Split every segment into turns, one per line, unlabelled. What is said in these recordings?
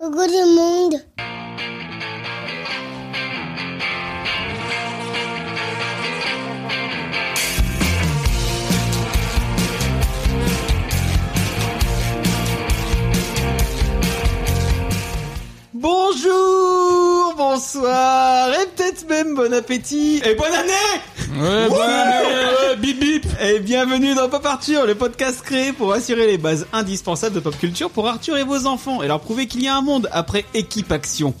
Coucou le monde.
Bonjour, bonsoir et peut-être même bon appétit et bonne année
Ouais, bonne année, ouais, bip bip
Et bienvenue dans Pop Arthur, le podcast créé pour assurer les bases indispensables de pop culture pour Arthur et vos enfants et leur prouver qu'il y a un monde après Équipe Action.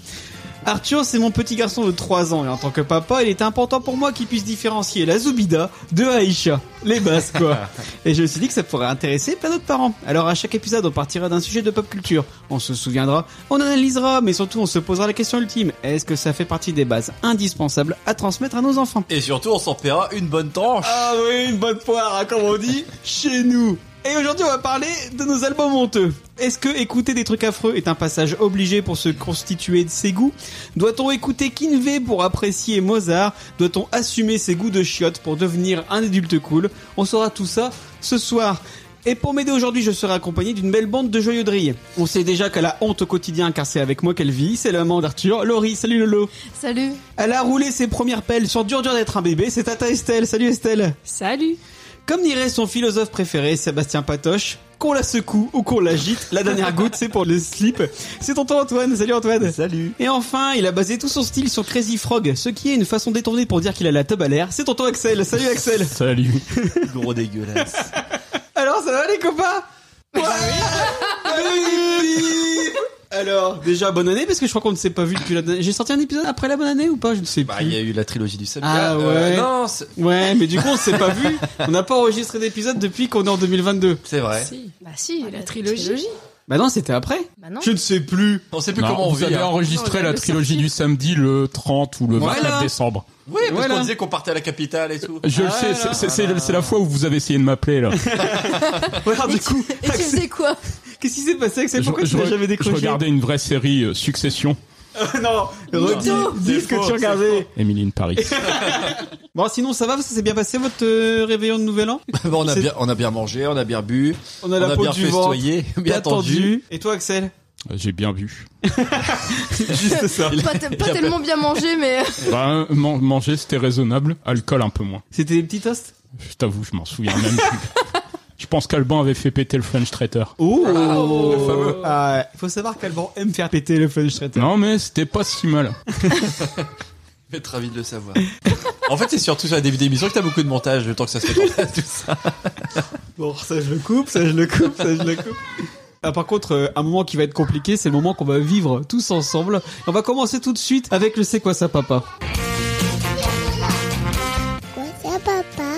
Arthur, c'est mon petit garçon de 3 ans et en tant que papa, il est important pour moi qu'il puisse différencier la Zoubida de Aïcha, les bases quoi. et je me suis dit que ça pourrait intéresser plein d'autres parents. Alors à chaque épisode, on partira d'un sujet de pop culture, on se souviendra, on analysera, mais surtout on se posera la question ultime, est-ce que ça fait partie des bases indispensables à transmettre à nos enfants
Et surtout, on s'en paiera une bonne tranche.
Ah oui, une bonne poire, hein, comme on dit, chez nous. Et aujourd'hui, on va parler de nos albums honteux. Est-ce que écouter des trucs affreux est un passage obligé pour se constituer de ses goûts Doit-on écouter Kinvey pour apprécier Mozart Doit-on assumer ses goûts de chiottes pour devenir un adulte cool On saura tout ça ce soir. Et pour m'aider aujourd'hui, je serai accompagné d'une belle bande de joyeux drilles. On sait déjà qu'elle a honte au quotidien car c'est avec moi qu'elle vit. C'est la maman d'Arthur. Laurie, salut Lolo.
Salut.
Elle a roulé ses premières pelles sur Dur Dur d'être un bébé. C'est Tata Estelle. Salut Estelle.
Salut.
Comme dirait son philosophe préféré, Sébastien Patoche, qu'on la secoue ou qu'on l'agite, la dernière goutte c'est pour le slip. C'est tonton Antoine, salut Antoine
Salut.
Et enfin, il a basé tout son style sur Crazy Frog, ce qui est une façon détournée pour dire qu'il a la teub à l'air. C'est tonton Axel, salut Axel
Salut
Gros dégueulasse.
Alors ça va les copains Ouais Oui Alors, déjà bonne année parce que je crois qu'on ne s'est pas vu depuis la dernière... J'ai sorti un épisode après la bonne année ou pas Je ne sais
Bah,
plus.
il y a eu la trilogie du samedi.
Ah, ouais.
non, c'est
Ouais, mais du coup on ne s'est pas vu. On n'a pas enregistré d'épisode depuis qu'on est en 2022.
c'est vrai.
Si. Bah si,
Ah,
la, trilogie.
Bah non, c'était après.
Bah non.
Je ne sais plus.
On sait plus
Non,
comment on
Vous
vit.
avez
hein.
enregistré
Non,
la
le
trilogie
sorti.
du samedi le 30 ou le 29
Voilà.
décembre.
Oui, parce
Voilà.
qu'on disait qu'on partait à la capitale et tout.
Je le
Ah,
sais,
là.
c'est- c'est- c'est c'est la fois où vous avez essayé de m'appeler là.
Regarde,
Et
du
tu-
coup,
Et tu faisais quoi
qu'est-ce qui s'est passé Axel Pourquoi tu n'as
re-
jamais
je
décroché
regardais une vraie série euh, Succession,
Euh, Non, redis,
Mytho.
dis ce
C'est
que
faux,
tu
c'est
regardais.
Emily in Paris.
Bon, sinon ça va, ça s'est bien passé votre euh, réveillon de Nouvel An
Bah, on, a
C'est-
bien, on a bien mangé, on a bien bu,
On a la peau
bien
du vent,
festoyé, bien tendu.
Et toi Axel
Euh, J'ai bien vu.
Juste ça.
Pas, te- pas tellement bien mangé, mais euh,
Bah, man- manger c'était raisonnable, alcool un peu moins.
C'était des petits toasts
Je t'avoue, je m'en souviens même plus. Je pense qu'Alban avait fait péter le French Traitor.
Oh,
le fameux.
Ah, ouais. faut savoir qu'Alban aime faire péter le fun Shredder.
Non mais c'était pas si mal.
Je vais être ravi de le savoir. en fait, c'est surtout sur la début d'émission que t'as beaucoup de montage, le temps que ça se mette en place, tout ça.
Bon, ça je le coupe, ça je le coupe, ça je le coupe. Ah, par contre, euh, un moment qui va être compliqué, c'est le moment qu'on va vivre tous ensemble. On va commencer tout de suite avec le C'est quoi ça papa
Quoi ça, papa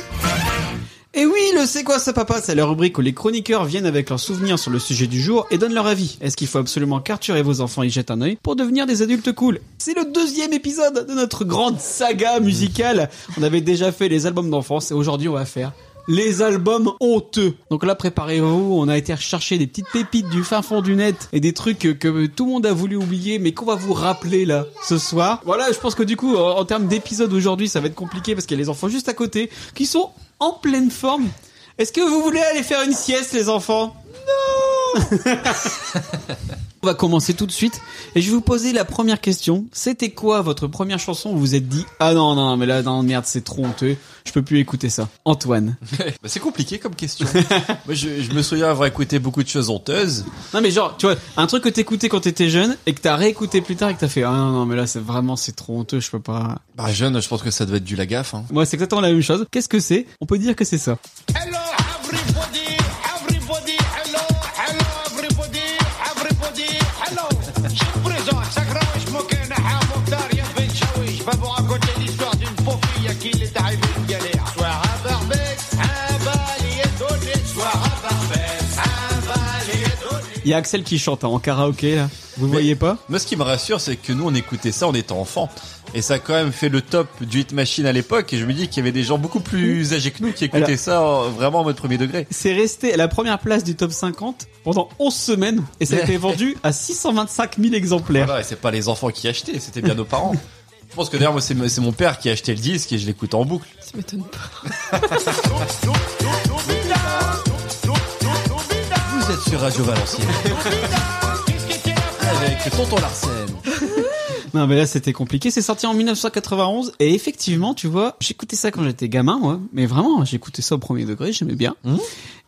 Et oui, le C'est quoi ça papa C'est la rubrique où les chroniqueurs viennent avec leurs souvenirs sur le sujet du jour et donnent leur avis. Est-ce qu'il faut absolument qu'Arthur et vos enfants y jettent un œil pour devenir des adultes cool C'est le deuxième épisode de notre grande saga musicale. On avait déjà fait les albums d'enfance et aujourd'hui on va faire les albums honteux. Donc là, préparez-vous, on a été rechercher des petites pépites du fin fond du net et des trucs que, que tout le monde a voulu oublier mais qu'on va vous rappeler là ce soir. Voilà, je pense que du coup, en, en termes d'épisode aujourd'hui, ça va être compliqué parce qu'il y a les enfants juste à côté qui sont en pleine forme. Est-ce que vous voulez aller faire une sieste, les enfants on va commencer tout de suite et je vais vous poser la première question. C'était quoi votre première chanson où vous vous êtes dit Ah non, non, mais là, non, merde, c'est trop honteux, je peux plus écouter ça. Antoine.
Bah, c'est compliqué comme question. Moi, je, je me souviens avoir écouté beaucoup de choses honteuses.
Non, mais genre, tu vois, un truc que t'écoutais quand t'étais jeune et que t'as réécouté plus tard et que t'as fait Ah non, non, mais là, c'est vraiment, c'est trop honteux, je peux pas.
Bah, jeune, je pense que ça devait être du lagaffe, hein.
Moi, c'est exactement la même chose. Qu'est-ce que c'est On peut dire que c'est ça.
Hello, everybody, everybody, hello, hello, everybody, everybody, hello. Je me présente, ça grave, je m'occupe d'un hameau d'art, y'a Ben Chaoui. Je vais vous raconter l'histoire d'une pauvre fille à qui il est arrivé une galère. Soir à Barbex, un balai est donné. Soir à Barbex, un balai est donné.
Il y a Axel qui chante hein, en karaoké, là. Vous voyez pas
Moi, ce qui me rassure, c'est que nous, on écoutait ça en étant enfant. Et ça a quand même fait le top du hit machine à l'époque. Et je me dis qu'il y avait des gens beaucoup plus âgés que nous qui écoutaient
Alors-
ça en- vraiment en mode premier degré.
C'est resté à la première place du top 50 pendant 11 semaines et ça a été vendu à 625 000 exemplaires.
Voilà, et c'est pas les enfants qui achetaient, c'était bien nos parents. Je pense que d'ailleurs, moi, c'est c'est mon père qui a acheté le disque et je l'écoute en boucle.
ça m'étonne pas.
Vous êtes sur Radio Valenciennes.
Qu'est-ce que t'es là,
avec Tonton Larsen.
Non, mais là, c'était compliqué. C'est sorti en 1991. Et effectivement, tu vois, j'écoutais ça quand j'étais gamin, moi. Mais vraiment, j'écoutais ça au premier degré, j'aimais bien.
Mmh.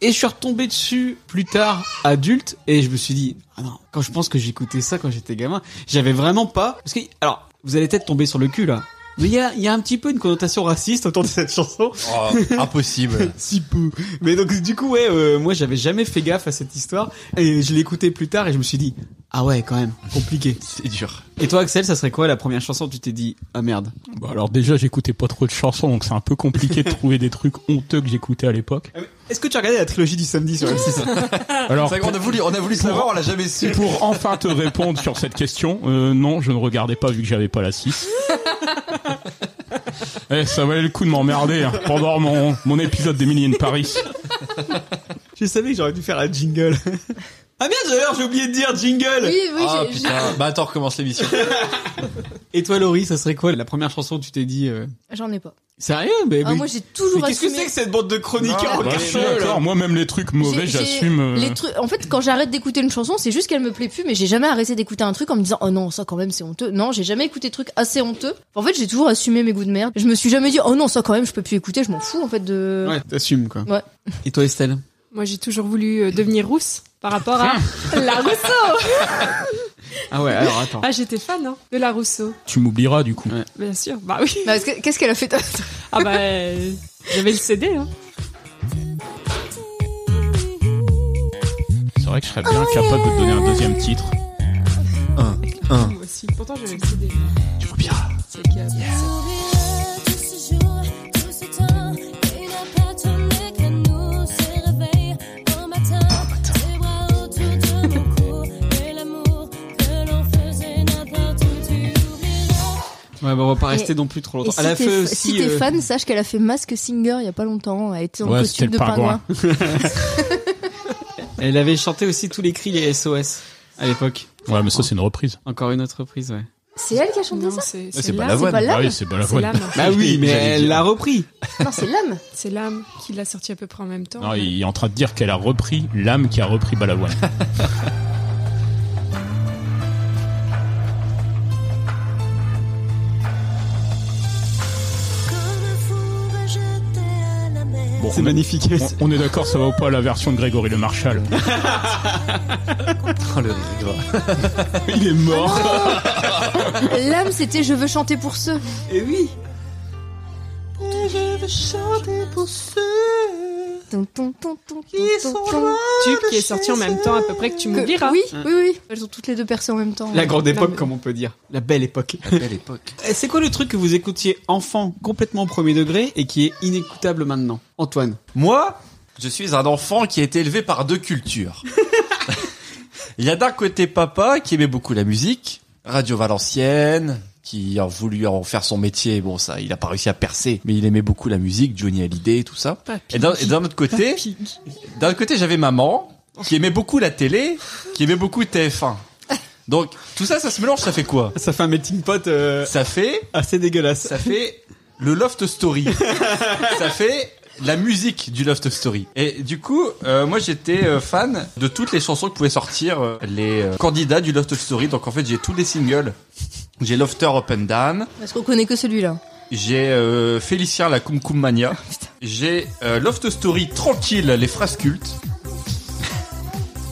Et je suis retombé dessus plus tard, adulte. Et je me suis dit, ah non, quand je pense que j'écoutais ça quand j'étais gamin, j'avais vraiment pas... Parce que, alors, vous allez peut-être tomber sur le cul, là. Mais il y a, il y a un petit peu une connotation raciste autour de cette chanson.
Oh, impossible.
Si peu. Mais donc du coup ouais, euh, moi j'avais jamais fait gaffe à cette histoire et je l'écoutais plus tard et je me suis dit ah ouais quand même compliqué.
C'est dur.
Et toi Axel, ça serait quoi la première chanson où tu t'es dit ah merde
Bah alors déjà, j'écoutais pas trop de chansons, donc c'est un peu compliqué de trouver des trucs honteux que j'écoutais à l'époque.
Est-ce que tu as regardé la trilogie du samedi sur M6
Alors
C'est vrai qu'on a voulu, on a voulu savoir, on l'a jamais su.
pour enfin te répondre sur cette question, euh, non, je ne regardais pas vu que j'avais pas la 6. Eh, ça valait le coup de m'emmerder hein, pendant mon, mon épisode d'Emily in Paris.
Je savais que j'aurais dû faire un jingle. ah merde d'ailleurs j'ai oublié de dire jingle.
Oui, oui,
Ah
j'ai- j'ai-
putain, bah attends, recommence l'émission.
Et toi Laurie, ça serait quoi la première chanson où tu t'es dit euh,
j'en ai pas.
sérieux mais,
Ah,
mais-
moi, j'ai
mais
toujours
qu'est-ce que
assumé.
c'est que cette bande de chroniqueurs
Non,
en
bah,
Ouais, je suis
cachot,
d'accord,
là
moi même les trucs mauvais,
J'ai- j'ai-
j'assume. euh,
les trucs- En fait, quand j'arrête d'écouter une chanson, c'est juste qu'elle me plaît plus, mais j'ai jamais arrêté d'écouter un truc en me disant oh non ça quand même c'est honteux. Non, j'ai jamais écouté de trucs assez honteux. En fait, j'ai toujours assumé mes goûts de merde. Je me suis jamais dit oh non ça quand même je peux plus écouter. Je m'en fous en fait de.
Ouais, t'assumes quoi.
euh, Ouais.
Et toi Estelle
Moi, j'ai toujours voulu euh, devenir rousse par rapport à la Rousseau.
Ah ouais, alors attends.
Ah, j'étais fan hein, de la Rousseau,
Tu m'oublieras du coup.
Ouais.
bien sûr. Bah oui.
Bah, parce que- Qu'est-ce qu'elle a fait
Ah bah, euh, j'avais le CD. Hein.
C'est vrai que je serais bien capable de te donner un deuxième titre.
Hein.
Moi aussi. Pourtant, j'avais le CD.
Tu vois bien.
C'est que-
Ouais, bah on va pas
Et-
rester non plus
Et
trop longtemps.
si
Elle a
t'es-
fait
si
aussi
t'es
euh,
fan, sache qu'elle a fait Mask Singer il y a pas longtemps. Elle était en
Ouais,
costume de
c'était le pingouin.
pingouin.
Elle avait chanté aussi tous les cris les SOS à l'époque.
Ouais, mais ça c'est une reprise.
Encore une autre reprise, ouais.
C'est elle qui a chanté
Non,
ça
c'est
C'est pas
l'âme.
la voix.
C'est pas
Ah
l'âme
oui, c'est pas la
C'est
voix.
l'âme.
Bah oui, mais
J'allais
elle
dire.
l'a repris.
Non, c'est l'âme.
C'est l'âme qui l'a sorti à peu près en même temps.
Non, il est en train de dire qu'elle a repris l'âme qui a repris Balavoine. Bon,
C'est
on-
magnifique.
On, on est d'accord, ça vaut pas la version de Grégory Le Marchal.
Oh, le rire gras.
Il est mort.
L'âme, c'était Je veux chanter pour ceux.
Et oui.
Ton, ton, ton, ton, ton, ton, ton.
Tube qui est sorti en même temps à peu près que tu
Que-
m'oublieras.
Oui, oui, oui. Elles ont toutes les deux percées en même temps.
La grande
mais-
époque, comme on peut dire. La belle époque.
Belle époque.
Et C'est quoi le truc que vous écoutiez enfant, complètement au premier degré, et qui est inécoutable maintenant Antoine.
Moi, je suis un enfant qui a été élevé par deux cultures. Il y a d'un côté papa qui aimait beaucoup la musique, Radio Valenciennes, qui a voulu en faire son métier. Bon, ça, il a pas réussi à percer, mais il aimait beaucoup la musique, Johnny Hallyday, tout ça.
Papy.
Et d'un et d'un autre côté, d'un autre côté, j'avais maman qui aimait beaucoup la télé, qui aimait beaucoup TF1. Donc tout ça, ça se mélange, ça fait quoi
Ça fait un melting pot euh,
Ça fait
assez dégueulasse.
ça fait le Loft Story. ça fait la musique du Loft Story. Et du coup, euh, moi j'étais euh, fan de toutes les chansons que pouvaient sortir euh, les euh, candidats du Loft Story. Donc en fait, j'ai tous les singles. J'ai Lofter Open Dan,
Parce qu'on connaît que celui-là.
j'ai euh, Félicien la Kum Kum Mania, j'ai euh, Loft Story Tranquille les phrases cultes.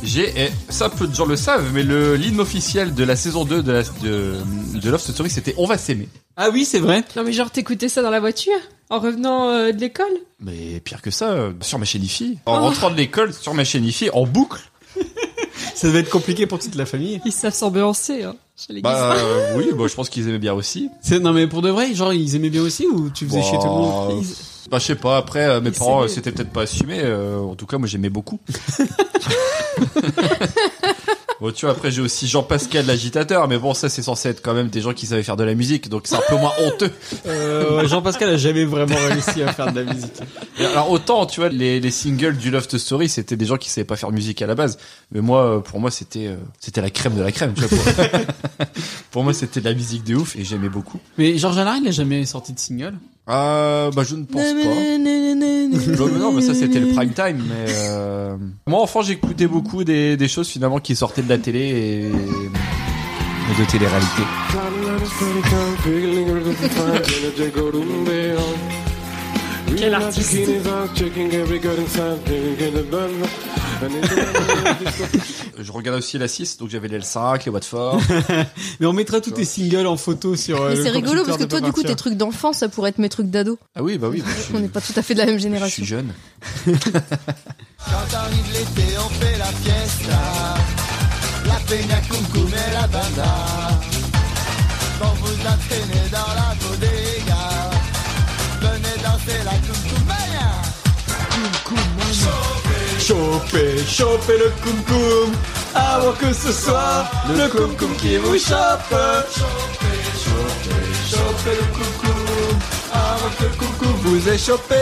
J'ai, eh, ça peu de gens le savent, mais le l'hymne officiel de la saison 2 de, la, de, de Loft Story c'était On va s'aimer.
Ah oui, c'est vrai.
Non mais genre t'écoutais ça dans la voiture en revenant euh, de l'école.
Mais pire que ça, euh, sur ma chaîne IFI. En rentrant de l'école, sur ma chaîne IFI, en boucle.
Ça devait être compliqué pour toute la famille.
Ils savent s'ambiancer hein, chez les
Bah
gars.
euh, oui, bah, je pense qu'ils aimaient bien aussi.
C'est- Non mais pour de vrai, genre ils aimaient bien aussi ou tu faisais
Bah,
chier tout le monde
euh, Bah je sais pas, après euh, mes
Ils
parents euh,
s'aimaient.
c'était peut-être pas assumé, euh, en tout cas moi j'aimais beaucoup. bon tu vois, après j'ai aussi Jean-Pascal l'agitateur, mais bon ça c'est censé être quand même des gens qui savaient faire de la musique, donc c'est un peu moins honteux.
Euh, ouais, Jean-Pascal a jamais vraiment réussi à faire de la musique.
Et Alors autant tu vois, les, les singles du Love Story c'était des gens qui savaient pas faire de musique à la base, mais moi euh, pour moi c'était euh, c'était la crème de la crème, tu vois. Pour, pour moi c'était de la musique de ouf et j'aimais beaucoup.
Mais Georges Alain, il a jamais sorti de single.
Ah, bah je ne pense pas. Non, mais Bah, non, mais ça c'était le prime time. Mais euh... moi enfant j'écoutais beaucoup des, des choses finalement qui sortaient de la télé et de télé-réalité.
Quel
artiste.
Je regarde aussi la 6, donc j'avais les L5, les Watford.
Mais on mettra tous tes singles en photo sur. euh,
Mais
le
c'est rigolo
computer
parce que
de
toi, du coup,
Papartia.
tes trucs d'enfant, ça pourrait être mes trucs d'ado.
Ah oui, bah oui. bah, je suis-
On n'est pas tout à fait de la même
Je
génération.
suis jeune.
Quand arrive l'été, on fait la fiesta. La peña cum et la banda. Quand vous la traînez dans la bodega, venez danser la cum-cumaya.
Chopez, chopez le koum-koum Avant que ce soit le koum-koum qui vous chope Chopez, chopez, chopez le koum-koum Avant que le koum-koum vous ait chopé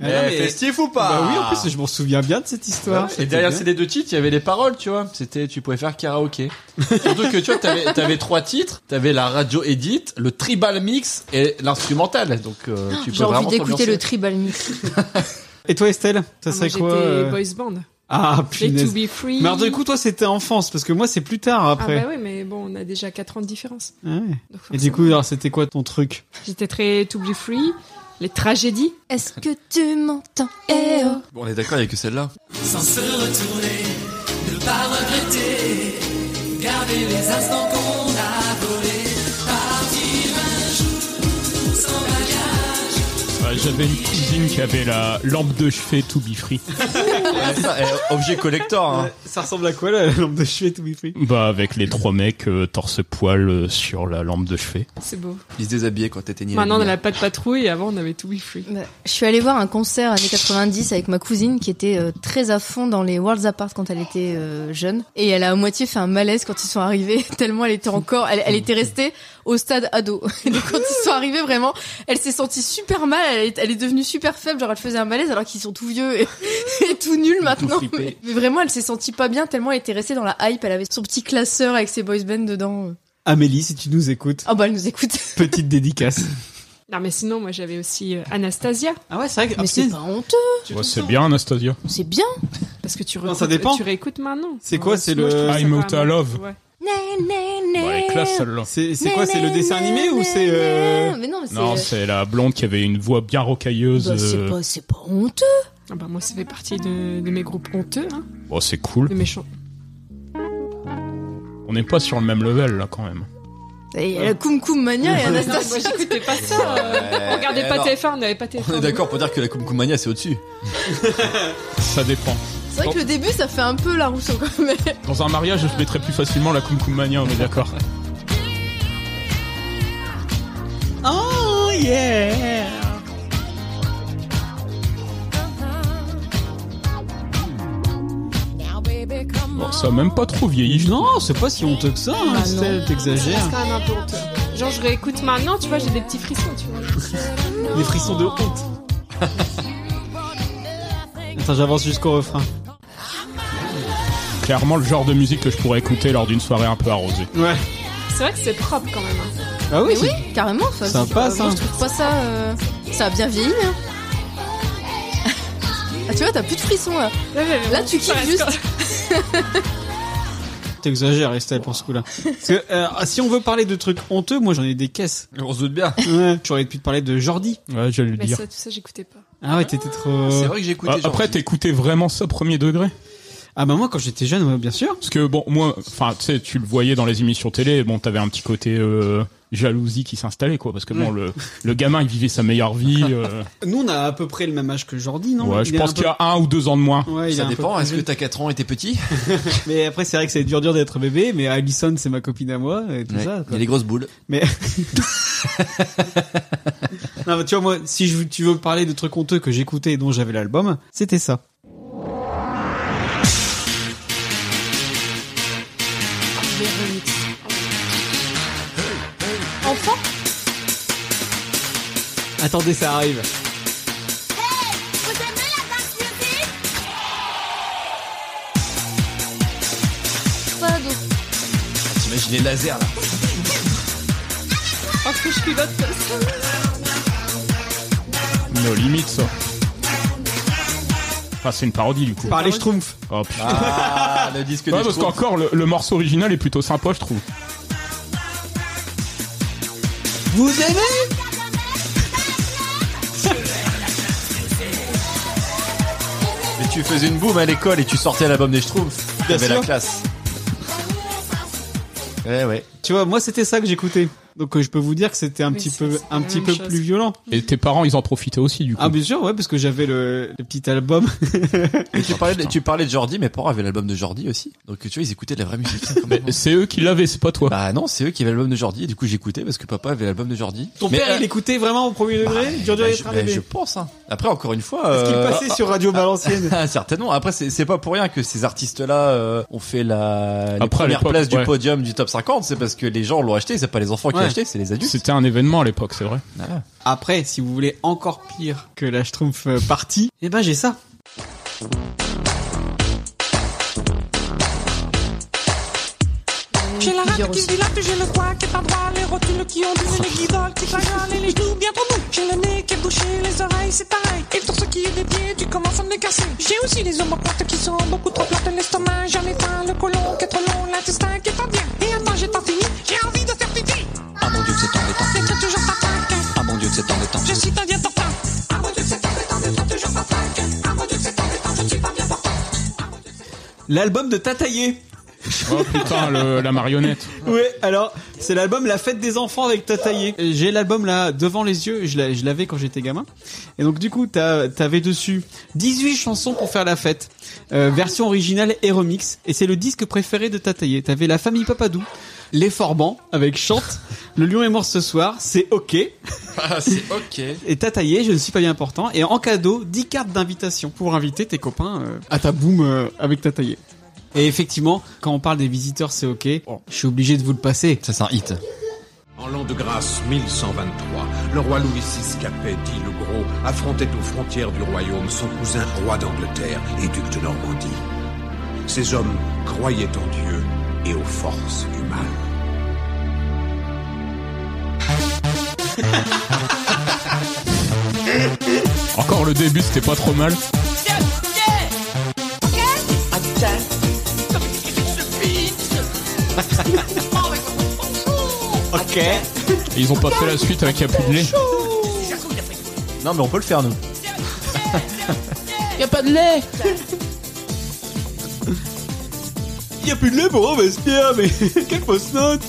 Eh, Festif ou pas
Bah oui, en plus, je m'en souviens bien de cette histoire.
Et
C'était
derrière
bien.
ces deux titres, il y avait les paroles, tu vois. C'était, tu pouvais faire karaoké. Surtout que tu vois, t'avais, t'avais trois titres. T'avais la radio edit, le tribal mix et l'instrumental. Donc euh, tu peux
Ah, J'ai envie
vraiment
d'écouter le
t'ambiancer.
tribal mix.
Et toi, Estelle Ça
Ah, moi,
serait
J'étais
quoi euh,
boys band.
Ah,
Les To
punaise.
Be Free.
Mais alors, du coup, toi, c'était enfance, parce que moi, c'est plus tard
Ah
après. Ah
bah oui, mais bon, on a déjà 4 ans de différence.
Ouais.
Donc,
Et du coup, alors, c'était quoi ton truc
j'étais très To Be Free. Les tragédies.
Est-ce que tu m'entends Eh oh
Bon, on est d'accord, il y a que celle-là.
Bah, J'avais une cousine qui avait la lampe de chevet To Be Free.
Ça, eh, objet collector. Hein.
Ça ressemble à quoi, la lampe de chevet tout bifri
Bah, avec les trois mecs euh, torse-poil euh, sur la lampe de chevet.
C'est beau.
Ils se déshabillaient quand t'éteignais. la
Maintenant, on a
lumière.
la patte patrouille. Avant, on avait To Be Free.
Bah, Je suis allée voir un concert années 90 avec ma cousine qui était euh, très à fond dans les Worlds Apart quand elle était euh, jeune. Et elle a à moitié fait un malaise quand ils sont arrivés, tellement elle était encore, elle, elle était restée au stade ado. Et donc quand ils sont arrivés vraiment, elle s'est sentie super mal, elle est, elle est devenue super faible, genre elle faisait un malaise alors qu'ils sont tout vieux et, et tout nuls maintenant.
flippés.
mais, mais vraiment elle s'est sentie pas bien tellement elle était restée dans la hype, elle avait son petit classeur avec ses boys bands dedans.
Amélie, si tu nous écoutes,
Ah bah elle nous écoute.
petite dédicace.
Non, mais sinon, moi, j'avais aussi euh, Anastasia.
Ah ouais, c'est vrai que...
Mais c'est pas honteux,
Ouais, c'est bien, Anastasia.
c'est bien.
Parce que tu,
Non,
réécoutes-
ça dépend.
tu réécoutes maintenant.
C'est quoi,
Ouais,
c'est
moi,
le-
je trouve ça
I'm
pas
out of
mal.
love. Bah,
Ouais.
Bah,
Ouais, classe celle-là.
C'est c'est quoi, c'est le dessin animé ou c'est... euh,
Mais non, mais c'est.
Non, c'est la blonde qui avait une voix bien rocailleuse.
Bah, c'est
euh,
pas, c'est pas honteux.
Ah bah, moi, ça fait partie de, de mes groupes honteux, hein,
Bon, c'est cool.
de méchants.
On n'est pas sur le même level là quand même.
Et il y a la Koum Koum Mania et
Non,
Anastasia.
moi, j'écoutais pas ça. euh, on regardait pas
Alors,
TF1, on n'avait pas
On
TF1.
est d'accord pour dire que la Kumkumania c'est au-dessus.
Ça dépend.
C'est vrai que le début, ça fait un peu la Rousseau quand même.
Dans un mariage, je mettrais plus facilement la Kum Kum Mania, on est d'accord.
Oh yeah
Bon, ça a même pas trop vieilli.
Non, c'est pas si honteux que ça, hein,
Bah non.
Estelle, t'exagères.
C'est quand même un peu honteux. Genre, je réécoute maintenant, tu vois, j'ai des petits frissons, tu vois.
Les frissons de honte. Attends, j'avance jusqu'au refrain.
Clairement le genre de musique que je pourrais écouter lors d'une soirée un peu arrosée. Euh,
Ouais.
C'est vrai que c'est propre quand même. hein.
Ah oui,
Mais oui, carrément. enfin,
Ça
c'est-
passe,
euh, moi,
hein.
je trouve pas ça. euh, Ça a bien vieilli. hein. Ah, tu vois, t'as plus de frissons là.
Là, j'avais
Là,
mon
tu
petit
kiffes juste.
Forest Gump.
t'exagères, Estelle, pour ce coup-là. Parce que euh, si on veut parler de trucs honteux, moi j'en ai des caisses.
On se doute bien.
Ouais. J'aurais pu te parler de Jordi.
Ouais, j'allais le
Mais
dire.
Bah, ça, tout ça, j'écoutais pas.
Ah ouais, t'étais trop.
C'est vrai que j'ai écouté.
Ah, après,
Jordi.
t'écoutais vraiment ça premier degré
Ah bah moi quand j'étais jeune, ouais, bien sûr.
Parce que bon, moi, enfin, tu sais, tu le voyais dans les émissions télé, bon, t'avais un petit côté euh, jalousie qui s'installait, quoi. Parce que bon, le, le gamin, il vivait sa meilleure vie. euh,
Nous on a à peu près le même âge que Jordi, non
ouais,
Il
je
est
pense
un peu-
qu'il y a un ou deux ans de moins.
Ouais, il est
Ça
un peu
dépend.
plus
Est-ce que
jeune.
t'as 4 ans et t'es petit
Mais après c'est vrai que c'est dur dur d'être bébé, mais Alison c'est ma copine à moi et tout
Ouais. Il
ça.
y
quoi.
a les grosses boules.
Non, mais tu vois, moi, si je, tu veux parler de trucs honteux que j'écoutais et dont j'avais l'album, c'était ça.
Enfant
Attendez, ça arrive.
Pas ado.
T'imagines les lasers là.
Oh, que je pilote.
Nos limites, ça. Enfin, c'est une parodie, du coup.
Parlez Schtroumpf.
Oh putain.
Ah, le disque
Ouais,
des
parce
Schtroumpfs.
qu'encore, le, le morceau original est plutôt sympa, je trouve.
Vous aimez
Mais tu faisais une boum à l'école et tu sortais l'album des Schtroumpfs. T'avais la
sûr.
classe. Ouais, ouais.
Tu vois, moi c'était ça que j'écoutais. Donc euh, je peux vous dire que c'était un
Mais
petit
c'est-
peu
c'est
un
la
petit
même
peu
chose.
plus violent.
Et tes parents, ils en profitaient aussi, du coup.
Ah bien sûr, ouais, parce que j'avais le, le petit album.
Et tu,
Oh,
parlais de,
putain.
tu parlais de Jordi, mes parents avaient l'album de Jordi aussi. Donc tu vois, ils écoutaient de la vraie musique. hein, quand même.
Mais c'est eux qui l'avaient, c'est pas toi.
bah non, c'est eux qui avaient l'album de Jordi. Et du coup, j'écoutais parce que papa avait l'album de Jordi.
Ton
Mais,
père,
euh,
il écoutait vraiment au premier degré.
bah,
dur dur
bah,
et
je,
train
bah,
bébé.
je pense. hein. Après, encore une fois.
Parce qu'il
euh,
passait sur Radio Valenciennes.
Ah, certainement. Après, c'est c'est pas pour rien que ces artistes-là euh, ont fait la
Après, à
première
l'époque,
place du
ouais.
podium du top 50. C'est parce que les gens l'ont acheté. C'est pas les enfants qui
Ouais.
l'ont acheté, c'est les adultes.
C'était un événement à l'époque, c'est vrai.
Voilà.
Ah. Après, si vous voulez encore pire que la Schtroumpf euh, partie, eh ben j'ai ça.
J'ai la
Plusieurs
rate qui
aussi.
dilate, j'ai le poids qui est pas droit, les rotules qui ont donné les guidoles qui taillent, et les genoux bien trop mous. J'ai le nez qui est bouché, les oreilles c'est pareil, et le torse qui est dévié, tu commences à me les casser. J'ai aussi les omoplates qui sont beaucoup trop plates, l'estomac j'en ai pas, le côlon qui est trop long, l'intestin qui est pas bien. Et à manger tant fini, j'ai envie de faire pipi. Ah mon dieu, c'est embêtant. C'est que toujours pas tac. Ah mon dieu, c'est embêtant. Je suis pas bien portant. Ah mon dieu, c'est embêtant, je suis toujours pas tac. Ah mon dieu, c'est embêtant, je ne suis pas bien portant.
L'album de Tataillé.
Oh putain, le- la marionnette.
Ouais, alors, c'est l'album La fête des enfants avec Tataillé. Euh, J'ai l'album là devant les yeux, je l'a- je l'avais quand j'étais gamin. Et donc du coup, t'as- t'avais dessus 18 chansons pour faire la fête, euh, version originale et remix. Et c'est le disque préféré de Tataillé. T'avais La famille Papadou, Les Forbans avec Chante, Le lion est mort ce soir, c'est OK.
Ah, c'est ok.
Et Tataillé, je ne suis pas bien important. Et en cadeau, 10 cartes d'invitation pour inviter tes copains euh, à ta boum euh, avec Tataillé. Et effectivement, quand on parle des visiteurs, c'est OK. Je suis obligé de vous le passer.
Oh. Ça, c'est un hit.
En l'an de grâce 1123, le roi Louis VI Capet, dit le Gros, affrontait aux frontières du royaume son cousin roi d'Angleterre et duc de Normandie. Ces hommes croyaient en Dieu et aux forces du mal.
Encore le début, c'était pas trop mal.
Ok.
Et ils ont pas fait la suite avec Y'a plus de lait.
Non, mais on peut le faire, nous.
Y a pas de lait
Y a plus de lait pour un vestiaire, mais quelle fausse note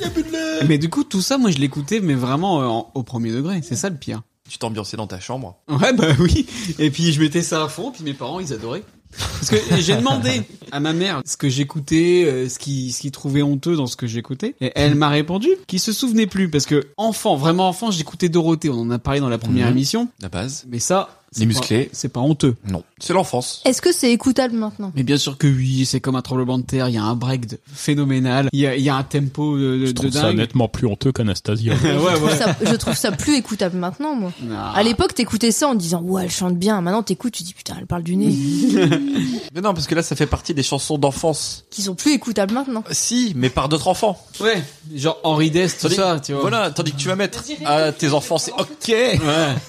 Y a plus de lait Mais du coup, tout ça, moi, je l'écoutais, mais vraiment euh, en- au premier degré. C'est ça le pire.
Tu t'ambiançais dans ta chambre.
Ouais, bah oui. Et puis, je mettais ça à fond, puis mes parents, ils adoraient. Parce que j'ai demandé à ma mère ce que j'écoutais, euh, ce qui ce qui trouvait honteux dans ce que j'écoutais, et elle m'a répondu qu'il se souvenait plus parce que enfant, vraiment enfant, j'écoutais Dorothée. On en a parlé dans la première
Mhm.
émission,
La base.
mais ça, c'est
Les
pas-
musclés.
c'est pas honteux.
Non. C'est l'enfance.
Est-ce que c'est écoutable maintenant
Mais bien sûr que oui, c'est comme un tremblement de terre, il y a un break de- phénoménal, il y a, il y a un tempo de, de-
Je
de
trouve ça
dingue.
nettement plus honteux qu'Anastasia.
ouais,
Je
ouais.
trouve ça- Ah, je trouve ça plus écoutable maintenant, moi. À l'époque, t'écoutais ça en te disant, ouais, elle chante bien. Maintenant, t'écoutes, tu te dis, putain, elle parle du nez.
Mais non, parce que là, ça fait partie des chansons d'enfance.
Qui sont plus écoutables maintenant.
Ah,
Si, mais par d'autres enfants.
Ouais, genre Henri Dest, tout
Tandis-
ça, tu vois.
Voilà, tandis que tu vas mettre à tes enfants, c'est ok.
Ouais.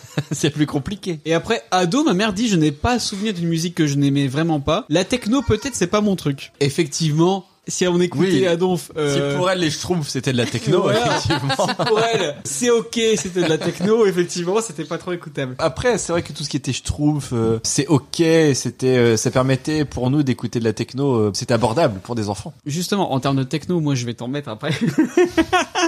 c'est plus compliqué.
Et après, ado, ma mère dit je n'ai pas souvenir d'une musique que je n'aimais vraiment pas. La techno, peut-être, c'est pas mon truc. Effectivement, si on écoutait
Oui.
Adonf, euh,
Si pour elle, les Schtroumpfs, c'était de la techno,
Voilà.
effectivement.
pour elle, c'est ok, c'était de la techno, effectivement, c'était pas trop écoutable.
Après, c'est vrai que tout ce qui était Schtroumpf, euh, c'est ok, c'était, euh, ça permettait pour nous d'écouter de la techno, euh, c'était abordable pour des enfants.
Justement, en termes de techno, moi je vais t'en mettre après.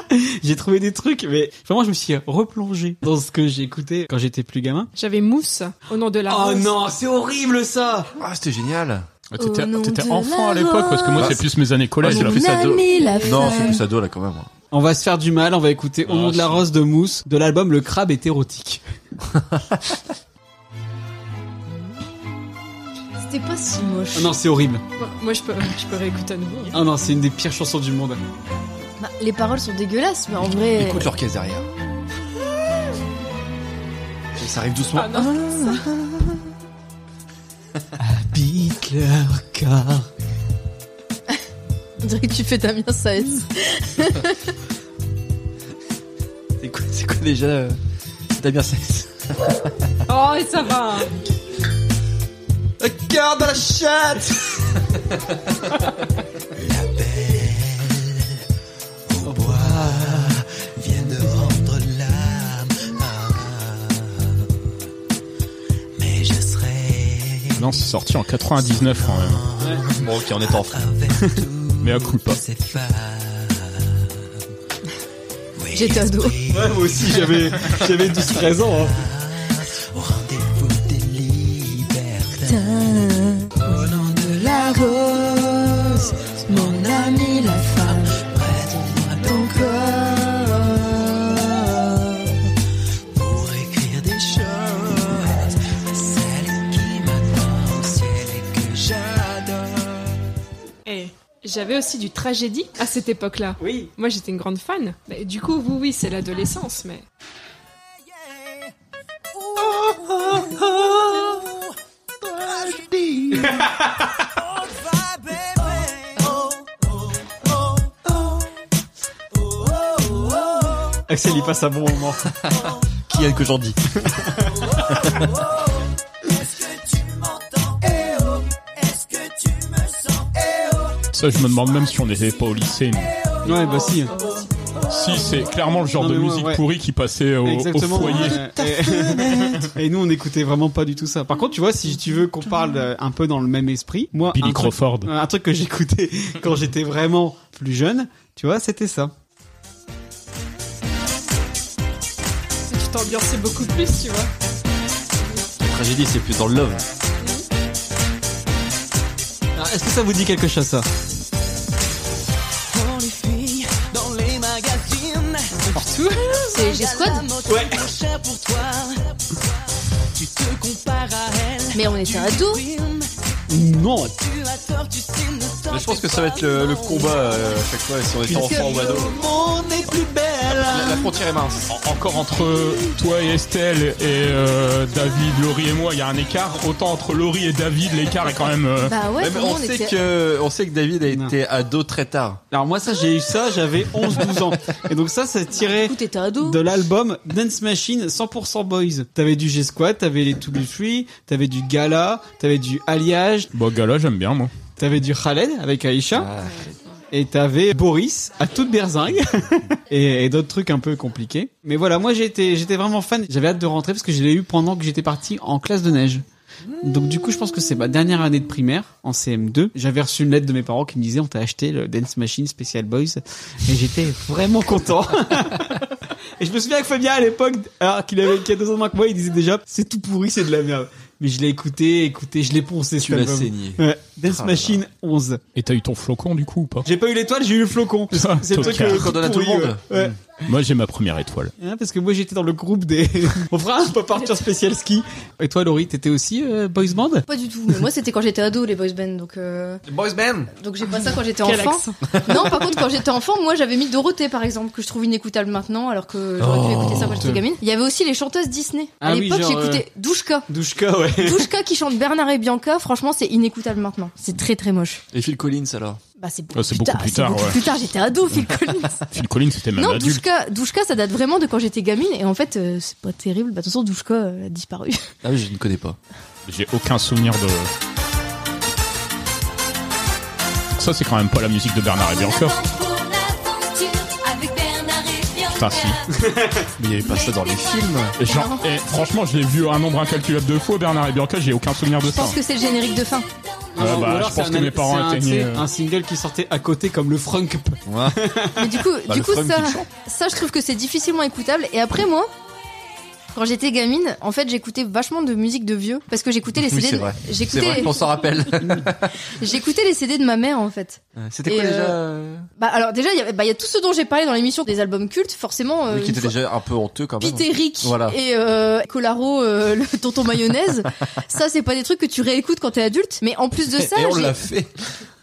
j'ai trouvé des trucs, mais vraiment je me suis replongé dans ce que j'écoutais quand j'étais plus gamin.
J'avais mousse au nom de la
oh
rose.
non, c'est horrible ça
Ah, c'était génial.
Ah, T'étais
Au nom
t'étais
de
enfant
la
à l'époque, parce que moi,
rose.
c'est plus mes années collège.
Ouais, c'est
là.
la plus ado.
L'ami, la
Non,
femme.
c'est plus ado là quand même. hein.
On va se faire du mal, on va écouter Au
Ah,
nom de la
si.
rose de Mousse de l'album Le crabe est érotique.
C'était pas si moche.
Ah non, c'est horrible.
Moi, moi, je peux, je peux réécouter à nouveau.
Ah non, c'est une des pires chansons du monde.
Bah, les paroles sont dégueulasses, mais en vrai. euh,
Écoute l'orchestre derrière. Et Ça arrive doucement.
Ah,
Ah,
Habite leur corps.
On dirait que tu fais Damien Saez.
C'est quoi, c'est quoi déjà euh, C'est Damien Saez.
Oh, et ça va. hein.
Regarde la chatte
vient de rendre l'âme. Mais je serai
Non, c'est sorti en 99 quand même.
Bon, ok, on est en France.
Mais à coup pas.
J'étais ado.
Ouais, moi aussi, j'avais, j'avais 12-13 ans. hein.
Au nom de la rose, mon ami la femme, prête-moi ton corps pour écrire des choses, celle qui m'attend, celle que j'adore.
Eh, J'avais aussi du tragédie à cette époque-là.
Oui.
Moi, j'étais une grande fan. Mais du coup, vous, oui, c'est l'adolescence, mais.
Axel, il passe un bon moment.
Qui est que j'en dis
Ça, je me demande même si on n'était pas au lycée. nous.
Ouais, bah si.
Si, c'est clairement le genre
Non,
de
mais ouais,
musique
ouais.
pourrie qui passait au, au
Exactement.
foyer.
ouais. Et, et nous, on n'écoutait vraiment pas du tout ça. Par contre, tu vois, si tu veux qu'on parle euh, un peu dans le même esprit, moi,
Billy
un truc-
Crawford.
un truc que j'écoutais quand j'étais vraiment plus jeune, tu vois, c'était ça.
Tu t'ambiançais beaucoup plus, tu vois.
Tragédie, c'est plus dans le love.
Alors, Est-ce que ça vous dit quelque chose, ça
Dans les filles, dans les magazines,
partout.
C'est G-Squad
Ouais. pour toi. Tu te compares à elle.
Mais on était ados.
Non.
Tu as tort, tu sais, ne t'en
Mais je pense que ça va être le, le combat euh, à chaque fois, si on est enfant ou ado.
monde est plus
La, la
belle.
frontière est mince.
En- Encore entre toi et Estelle et euh, David, Laurie et moi, il y a un écart. Autant entre Laurie et David, l'écart est quand même. euh,
Bah ouais,
Même
pour nous,
on,
on
sait
était-
que, on sait que David a été ado très tard.
Alors moi, ça, j'ai eu ça, j'avais 11-12 ans. Et donc ça, c'est tiré
Écoute, t'étais ado.
de l'album Dance Machine 100% Boys. T'avais du G-Squad, t'avais les To Be Free, t'avais du Gala, t'avais du Alliage,
Bon, gars, là, j'aime bien, moi.
t'avais du Khaled avec Aïcha.
Ah.
Et t'avais Boris à toute berzingue et, et d'autres trucs un peu compliqués. Mais voilà, moi j'étais j'étais vraiment fan. J'avais hâte de rentrer parce que je l'ai eu pendant que j'étais parti en classe de neige. Donc du coup, je pense que c'est ma dernière année de primaire en CM2. J'avais reçu une lettre de mes parents qui me disait on t'a acheté le Dance Machine Special Boys et j'étais vraiment content. et je me souviens que Fabien à l'époque, alors qu'il avait qu'il y a deux ans de moins que moi, il disait déjà c'est tout pourri, c'est de la merde. Mais je l'ai écouté, écouté, je l'ai poncé.
Tu
cet
l'as
album.
saigné.
bah, Ouais, Dance
Ah là là.
Machine 11.
Et t'as eu ton flocon, du coup, ou pas
J'ai pas eu l'étoile, j'ai eu le flocon.
Ah,
C'est le truc
tocard.
euh,
Qu'on donne à tout le
pourri,
monde.
ouais. Ouais.
Moi, j'ai ma première étoile.
Hein, parce que moi j'étais dans le groupe des. On fera un pop partir spécial ski. Et toi, Laurie, t'étais aussi euh, boys band
Pas du tout. Mais moi, c'était quand j'étais ado, les boys band. Donc, euh,
Boys band
donc j'ai pas ça quand j'étais
Quel
enfant.
accent.
Non, par contre, quand j'étais enfant, moi, j'avais mis Dorothée, par exemple, que je trouve inécoutable maintenant, alors que j'aurais
Oh,
pu écouter ça quand j'étais gamine. Il y avait aussi les chanteuses Disney. À
Ah oui,
l'époque,
genre,
j'écoutais Douchka.
Douchka, ouais.
Douchka qui chante Bernard et Bianca, franchement, c'est inécoutable maintenant. C'est très très moche.
Et Phil Collins alors
Bah, c'est beaucoup,
Ah, c'est
plus,
beaucoup
tard,
plus
c'est
tard,
beaucoup
ouais.
plus tard, j'étais ado, Phil Collins.
Phil Collins, c'était même
non,
adulte.
Douchka, Douchka, ça date vraiment de quand j'étais gamine, et en fait, euh, c'est pas terrible. Bah, de toute façon, Douchka euh, a disparu.
Ah oui, je ne connais pas.
J'ai aucun souvenir de. Ça, c'est quand même pas la musique de Bernard et Bianca. Putain, si.
Mais il n'y avait pas ça dans les films.
Et Genre, et franchement, je l'ai vu un nombre incalculable de fois, Bernard et Bianca, j'ai aucun souvenir de
Je
ça.
pense que c'est le générique de fin.
Non,
Ouais,
ou
bah,
alors,
je
c'est
pense
un
que
al-
mes parents
c'est un,
atteignaient,
tu sais,
euh,
un single qui sortait à côté comme le Frank.
Ouais.
Mais du coup,
Bah,
du
le
coup
Frum
ça,
qui le chante.
ça, je trouve que c'est difficilement écoutable. Et après, moi, quand j'étais gamine, en fait, j'écoutais vachement de musique de vieux. Parce que j'écoutais les
Oui,
CD.
c'est
de-
vrai. C'est vrai
J'écoutais,
qu'on s'en rappelle.
j'écoutais les CD de ma mère, en fait.
C'était
Et
quoi
euh,
déjà euh,
Bah, alors, déjà, il y avait- bah, il y a tout ce dont j'ai parlé dans l'émission des albums cultes, forcément. euh,
Lui qui
une
était
fois-
déjà un peu honteux quand même.
Pitéric
Voilà.
et euh, Colaro, euh, le tonton mayonnaise. ça, c'est pas des trucs que tu réécoutes quand t'es adulte. Mais en plus de ça,
Et on
j'ai-
l'a fait.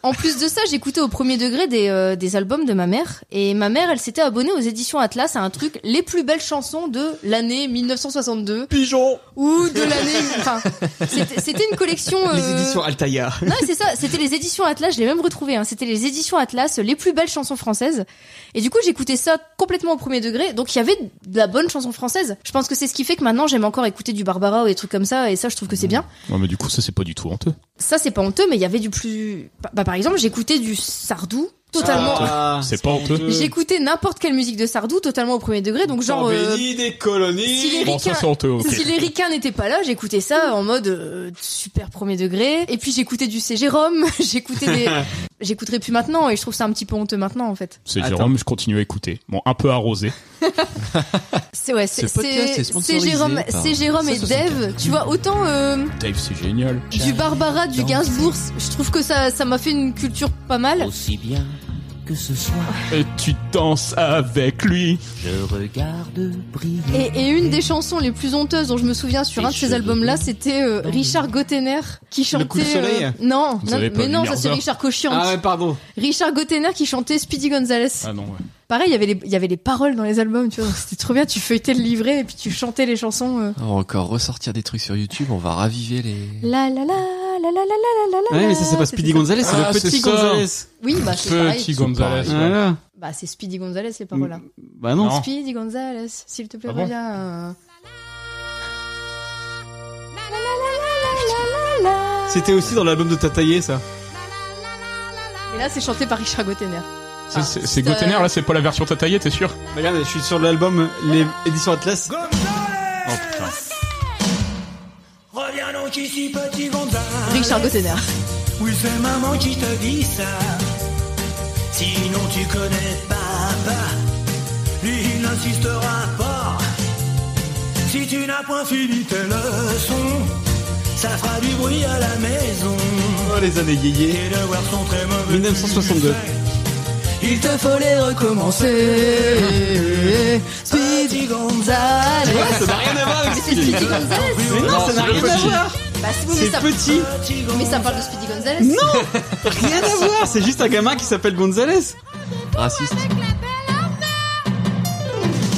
En plus de ça, j'écoutais au premier degré des, euh, des albums de ma mère. Et ma mère, elle s'était abonnée aux éditions Atlas à un truc, les plus belles chansons de l'année 1962.
Pigeon
Ou de l'année... Enfin, c'était c'était une collection...
Les
euh,
éditions Altaïa.
non, c'est ça. C'était les éditions Atlas. Je l'ai même retrouvé. Hein. C'était les éditions Atlas, les plus belles chansons françaises. Et du coup, j'écoutais ça complètement au premier degré. Donc, il y avait de la bonne chanson française. Je pense que c'est ce qui fait que maintenant, j'aime encore écouter du Barbara ou des trucs comme ça. Et ça, je trouve que c'est bien.
Ouais, mais du coup, ça, c'est pas du tout honteux.
Ça, c'est pas honteux, mais il y avait du plus. Bah, bah, par exemple, j'écoutais du Sardou. Totalement.
Ah, c'est pas honteux.
J'écoutais n'importe quelle musique de Sardou, totalement au premier degré. Donc, genre. euh,
des colonies.
si les
Bon,
ricains-
ça, c'est honteux, ok.
si les ricains n'étaient pas là, j'écoutais ça en mode euh, super premier degré. Et puis j'écoutais du C. Jérôme, j'écoutais des... J'écouterais plus maintenant et je trouve ça un petit peu honteux maintenant en fait.
C'est Jérôme, je continue à écouter. Bon, un peu arrosé.
C'est ouais,
Ce
c'est
podcast
c'est-
est
c'est
sponsorisé
Jérôme,
par
c'est Jérôme et Dave. Tu vois autant euh,
Dave, c'est génial.
du Barbara, du Gainsbourg, je trouve que ça ça m'a fait une culture pas mal.
Aussi bien que ce soir. Et tu danses avec lui. Je regarde briller.
Et, et une des chansons les plus honteuses dont je me souviens sur
Les
un de ces
cheveux
albums-là, c'était euh, Richard Gottener qui chantait.
coup de soleil
euh, non,
Vous
non,
avez pas
mais
vu
non, ça c'est
Merzer
Richard Cochian.
Ah ouais, pardon.
Richard Gottener qui chantait Speedy Gonzales.
Ah non, ouais.
Pareil, il y avait les- il y avait les paroles dans les albums, tu vois. C'était trop bien, tu feuilletais le livret et puis tu chantais les chansons. euh.
On va encore ressortir des trucs sur YouTube, on va raviver les...
La la la la la la la la la.
Ouais, mais ça, c'est pas Speedy Gonzalez, c'est
Ah,
le
c'est
petit
ça.
Gonzalez.
Oui, bah c'est pareil.
Petit Gonzalez.
C'est pareil.
ouais.
Ah.
Bah c'est Speedy Gonzales les paroles là.
Bah non.
Speedy Gonzales, s'il te plaît,
Ah bon
reviens. euh.
C'était aussi dans l'album de Tataillé, ça.
Et là c'est chanté par Richard Gottener.
C'est- C'est c'est
Ah, ça-
Gottener, là, c'est pas la version tataillée, t'es sûr
Regarde, je suis sur l'album, les éditions Atlas.
Oh putain.
Reviens donc ici, petit Gonzales.
Richard Gottener.
Oui, c'est maman qui te dit ça. Sinon, tu connais papa. Lui, il n'insistera pas. Si tu n'as point fini tes leçons, ça fera du bruit à la maison.
Oh, les années yéyé.
Les devoirs sont très mauvais.
1962.
Il te faut les recommencer. Speedy Gonzales.
Ouais, ça n'a rien à voir avec
Mais c'est
Speedy.
Speedy Gonzales.
Mais non, ça n'a rien à voir.
Bah si vous
C'est
mais ça
petit.
Mais ça parle de Speedy Gonzales.
Non Rien à voir, c'est juste un gamin qui s'appelle Gonzalez.
Raciste.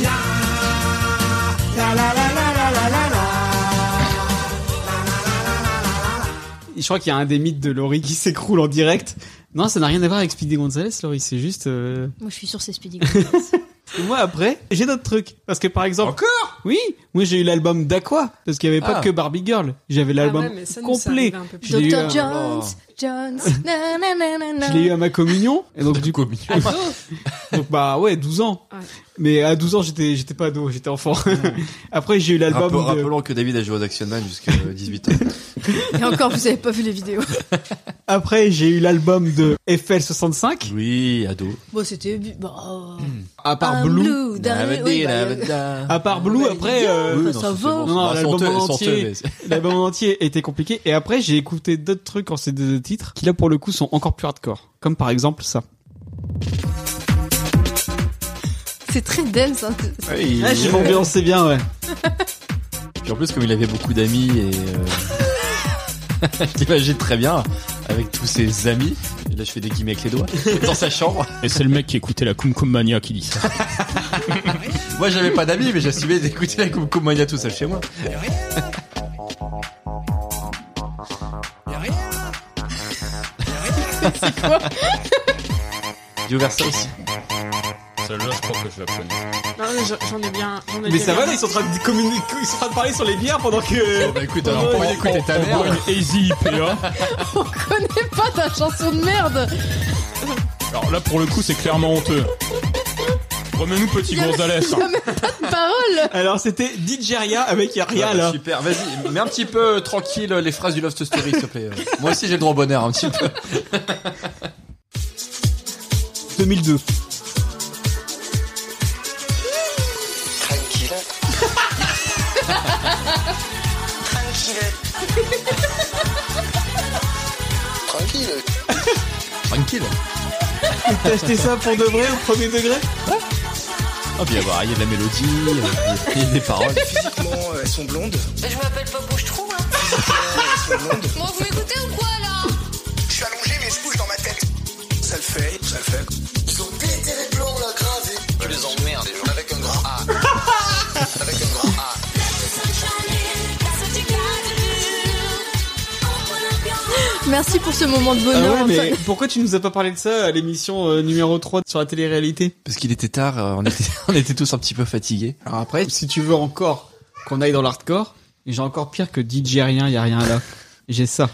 La la la la la la la la.
Je crois qu'il y a un des mythes de Laurie qui s'écroule en direct. Non, ça n'a rien à voir avec Speedy Gonzalez, Laurie, c'est juste... euh,
Moi je suis sûr c'est Speedy Gonzales.
Et Moi après, j'ai d'autres trucs parce que par exemple Encore Oui, moi j'ai eu l'album d'Aqua parce qu'il y avait pas
Ah.
que Barbie Girl, j'avais l'album
ouais, mais ça, nous, ça
complet.
arrive un peu plus.
Je l'ai eu
Dr.
à-
Jones, Jones, na, na, na, na, na.
Je l'ai eu à ma communion et donc du coup donc bah ouais, 12 ans. Mais à 12 ans, j'étais j'étais pas ado, j'étais enfant. Après, j'ai eu l'album
Rappel-
de...
Rappelons que David a joué aux Action Man jusqu'à 18 ans.
Et encore vous avez pas vu les vidéos.
Après, j'ai eu l'album de FL65.
Oui, ado.
Bon c'était bah,
À part
un
Blue.
d'un-
Ah,
oui, bah,
bah, bah,
À part Blue, après,
ah,
euh,
Oui, non, ça va.
Non, non,
Bah,
l'album
sortez-
en
sortez,
entier, l'album en entier était compliqué. Et après, j'ai écouté d'autres trucs en ces deux titres qui là pour le coup sont encore plus hardcore. Comme par exemple ça.
c'est très dense. Hein.
Oui,
Ah, je m'ambiançais bien, ouais.
Puis en plus, comme il avait beaucoup d'amis et. euh, je l'imagine très bien avec tous ses amis. Et là, je fais des guillemets avec les doigts. Dans sa chambre.
Et c'est le mec qui écoutait la Cum Cum Mania qui dit ça.
Moi, j'avais pas d'amis, mais j'assumais d'écouter la Coupe Coupe Mania tout seul chez moi.
Eh C'est quoi
J'ai ouvert ça aussi.
Celle-là, je crois que je la connais.
Non, mais j'en- j'en ai bien. j'en ai
Mais
bien
ça va,
un.
là, ils sont en train de communiquer, ils sont en train de parler sur les bières pendant que.
Bah écoute, alors, pour écouter ta mère.
Une Easy IPA.
On connaît pas ta chanson de merde.
Alors là, pour le coup, c'est clairement honteux. Remets-nous petit
Il y a-
Gonzalez.
il y a même pas de parole.
Alors c'était Digeria avec Yaria
Ah, bah,
là.
Super, vas-y, mets un petit peu euh, tranquille euh, les phrases du Lost Story, s'il te plaît. Euh, Moi aussi, j'ai le droit au bonheur, un petit peu.
2002.
Tranquille.
Tranquille.
T'as acheté ça pour de vrai au premier degré
Ah, puis, bah, il y a de la mélodie, euh, il y a des paroles.
Physiquement, elles sont blondes.
Je m'appelle pas Bouche-Trou, hein.
Elles sont blondes.
Bon, vous m'écoutez ou quoi, là
Je suis allongé, mais je bouge dans ma tête.
ça le fait. Ils ont pété les plombs, la gravée. Je les emmerde, les gens. Avec un grand A. Avec un grand A.
Merci pour ce moment de
Ah
bonheur.
ouais, mais
Antoine.
pourquoi tu nous as pas parlé de ça à l'émission euh, numéro 3 sur la télé-réalité
Parce qu'il était tard, euh, on était, on était tous un petit peu fatigués.
Alors après, si tu veux encore qu'on aille dans l'hardcore, et j'ai encore pire que DJ rien, y a rien là. J'ai ça.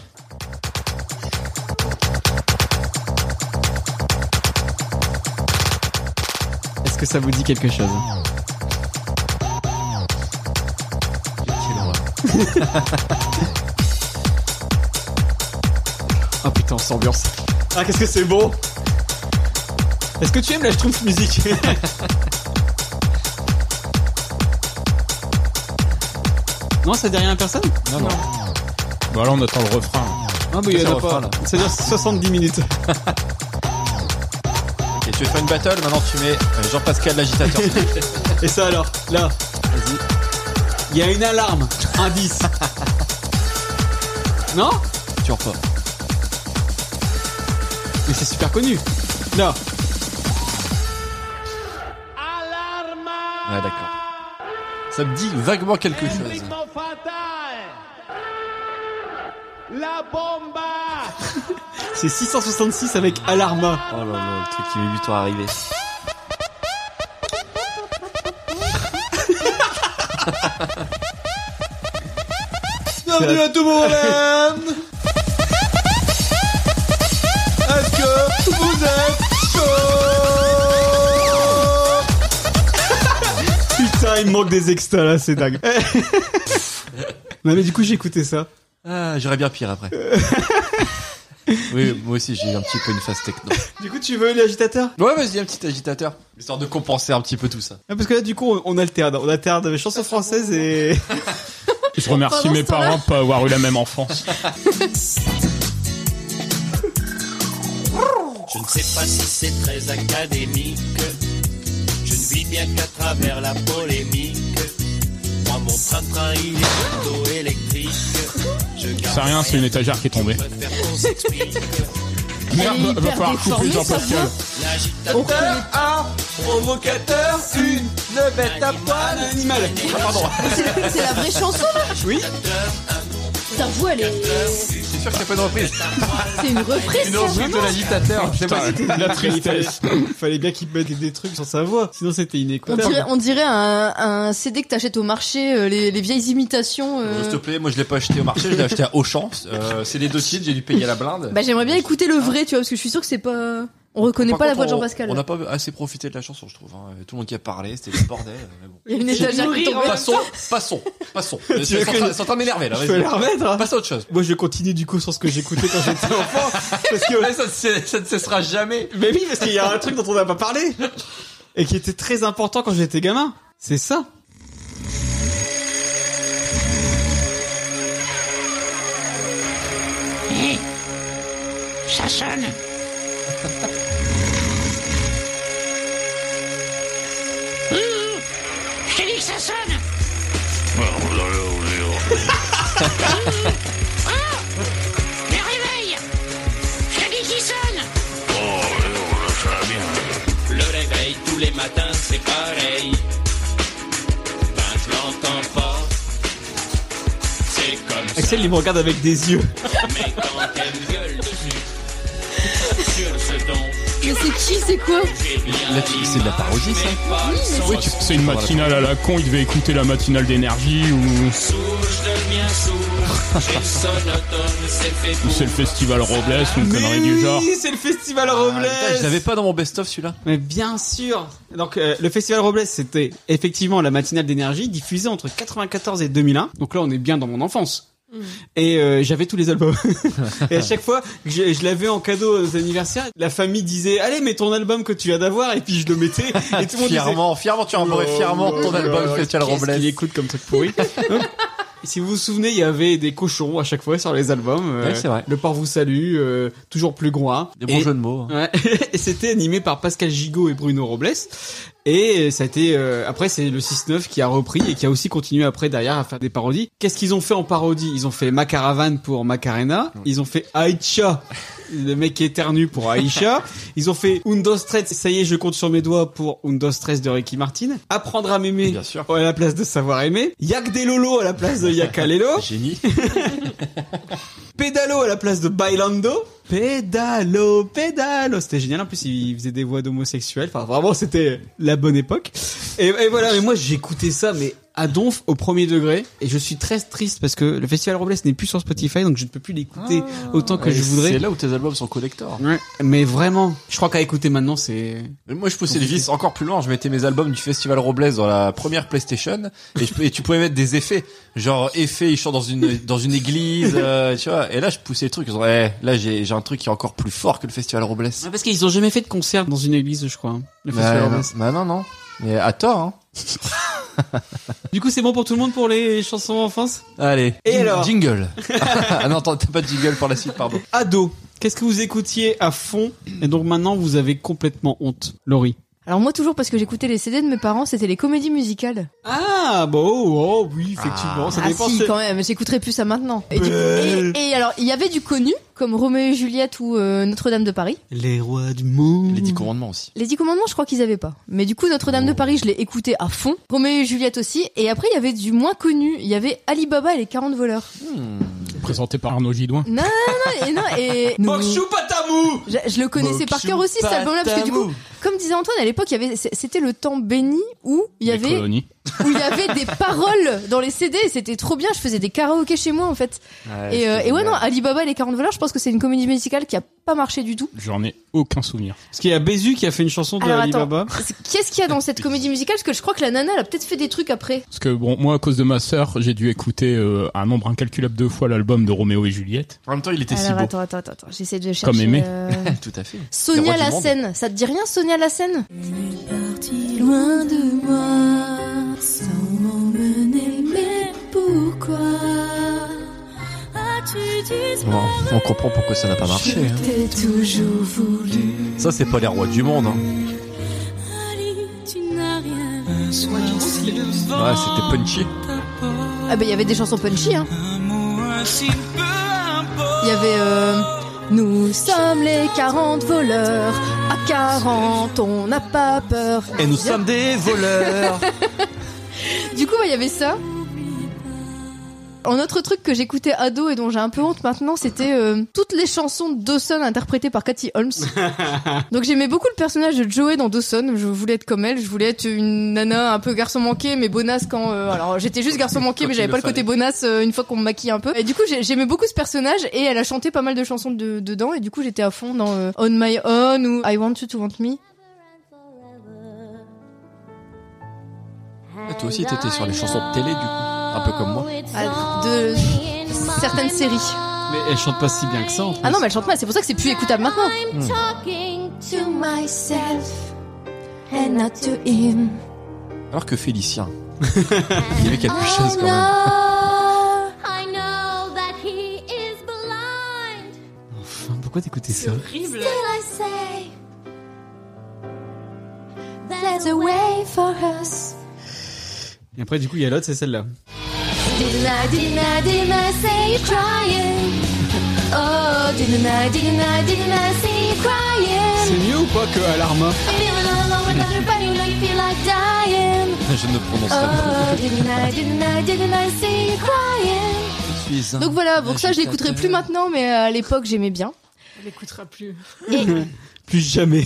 Est-ce que ça vous dit quelque chose Ah putain, cette ambiance. Ah qu'est-ce que c'est beau Est-ce que tu aimes la Schtroumpf musique Non, ça dit rien à personne
Non, non. Bon, alors Bah, on attend le refrain.
Ah bah il y
Ça,
en a
c'est le
pas.
refrain, là.
Ça dure 70 minutes.
Ok, tu veux faire une battle, maintenant tu mets euh, Jean-Pascal l'agitateur.
Et ça alors, là. Vas-y. Il y a une alarme. Indice. non
tu repars.
Mais c'est super connu. Là.
Ouais, Ah, d'accord. Ça me dit vaguement quelque chose.
La bomba
C'est 666 avec Alarma.
Oh là là, le truc qui met du temps à arriver.
Bienvenue à tout le monde hein. Est-ce que vous êtes chaud Putain, il me manque des extras là, c'est dingue. non mais du coup j'ai écouté ça.
Ah, j'irai bien pire après. oui, moi aussi j'ai eu un petit peu une phase techno.
Du coup tu veux l'agitateur
Ouais, vas-y, un petit agitateur. Histoire de compenser un petit peu tout ça.
Ah, Parce que là du coup on, on alterne, on alterne les chansons françaises et...
Je remercie
Pendant
mes
ce temps-là-
parents de pas avoir eu la même enfance.
Je ne sais pas si c'est très académique. Je ne vis bien qu'à travers la polémique. Moi, mon train-train, il est plutôt électrique. Je
C'est rien, c'est une étagère qui est tombée.
préfère qu'on s'explique.
Merde, va- va falloir couper Jean-Pascal.
L'agitateur,
un provocateur, une bête à poil,
animal.
Ah,
pardon.
C'est- C'est la vraie chanson là
Oui
Ta voix elle est.
C'est sûr qu'il n'y a pas de reprise.
C'est une reprise
Une
ça,
reprise de
vraiment
l'agitateur. Je sais pas si
la tristesse.
Il fallait, fallait bien qu'il mette des trucs sur sa voix, sinon c'était
on
inécoutable.
dirait, on dirait un, un CD que t'achètes au marché, euh, les, les vieilles imitations. euh.
Euh, S'il te plaît, moi je l'ai pas acheté au marché, je l'ai acheté à Auchan. Euh, c'est les deux titres, j'ai dû payer à la blinde.
Bah j'aimerais bien écouter le vrai, tu vois, parce que je suis sûr que c'est pas. On reconnaît
Ah. Par
pas la
contre,
voix de
on-
Jean-Pascal.
On
là.
n'a pas assez profité de la chanson, je trouve. hein. Tout le monde qui a parlé, c'était le bordel. euh, mais bon.
Il y a une étagère qui est tombée.
hein. Passons, passons, passons.
Tu
C'est
veux
en
que-
train- c'est en train de m'énerver là.
Je peux
vas-y.
la remettre hein
Passe à autre chose.
Moi je continue du coup sur ce que j'écoutais quand j'étais enfant. Parce que...
Là, ça, ne cesse- ça ne cessera jamais.
Mais oui, parce qu'il y a un truc dont on n'a pas parlé et qui était très important quand j'étais gamin. C'est ça.
Ça sonne Je t'ai dit que ça sonne Mais réveille Je t'ai dit qu'il sonne
Le réveil tous les matins, c'est pareil. Ben, je l'entends pas. C'est comme ça.
Axel, il me regarde avec des yeux.
Mais quand elle gueule dessus, sur ce don,
Mais c'est qui, c'est quoi
j'ai bien
Là, tu- c'est de la parodie, ça
mais pas le son.
Oui, tu- c'est une matinale à la con, il devait écouter la matinale d'énergie ou
Sourd, je deviens sourd. J'ai le sonotone, c'est fait
ou
pour.
c'est le festival Robles ou une connerie du genre.
Oui, c'est le Festival Robles.
Ah, je l'avais pas dans mon best-of celui-là.
Mais bien sûr. Donc euh, le Festival Robles, c'était effectivement la matinale d'énergie diffusée entre 94 et 2001. Donc là, on est bien dans mon enfance. Et euh, j'avais tous les albums. et à chaque fois que je, je l'avais en cadeau aux anniversaires, la famille disait "Allez, mets ton album que tu viens d'avoir" et puis je le mettais et tout le monde disait Oh,
Fièrement, fièrement, tu rembourrais fièrement ton album Festival Robles.
Il écoute comme truc pourri. Si vous vous souvenez, il y avait des cochons à chaque fois sur les albums. euh,
Ouais, c'est vrai.
Le port vous salue, euh, toujours plus groin.
Des bons
Et-
jeux de mots. hein.
Ouais. et c'était animé par Pascal Gigot et Bruno Robles. Et ça a été euh, après c'est le 6-9 qui a repris et qui a aussi continué après derrière à faire des parodies. Qu'est-ce qu'ils ont fait en parodie Ils ont fait Macaravane pour Macarena. Ils ont fait Aïcha le mec qui éternue pour Aisha. Ils ont fait Undos Tres, ça y est, je compte sur mes doigts pour Undos Tres de Ricky Martin. Apprendre à m'aimer à la place de savoir aimer. Yak des Lolo à la place de Yakalelo.
Génie.
Pédalo à la place de Bailando. Pédalo, pédalo. C'était génial. En plus, il faisait des voix d'homosexuels. Enfin, vraiment, c'était la bonne époque. Et, et voilà. Mais moi, j'écoutais ça, mais à donf au premier degré. Et je suis très triste parce que le Festival Robles n'est plus sur Spotify, donc je ne peux plus l'écouter autant que
Ouais,
je voudrais.
C'est là où tes albums sont collector.
Ouais. Mais vraiment, je crois qu'à écouter maintenant, c'est.
Mais Moi, je poussais le vice encore plus loin. Je mettais mes albums du Festival Robles dans la première PlayStation, et, je peux- et tu pouvais mettre des effets, genre effets, ils chantent dans une dans une église, euh, tu vois. Et là, je poussais le truc. je disais, Ouais, là, j'ai j'ai un truc qui est encore plus fort que le Festival Robles.
Ouais, parce qu'ils ont jamais fait de concert dans une église, je crois. hein, Le Festival
Bah,
Robles.
bah non, non. Mais à tort. Hein.
Du coup, c'est bon pour tout le monde pour les chansons enfance.
Allez.
Et
Jing-
alors
Jingle. ah non, attends, t'as pas de jingle pour la suite, pardon.
Ado, qu'est-ce que vous écoutiez à fond et donc maintenant vous avez complètement honte, Laurie
Alors moi toujours parce que j'écoutais les CD de mes parents, c'était les comédies musicales.
Ah bah oh, oh, oui effectivement, ça
ah
dépend.
si
ce-
quand même, j'écouterai plus ça maintenant. Et, du- et- et alors il y avait du connu comme Roméo et Juliette ou euh, Notre-Dame de Paris.
Les rois du monde.
Les dix commandements aussi.
Les Dix Commandements, je crois qu'ils avaient pas. Mais du coup, Notre-Dame de
Oh.
Paris, je l'ai écouté à fond. Roméo et Juliette aussi. Et après, il y avait du moins connu. Il y avait Alibaba et les 40 voleurs.
Hmm.
Présenté par Arnaud Gidoin.
Non, non, non, et non, et.
Mokshu Patamou
je, je le connaissais par cœur aussi, cet
Mokshu
album-là, parce que du coup,
Patamou.
comme disait Antoine, à l'époque, il y avait, c'était le temps béni où il y
Les
avait,
colonies.
où il y avait des paroles dans les CD, et c'était trop bien, je faisais des karaokés chez moi, en fait.
Ouais,
et, euh,
c'était
et ouais, non,
génial.
Alibaba et les 40 voleurs, je pense que c'est une comédie musicale qui a pas marché du tout.
J'en ai aucun souvenir.
Parce qu'il y a Bézu qui a fait une chanson
Alors attends, c'est- qu'est-ce qu'il y a dans cette comédie musicale Parce que je crois que la nana, elle a peut-être fait des trucs après.
Parce que bon, moi à cause de ma sœur, j'ai dû écouter euh, un nombre incalculable de fois l'album de Roméo et Juliette.
En même temps, il
Ah, Alors attends, attends, attends, attends, j'essaie de chercher.
Comme aimé.
euh,
Tout à fait.
Sonia la scène, ça te dit rien Sonia la scène
loin de moi, sans m'emmener, mais pourquoi as-tu
Bon,
disparu
on comprend pourquoi ça n'a pas marché. hein.
T'es toujours voulu,
Ça, c'est pas les rois du monde. Hein.
tu n'as rien.
Ouais, c'était punchy.
Ah bah il y avait des chansons punchy hein. Il y avait euh, Nous sommes les 40 voleurs, à 40 on n'a pas peur.
Et nous sommes des voleurs.
Du coup ouais, il y avait ça. Un autre truc que j'écoutais ado et dont j'ai un peu honte maintenant, c'était euh, toutes les chansons de Dawson interprétées par Cathy Holmes. Donc j'aimais beaucoup le personnage de Joey dans Dawson. Je voulais être comme elle. Je voulais être une nana un peu garçon manqué, mais bonasse quand. euh, alors j'étais juste garçon manqué,
Quand
mais
il
j'avais
le
pas le côté
fallait.
bonasse euh, une fois qu'on me maquille un peu. Et du coup j'ai- j'aimais beaucoup ce personnage et elle a chanté pas mal de chansons de- dedans. Et du coup j'étais à fond dans euh, On My Own ou I Want You to Want Me.
Et toi aussi, t'étais sur les chansons de télé, du coup. Un peu comme moi.
Ah, de certaines séries.
Mais elle chante pas si bien que ça. en
Ah non mais elle chante mal. C'est pour ça que c'est plus écoutable maintenant.
Hmm.
Talking to myself and not to him.
Alors que Félicien. il y avait quelque chose quand même.
Oh, I know that he is blind.
Enfin, pourquoi t'écoutais ça
Still I say there's a way for us.
Et après, du coup, il y a l'autre, c'est celle-là.
Didn't I, didn't I, didn't I say you crying? Oh, didn't I, didn't I, didn't I see you crying?
C'est mieux ou pas que Alarma
Feeling all alone without your body, like feel like dying.
Je ne
Oh,
prononce pas.
didn't I, didn't I, didn't I see you crying?
Je suis un
Donc voilà, donc ça je l'écouterai plus maintenant, mais euh, à l'époque j'aimais bien.
On l'écoutera plus.
Plus jamais.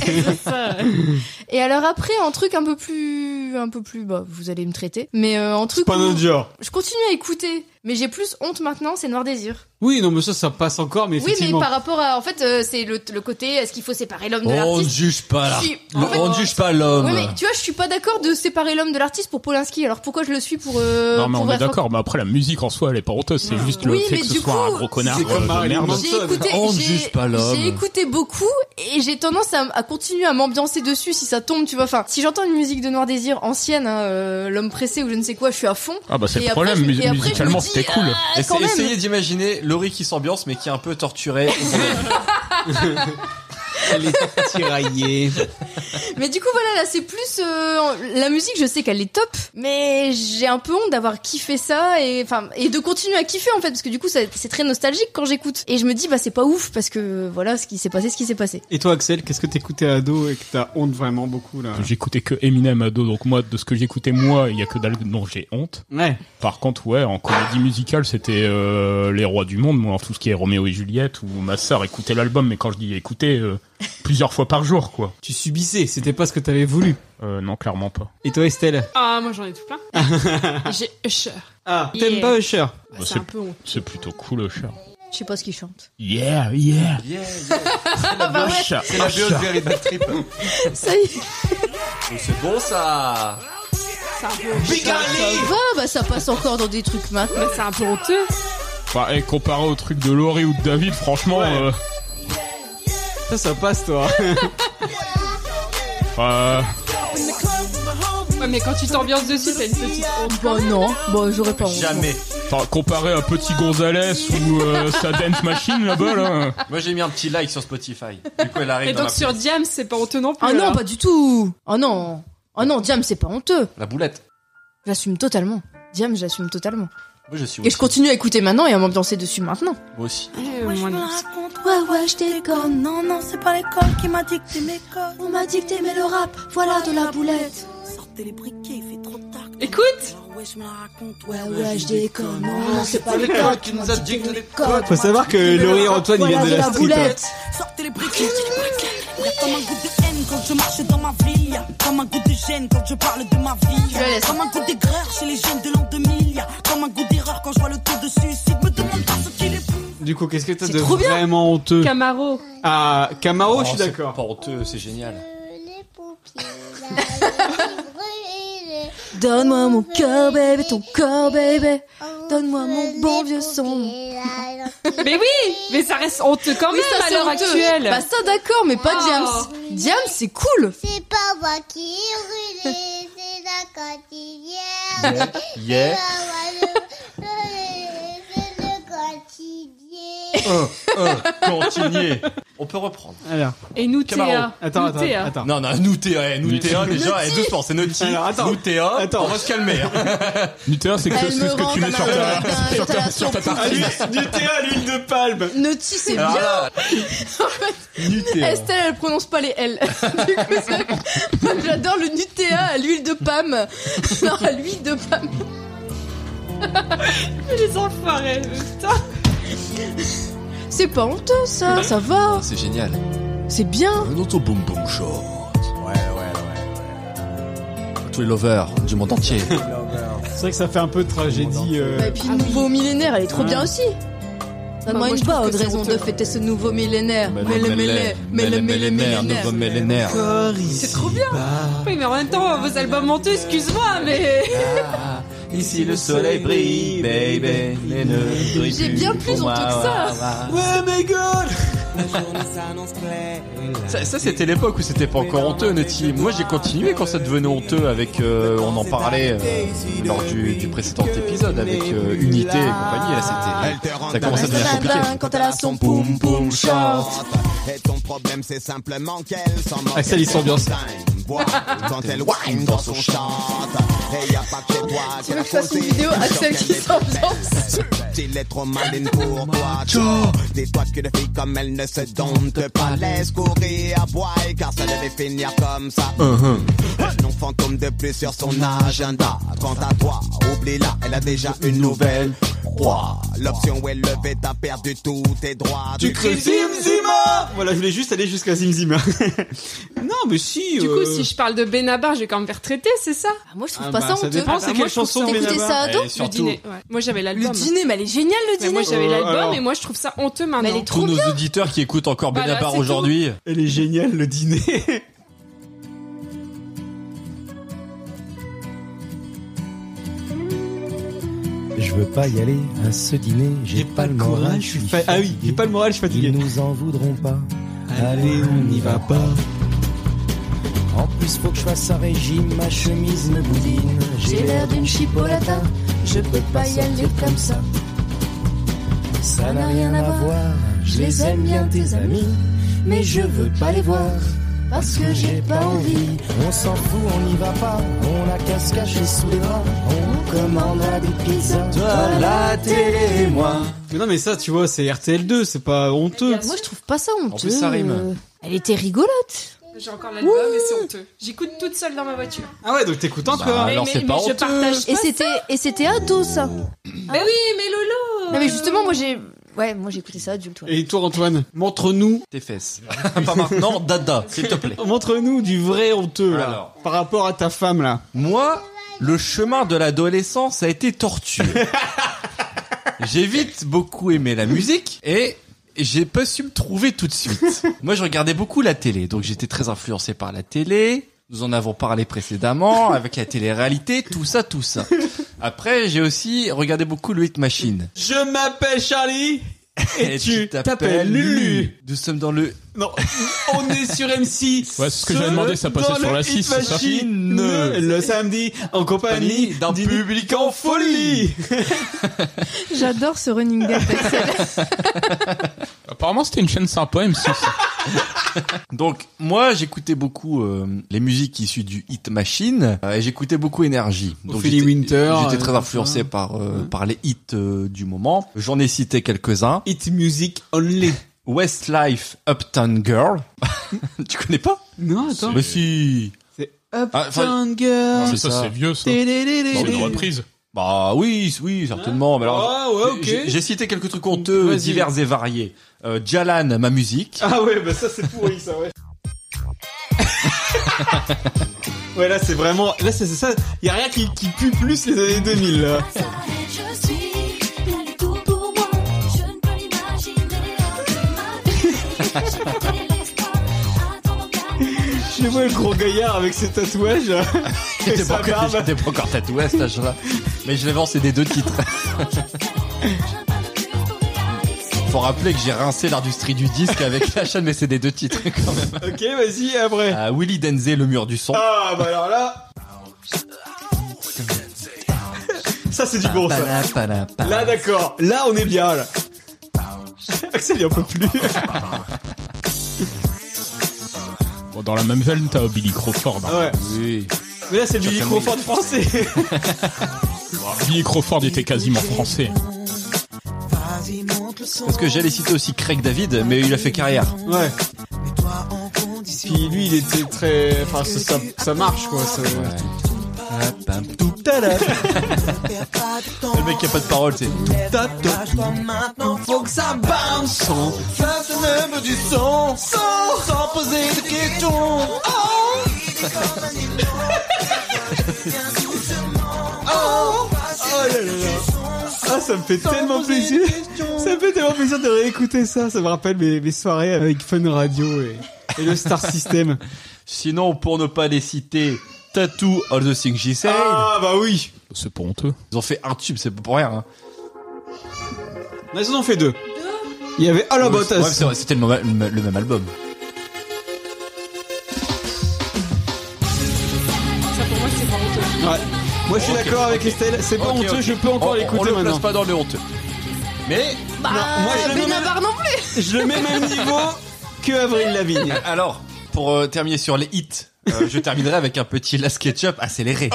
Et alors après un truc un peu plus, un peu plus, bah vous allez me traiter, mais euh, un truc.
pas
où
notre genre.
Je continue à écouter, mais j'ai plus honte maintenant, c'est Noir Désir.
Oui, non, mais ça, ça passe encore, mais
Oui, mais
effectivement.
par rapport à, en fait, euh, c'est le, le côté, est-ce qu'il faut séparer l'homme de
Oh, On ne
l'artiste
juge pas là.
Si, en
Le-
fait,
on ne juge pas l'homme.
Ouais, mais tu vois, je suis pas d'accord de séparer l'homme de l'artiste pour Polanski. Alors pourquoi je le suis pour euh,
non mais
pour
on est
Vincent-
d'accord, mais après la musique en soi elle est pas honteuse, c'est juste le
Oui,
fait
mais
que ce
du
soit
coup,
un gros connard
c'est comme
euh, de
Marilyn
merde.
Manson.
J'ai écouté,
On ne
j'ai-
juge pas l'homme.
J'ai écouté beaucoup et j'ai tendance à, à continuer à m'ambiancer dessus si ça tombe, tu vois. Enfin, si j'entends une musique de Noir Désir ancienne, hein, euh, l'homme pressé ou je ne sais quoi, je suis à fond.
Ah bah c'est
Et
le
après,
problème,
je-
mus-
et après, je me
musicalement
dis,
c'était cool.
Ah, quand même.
essayez d'imaginer Laurie qui s'ambiance mais qui est un peu torturée.
Elle est tiraillée.
Mais du coup, voilà, là, c'est plus euh, la musique. Je sais qu'elle est top, mais j'ai un peu honte d'avoir kiffé ça et enfin et de continuer à kiffer en fait, parce que du coup, ça- c'est très nostalgique quand j'écoute. Et je me dis, bah c'est pas ouf parce que voilà, ce qui s'est passé, ce qui s'est passé.
Et toi, Axel, qu'est-ce que t'écoutais à ado et que t'as honte vraiment beaucoup là
J'écoutais que Eminem ado, donc moi, de ce que j'écoutais moi, il y a que dalle dont j'ai honte.
Ouais.
Par contre, ouais, en comédie musicale, c'était euh, les rois du monde, moi, alors tout ce qui est Roméo et Juliette, ou ma sœur écoutait l'album, mais quand je dis écouter, euh, plusieurs fois par jour, quoi.
Tu subissais, c'était pas ce que t'avais voulu.
Euh, non, clairement pas.
Et toi, Estelle
Ah, moi j'en ai tout plein. J'ai Usher.
Ah,
Yeah.
t'aimes pas Usher
Bah, c'est un peu honte.
C'est plutôt cool, Usher.
Je sais pas ce qu'il chante.
Yeah, yeah.
bah ouais,
Usher, C'est la
Usher.
BO de Very Bad Trip.
ça y est.
Mais Oh, c'est bon ça.
C'est un peu
Big Ça va, bah ça passe encore dans des trucs maintenant.
C'est un peu honteux.
Enfin, eh, comparé au truc de Laurie ou de David, franchement, euh,
Ça, ça passe toi.
euh,
Ouais, mais quand tu t'ambiances dessus, t'as une petite honte.
Bah non, bah j'aurais pas honte.
Ah,
Enfin, comparé à Petit Gonzalez ou euh, sa Dance Machine là-bas, là.
Moi j'ai mis un petit like sur Spotify. Du coup elle arrive
Et
dans
donc
la,
sur Diam, c'est Oh, pas honteux non plus.
Ah non,
alors.
pas du tout. Ah non, ah non, Diam, c'est pas honteux.
la boulette.
J'assume totalement. Diam, j'assume totalement.
Moi je suis
Et je continue à écouter maintenant et à m'ambiancer dessus maintenant.
Moi aussi.
Ouais, je me la
raconte, ouais, ouais, je déconne. Non, non, c'est pas l'école qui m'a dicté mes codes. On m'a dicté, mais le rap, voilà de la boulette. Sortez les briquets, il fait trop tard.
Écoute
Ouais, je me la raconte, ouais, ouais, je déconne. Non, non, c'est pas l'école qui nous a dicté les codes.
Faut savoir que Laurie et Antoine, ils viennent de la street.
Sortez les briquets, il y a comme un goût de haine quand je marche dans ma ville. Il y a comme un goût de gêne quand je parle de ma vie.
Je la laisse.
Comme un goût d'aigreur chez les jeunes de l'an 2000. Il y a comme un goût d'erreur quand je vois le taux de suicide. Me demande pas ce qu'il est
Du coup, qu'est-ce que t'as
C'est
de
trop bien.
vraiment honteux
Camaro.
Ah, Camaro,
Oh,
je suis
c'est
d'accord.
Pas honteux, c'est génial.
Donne-moi mon cœur, baby, ton cœur, baby. Donne-moi mon bon vieux son.
Mais oui, mais ça reste honteux quand même à
c'est
l'heure
honteux.
actuelle.
Bah ça d'accord, mais pas
Oh.
Diams. Diams, c'est cool.
C'est pas moi qui ai brûlé, c'est la quotidienne.
Yeah.
C'est le quotidien.
Oh.
Oh,
Continuez. On peut reprendre.
Alors.
Et nous,
Camaro.
Théa.
Attends,
Nous,
attends,
Théa.
attends.
Non, non, Noutéa, eh,
Noutéa.
Noutéa, déjà, eh, doucement, c'est Nouti.
Alors, attends.
Noutéa,
Attends.
on va se calmer. hein.
Nutella, c'est que
Elle
c'est
me
ce que
rend
tu mets
dans
sur
ma
ta,
tête,
sur ta-
t'as
sur ta
la
Ah,
tartine.
lui, du thé à l'huile de palme. Ah.
Naughty, c'est
Alors
bien.
là, Noutéa.
Eh, Estelle, elle prononce pas les L. du coup, c'est- Moi, j'adore le Nutella à l'huile de Pam. non, à l'huile de Pam.
Les enfoirés, putain.
C'est pas honteux, ça. Ça
Ah
va.
C'est génial.
C'est bien.
Un auto boom boom show. Ouais, ouais, ouais. Tous les lovers du monde entier.
C'est vrai que ça fait un peu tragédie. euh,
Bah,
Et puis, nouveau millénaire, elle est trop bien aussi.
Bah,
Donne-moi
moi,
une
je trouve
bonne
que c'est
raison de
honteux.
fêter ce nouveau millénaire. Mais le mêlé, mais le mêlé, millénaire.
Bah, millénaire.
C'est trop bien. Oui, mais en même temps, vos albums honteux, excuse-moi, mais.
Ici le soleil brille, baby. les nœuds brillent
J'ai bien plus honteux que ça.
Ouais, mais gueule
Ça, ça, c'était l'époque où c'était pas encore honteux, Nutty. Moi, j'ai continué quand ça devenait honteux avec, euh, on en parlait euh, lors du, du précédent épisode avec euh, Unité et compagnie. Là, c'était, ça commence à devenir compliqué.
Quand elle a son
Boum boum short.
Et ton problème, c'est simplement qu'elle s'en
Ah,
moque.
Axel, il s'ambiance.
Boire Quand elle wine dans son short. Et y a pas que toi
Tu veux que je fasse une vidéo à celle qui s'ambiance
Il est trop maline pour toi. Joe. Dis-toi que les filles comme elle ne se domptent pas. Laisse courir à boire car ça devait finir comme ça.
Hein,
Non fantôme de plus sur son agenda. Quant à toi, oublie-la, elle a déjà une nouvelle proie. L'option où elle levait, t'as perdu tous tes droits.
Tu crées Zimzima Voilà, je voulais juste aller jusqu'à Zimzima. non, mais si.
Du coup, si je parle de Benabar, je vais quand même me faire traiter, c'est ça
Moi, je trouve
euh, Ah
pas
bah,
ça
ça
honteux.
dépend,
Ah bah,
c'est
moi,
quelle
je trouve
chanson, Eh,
ça- T'écoutais
Benabar
ça
Et
ado
Le
surtout,
dîner. ouais. Moi, j'avais
Le
l'album.
dîner, mais elle est géniale le
Mais
dîner.
moi, j'avais
Euh,
l'album
alors-
et moi, je trouve ça honteux
Ah, Mais elle
maintenant.
est trop
tous
bien.
nos auditeurs qui écoutent encore
Voilà,
Benabar
c'est tout.
aujourd'hui.
Elle est géniale, le dîner.
Je veux pas y aller à ce dîner, j'ai pas, le moral,
courage,
je suis
fa- Ah oui, j'ai pas le moral, je suis
Ils
fatigué.
nous en voudront pas. Allez, on n'y va pas. En plus, faut que je fasse un régime, ma chemise me boudine.
J'ai l'air d'une chipolata,
je peux
pas y aller comme ça.
Ça n'a rien à voir, je les aime bien tes amis, mais je veux pas les voir.
parce que j'ai pas envie.
On s'en fout, on n'y va pas. On a qu'à se cacher sous les bras. On commandera des pizzas.
Toi, la télé et moi.
Mais non, mais ça, tu vois, c'est RTL2, c'est pas honteux.
Moi, je trouve pas ça honteux.
plus, ça rime.
Euh, Elle était rigolote.
J'ai encore l'album et c'est honteux. J'écoute toute seule dans ma voiture.
Ah ouais, donc t'écoutes encore.
Bah, alors, Mais- c'est mais- pas mais je honteux. partage
Et
pas
c'était, et c'était ado, ça.
Mais oui, mais Lolo
Non, mais justement, moi, j'ai, ouais, moi, j'ai écouté ça adulte, ouais.
Et toi, Antoine, montre-nous.
Tes fesses. Pas maintenant, dada, s'il te plaît.
Montre-nous du vrai honteux, là.
Alors.
Par rapport à ta femme, là.
Moi, le chemin de l'adolescence a été tortueux. j'ai vite beaucoup aimé la musique et j'ai pas su me trouver tout de suite. Moi, je regardais beaucoup la télé, donc j'étais très influencé par la télé. Nous en avons parlé précédemment avec la télé-réalité, tout ça, tout ça. Après, j'ai aussi regardé beaucoup le Hit Machine.
Je m'appelle Charlie. Et, tu t'appelles Lulu.
Nous sommes dans le
Non, on est sur M6.
Ouais, c'est ce que j'avais demandé, ça passait
dans
sur
le
la
Hit
6, c'est ça
Machine, Le samedi, en compagnie d'un public en folie.
J'adore ce running gag.
Apparemment, c'était une chaîne sympa, M6. Donc, moi, j'écoutais beaucoup euh, les musiques issues du Hit Machine euh, et j'écoutais beaucoup Énergie. Donc,
Ophélie
j'étais-
Winter,
J'étais
euh,
très influencé
ça.
par, euh, par les hits euh, du moment. J'en ai cité quelques-uns.
Hit Music Only.
Westlife Uptown Girl. tu connais pas
Non, attends.
Mais si
C'est
Ah, enfin,
Uptown Girl.
c'est ça, c'est vieux, ça.
Tididididi.
Bah oui, oui, certainement. Mais alors,
Ah, ouais, ok.
j'ai- J'ai cité quelques trucs honteux,
Vas-y.
divers et variés. Euh, Jalan, ma musique.
Ah ouais, bah ça c'est pourri ça, ouais. ouais, là c'est vraiment. Là c'est c'est ça. Y a rien qui, qui pue plus les années 2000 là.
Je suis plein du tout pour moi. Je ne peux l'imaginer. Ma vie, j'ai porté l'espoir.
Je vois le gros gaillard avec ses tatouages. là. Et
J'étais
sa
pas, encore-
barbe.
j'étais pas encore tatoué à cet âge-là. Mais je l'ai lancé des deux titres. Faut rappeler que j'ai rincé l'industrie du disque avec la chaîne, mais c'est des deux titres quand même.
Ok, vas-y, après.
Willy Denzé, le mur du son.
Ah bah alors là. Ça c'est du bon ça. Là d'accord, là on est bien là. Axel il en peut plus.
Bon, dans la même veine, t'as Billy Crawford. hein.
Ouais. Mais là c'est du
Certainement,
micro fort
il-
français.
Billy Crawford était quasiment français.
Parce que j'allais citer aussi Craig David, mais il a fait carrière.
Ouais. Puis lui, il était très. Enfin, ça, ça, ça marche quoi. Ça...
Le mec qui a pas de parole, c'est.
Lâche-toi maintenant, faut que ça bounce. Fasse le meuble du son, sans, sans poser de questions. Oh.
Oh, oh là là là. Ah, ça me fait tellement plaisir. Ça me fait tellement plaisir de réécouter ça. Ça me rappelle mes, mes soirées avec Fun Radio et, et le Star System.
Sinon, pour ne pas les citer, Tattoo All the Things She Said. Ah
bah oui.
C'est pas honteux. Ils ont fait un tube, c'est pas pour rien. hein.
Mais ils en ont fait deux. Il y avait Alain
Ouais,
Bottas.
ouais, c'est vrai, C'était le, même- le même album.
Ça pour moi, c'est pas honteux.
Ouais. Moi, je suis d'accord avec Estelle. C'est pas Oh, honteux, je peux encore
On- on-
l'écouter
On le
maintenant.
place pas dans le honteux. Mais
Bah,
Non, moi, je le mets au
Benabar non plus.
Je le mets au même niveau que Avril Lavigne.
Alors, pour euh, terminer sur les hits, euh, je terminerai avec un petit Last Ketchup accéléré.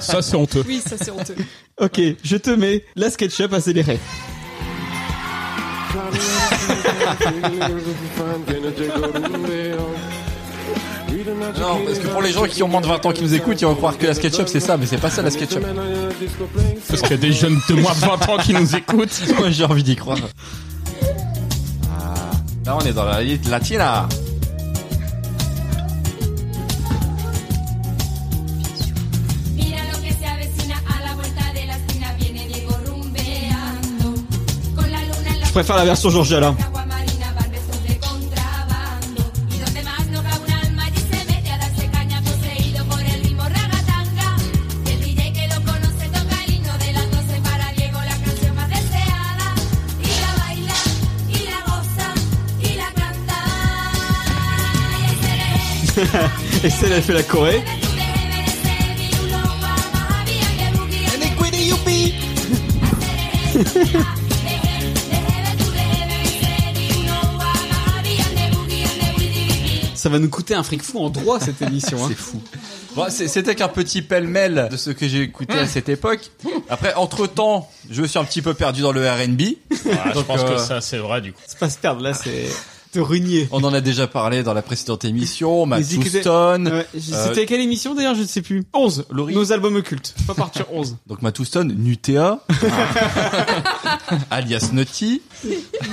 Ça, c'est honteux.
Oui, ça c'est honteux.
Ok, je te mets la SketchUp accélérée.
Non, parce que pour les gens qui ont moins de 20 ans qui nous écoutent, ils vont croire que la SketchUp c'est ça, mais c'est pas ça la SketchUp.
Parce qu'il y a des jeunes de moins de 20 ans qui nous écoutent.
Moi j'ai envie d'y croire. Ah, là on est dans la hit latina.
Mira lo que se avecina a la vuelta de la esquina. Viene Diego rumbeando. Con la luna en la
Je préfère la version hein. Georgia Alain.
Guamarina, barbesos de contrabando. Y donde más no cabe un alma, allí se mete a darse caña, poseído por el ritmo ragatanga. Y el DJ que lo conoce toca el himno de las 12 para Diego, la canción más deseada. Y la baila, y la goza, y la canta. Y ahí se le
Estelle, elle fait la Corée. Ça va nous coûter un fric fou en droit cette émission. hein.
C'est fou. Bon, c'est- c'était qu'un petit pêle-mêle de ce que j'ai écouté à cette époque. Après, entre temps, je me suis un petit peu perdu dans le R&B.
Ah, je pense
euh,
que ça, c'est vrai du coup.
C'est pas se perdre là, c'est te renier.
On en a déjà parlé dans la précédente émission. Matt
Mais écoutez-
Houston. Euh,
Ouais, C'était quelle émission d'ailleurs Je ne sais plus. 11. Nos albums occultes. Pas partir 11.
Donc Matt Houston, Nutea, alias Nutty.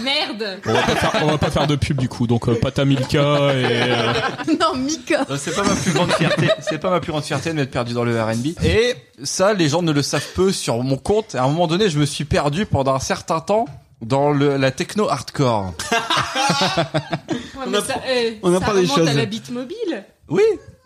Merde
On va pas faire, on va pas faire de pub du coup, donc euh, Pata Milka et. euh,
Non, Mika
Euh, C'est pas ma plus grande fierté. C'est pas ma plus grande fierté de m'être perdu dans le R&B. Et ça, les gens ne le savent peu sur mon compte. À un moment donné, je me suis perdu pendant un certain temps dans le- la techno hardcore.
on mais ça, euh,
on
ça
apprend des
remonte
choses.
à la bite mobile.
Oui.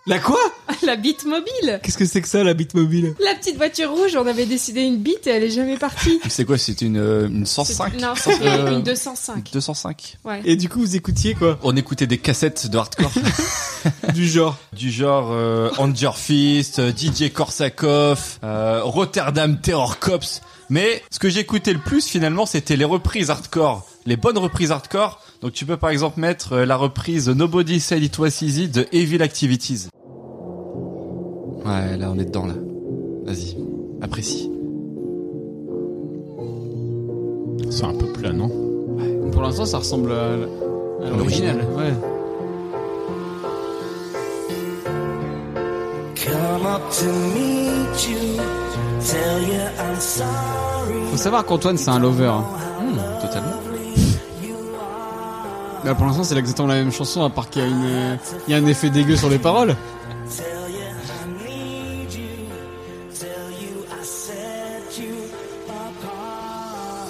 La quoi
La bite mobile.
Qu'est-ce que c'est que ça, la bite mobile
La petite voiture rouge, on avait décidé une bite et elle est jamais partie.
C'est quoi C'était une, euh, une 105
Non,
Cent-
c'était
euh,
une 205.
205.
Ouais.
Et du coup, vous écoutiez quoi
On écoutait des cassettes de hardcore.
du genre
Du genre euh, Anger Fist, euh, DJ Korsakov, euh, Rotterdam Terror Cops. Mais ce que j'écoutais le plus finalement, c'était les reprises hardcore. Les bonnes reprises hardcore. Donc tu peux par exemple mettre euh, la reprise Nobody Said It Was Easy de Evil Activities. Ouais, là on est dedans là. Vas-y, apprécie.
C'est un peu plat, non
Pour l'instant, ça ressemble à, l- à l'original. Ouais.
Come up to meet you, tell you I'm sorry.
Faut savoir qu'Antoine, c'est un lover. hein.
Hmm, totalement.
Là, Bah, pour l'instant, c'est exactement la même chanson, à part qu'il y a une, il y a un effet dégueu sur les paroles.
Tell you I need you, tell you I set you apart.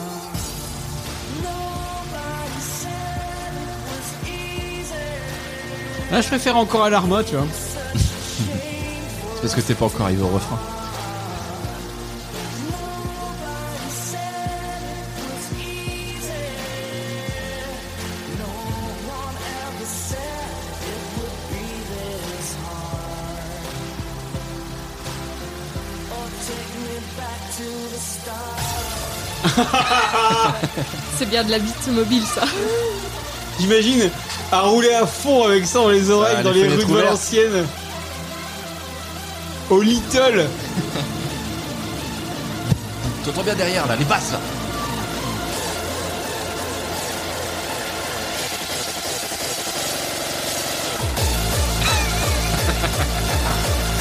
Nobody said it was easy.
Là, je préfère encore Alarma, tu vois.
C'est parce que t'es pas encore arrivé au refrain.
Nobody said it was easy. No one ever said it would be this hard. Oh, take me back to the start.
C'est bien de la bite mobile, ça.
J'imagine à rouler à fond avec ça dans les oreilles,
Ah,
les
dans les, rues
fenêtres
de
ouvertes.
Valenciennes. Au Little.
T'entends bien derrière là, les basses là.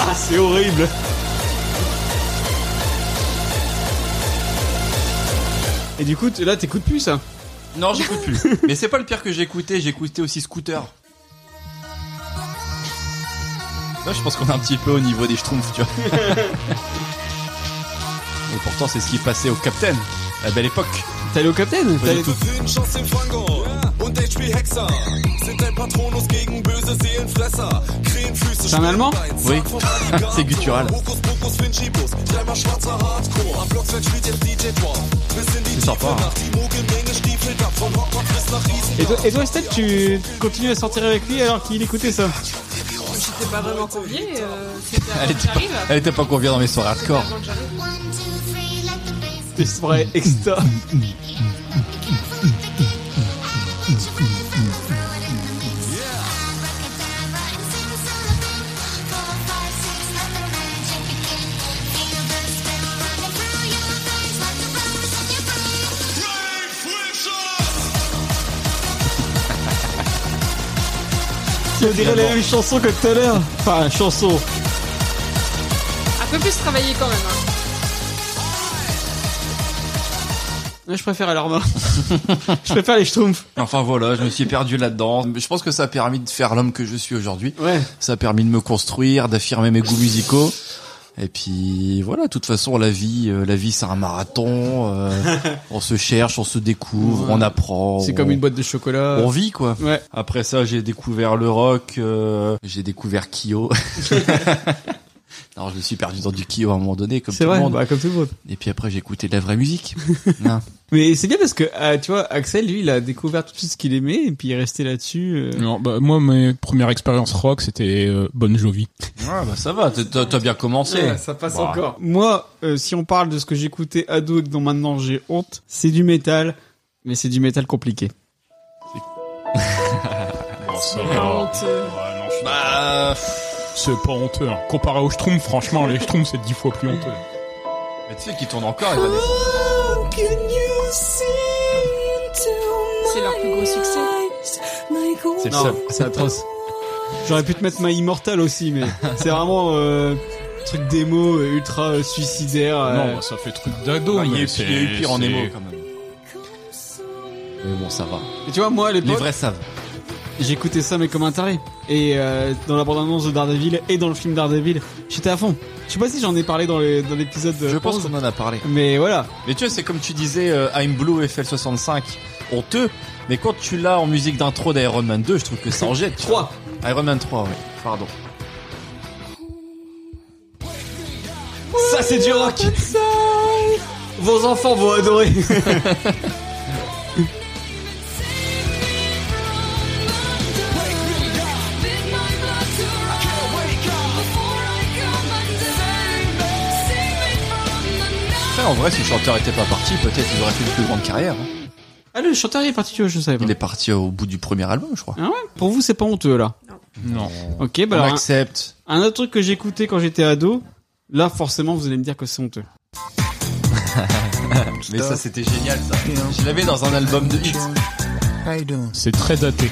Ah, c'est horrible. Et du coup, t- là, t'écoutes plus ça
Non, j'écoute plus. Mais c'est pas le pire que j'ai écouté, j'ai écouté aussi Scooter. Là, je pense qu'on est un petit peu au niveau des schtroumpfs, tu vois. Et pourtant, c'est ce qui passait au Captain, la belle époque.
T'es allé au Captain
Pas du tout.
Süden schoss den Fango und HP Hexer. Sind ein Patronus gegen böse Seelenfresser. Krähenfüße,
C'est un Allemand
Oui. c'est guttural.
Fokus, Finchibus, dreimal schwarzer Hardcore. Am Blocksfeld spielt jetzt DJ Tor. Bis in die
C'est sympa. hein.
Nacht, die Mogelmenge stiefelt ab. Von Hongkong bis nach Riesen.
Et toi, et toi, Estelle, tu continues à sortir avec lui alors qu'il écoutait ça Oh,
J'étais pas vraiment conviée. euh, c'était avant
Elle
que
était, pas,
j'arrive.
elle était pas conviée dans mes soirées hardcore.
Des soirées extra. On dirait la même chanson que tout à l'heure. Enfin, chanson.
Un peu plus travaillé quand même. hein.
Ouais, Je préfère Alarma. je préfère les schtroumpfs.
Enfin voilà, je me suis perdu là-dedans. Je pense que ça a permis de faire l'homme que je suis aujourd'hui. Ça a permis de me construire, d'affirmer mes goûts musicaux. Et puis voilà, de toute façon, la vie, euh, la vie, c'est un marathon. euh, on se cherche, on se découvre,
Ouais.
on apprend.
C'est
on-
comme une boîte de chocolat.
On vit quoi.
Ouais.
Après ça, j'ai découvert le rock, euh, j'ai découvert Kyo. Non, je me suis perdu dans du Kyo à un moment donné, comme tout
C'est vrai,
le monde.
bah, comme tout le monde.
Et puis après, j'ai écouté de la vraie musique.
Mais c'est bien parce que, euh, tu vois, Axel, lui, il a découvert tout de suite ce qu'il aimait et puis il est resté là-dessus. euh.
Non, bah, moi, mes premières expériences rock, c'était euh, Bon Jovi.
Ah bah ça va, t'as- t'as t'as bien commencé.
Ouais, ça passe
Bah,
encore. Moi, euh, si on parle de ce que j'écoutais ado et que dont maintenant j'ai honte, c'est du métal, mais c'est du métal compliqué.
Bon,
ça
Ah,
va.
honteux.
Ouais, non, je-
Bah,
C'est pas honteux. hein. Comparé aux Schtroumpfs, franchement, les Schtroumpfs, c'est dix fois plus honteux.
Mais tu sais qu'ils tournent encore, ils vont
C'est leur plus gros succès.
C'est
Non,
le seul.
c'est atroce. J'aurais pu te mettre ma immortale aussi, mais c'est vraiment euh, truc démo euh, ultra euh, suicidaire.
Non, bah, ça fait truc d'ado,
Ah, il y a
mais
eu-
c'est-
il y a eu pire en
c'est-
émo, quand même. Mais bon, ça va.
Et tu vois, moi à l'époque.
Les vrais savent.
J'écoutais ça, mais comme un taré. Et euh, dans la bande-annonce de Daredevil et dans le film Daredevil, j'étais à fond. Je sais pas si j'en ai parlé dans les- dans l'épisode.
Je pense qu'on en a parlé.
Mais voilà.
Mais tu vois, c'est comme tu disais, euh, I'm Blue FL65, honteux. Mais quand tu l'as en musique d'intro d'Iron Man 2, je trouve que ça en jette.
3
Iron Man 3, oui. Pardon.
Ça, c'est du rock Vos enfants vont adorer
Après, en vrai, si le chanteur était pas parti, peut-être il aurait fait une plus grande carrière. hein.
Ah, le chanteur il est parti, je savais pas.
Il est parti au bout du premier album, je crois.
Ah ouais Pour vous, c'est pas honteux là
Non.
Ok, bah
On
alors, un-
accepte.
Un, autre truc que j'écoutais quand j'étais ado, là forcément vous allez me dire que c'est honteux.
Mais ça, c'était génial, ça. Je l'avais dans un album de hits.
C'est très daté.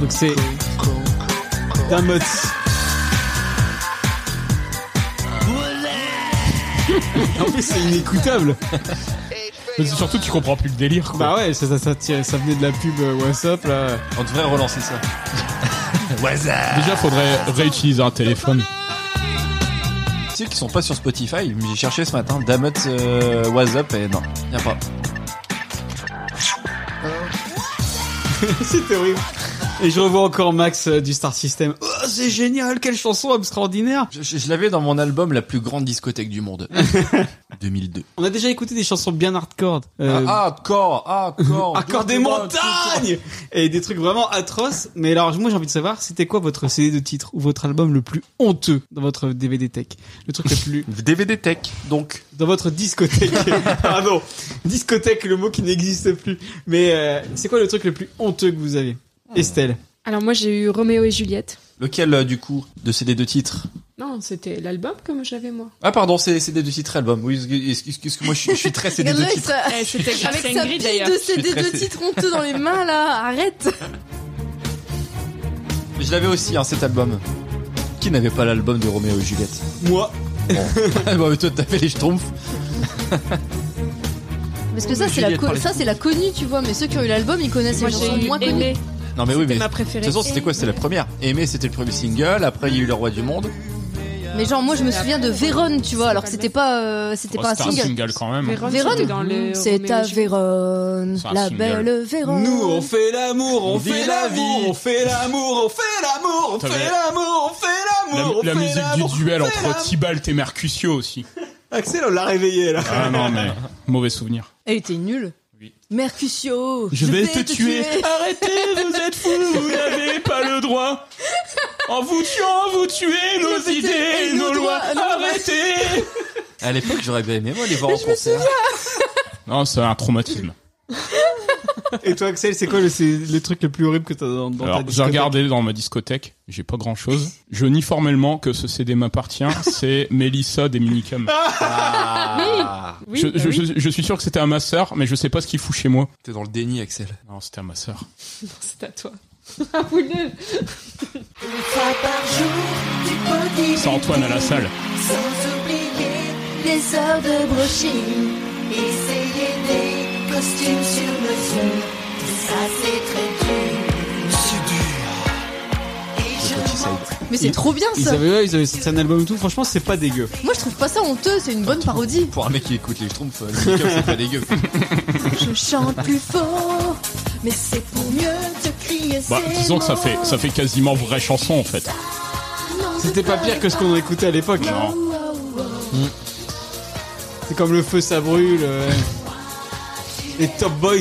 Donc c'est Damot. en plus c'est inécoutable.
Mais c'est surtout tu comprends plus le délire
Bah ouais, ça, ça, ça, tirait- ça venait de la pub euh, WhatsApp là.
On devrait relancer ça. WhatsApp.
Déjà, faudrait réutiliser un téléphone.
Tu sais qu'ils sont pas sur Spotify. J'ai cherché ce matin Dammit euh, What's Up et non, y a pas.
c'est terrible. Et je revois encore Max euh, du Star System. Oh, c'est génial, quelle chanson extraordinaire.
Je, je- je l'avais dans mon album La plus grande discothèque du monde. 2002.
On a déjà écouté des chansons bien hardcore. Euh,
Ah, hardcore, hardcore.
Accord des montagnes Et des trucs vraiment atroces. Mais alors, moi, j'ai envie de savoir, c'était quoi votre CD de titre ou votre album le plus honteux dans votre DVD Tech Le truc le plus...
DVD Tech, donc.
Dans votre discothèque. Pardon. Discothèque, le mot qui n'existe plus. Mais euh, c'est quoi le truc le plus honteux que vous avez Estelle
Alors moi j'ai eu Roméo et Juliette.
Lequel, euh, du coup, de ces deux titres
Non, c'était l'album comme j'avais moi.
Ah, pardon, c'est c'est des deux titres albums. Oui, excuse- excuse-moi, je, suis- je suis très CD deux titres.
Ouais, Eh, c'était
Avec
Green
sa
Gris,
pile
d'ailleurs.
de
Je suis
CD de
stressé.
titres honteux dans les mains là, arrête
Je l'avais aussi, hein, cet album. Qui n'avait pas l'album de Roméo et Juliette
Moi
Bon, Bon, mais toi, t'as fait les schtroumpfs.
Parce que ça c'est la,
Juliette par
co-
les
ça c'est la connue tu vois, mais ceux qui ont eu l'album ils connaissent
Moi
les chansons
j'ai eu
moins
aimé.
connues.
Non, mais oui, mais. de
ma
toute
préférée.
façon, c'était quoi C'était la première. Aimé, c'était le premier single. Après, il y a eu Le Roi du Monde.
Mais genre moi je me souviens de Vérone tu vois, alors que c'était pas euh, c'était
Oh,
pas un
c'était un
single.
single quand même.
Vérone, c'était dans
Vérone
le
C'est
Roméo
à
et Juliette.
Vérone,
C'est un
la
single.
belle Vérone.
Nous, on fait l'amour, on
Vive la
fait l'amour,
vie.
on fait l'amour, on fait l'amour, on fait
T'avais-
l'amour, on fait
La,
l'amour, on
la
fait
musique du
l'amour,
duel
on fait
entre
l'amour.
Tibalt et Mercutio aussi.
Axel, on l'a réveillé, là.
Ah non, mais mauvais souvenir.
Elle était nulle. Mercutio,
Je vais te tuer.
Ah. Arrêtez, vous êtes fous, vous n'avez pas le droit.
En vous tuant, vous tuez nos
c'était-
idées,
et
nos
nos
lois.
droits, nos lois.
Arrêtez
À l'époque, j'aurais bien aimé, moi, les voir en concert.
Non, c'est un traumatisme.
Et toi, Axel, c'est quoi le, c'est le truc le plus horrible que t'as dans, dans ta
Alors, j'ai
discothèque
regardé dans ma discothèque, j'ai pas grand chose. Je nie formellement que ce CD m'appartient, c'est Mélissa des Minicums.
Ah.
Oui,
je,
bah
je-
oui.
je- je suis sûr que c'était à ma sœur, mais je sais pas ce qu'il fout chez moi.
T'es dans le déni, Axel.
Non, c'était à ma sœur.
c'est à toi. Ah, vous le-
C'est Antoine à la salle.
Sans oublier les heures de brochine, essayer des costumes sur mesure, tout ça c'est très dur. C'est dur.
Mais c'est trop bien
Ils
ça.
avaient, ouais, ils avaient sorti un album et tout. Franchement, c'est pas dégueu.
Moi je trouve pas ça honteux, c'est une bonne parodie.
Pour un mec qui écoute les schtroumpfs, euh, les Minicums, c'est pas dégueu.
Je chante plus fort.
Mais c'est pour mieux te crier
Bah,
ces
disons que ça
mots.
fait, ça fait quasiment vraie chanson en fait.
C'était pas pire que ce qu'on écoutait à l'époque.
Non.
Oh,
Mm.
C'est comme le feu, ça brûle. euh, Les Top Boys.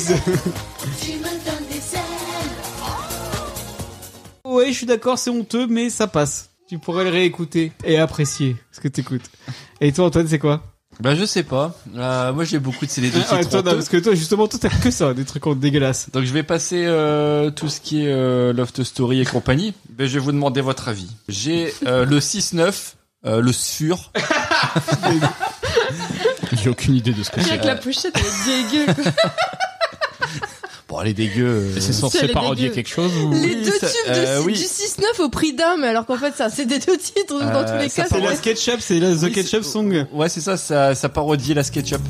Tu me donnes des ailes.
ouais, je suis d'accord, c'est honteux, mais ça passe. Tu pourrais le réécouter et apprécier ce que t'écoutes. Et toi, Antoine, c'est quoi
Bah je sais pas. Euh, moi j'ai beaucoup de c'est les deux
Ah, ouais,
titres
toi, non,
honteux.
parce que toi, justement, toi, t'as que ça, des trucs dégueulasses.
Donc je vais passer euh, tout ce qui est euh, Loft Story et compagnie. Ben, je vais vous demander votre avis. J'ai euh, le 6-9, euh, le sur.
J'ai aucune idée de ce
Puis Avec la pochette, elle est dégueu. quoi.
Bon, elle est dégueu. euh.
C'est
Elle
censé
est
parodier
dégueu.
quelque chose ou...
Les deux
ça-
tubes de-
euh, oui.
du 6-9 au prix d'un, mais alors qu'en fait, ça, c'est des deux titres, donc dans
Euh,
tous les
ça
cas,
C'est
ça
la
reste-
SketchUp, c'est la The Ketchup Song.
Ouais c'est ça, ça, ça parodie la SketchUp.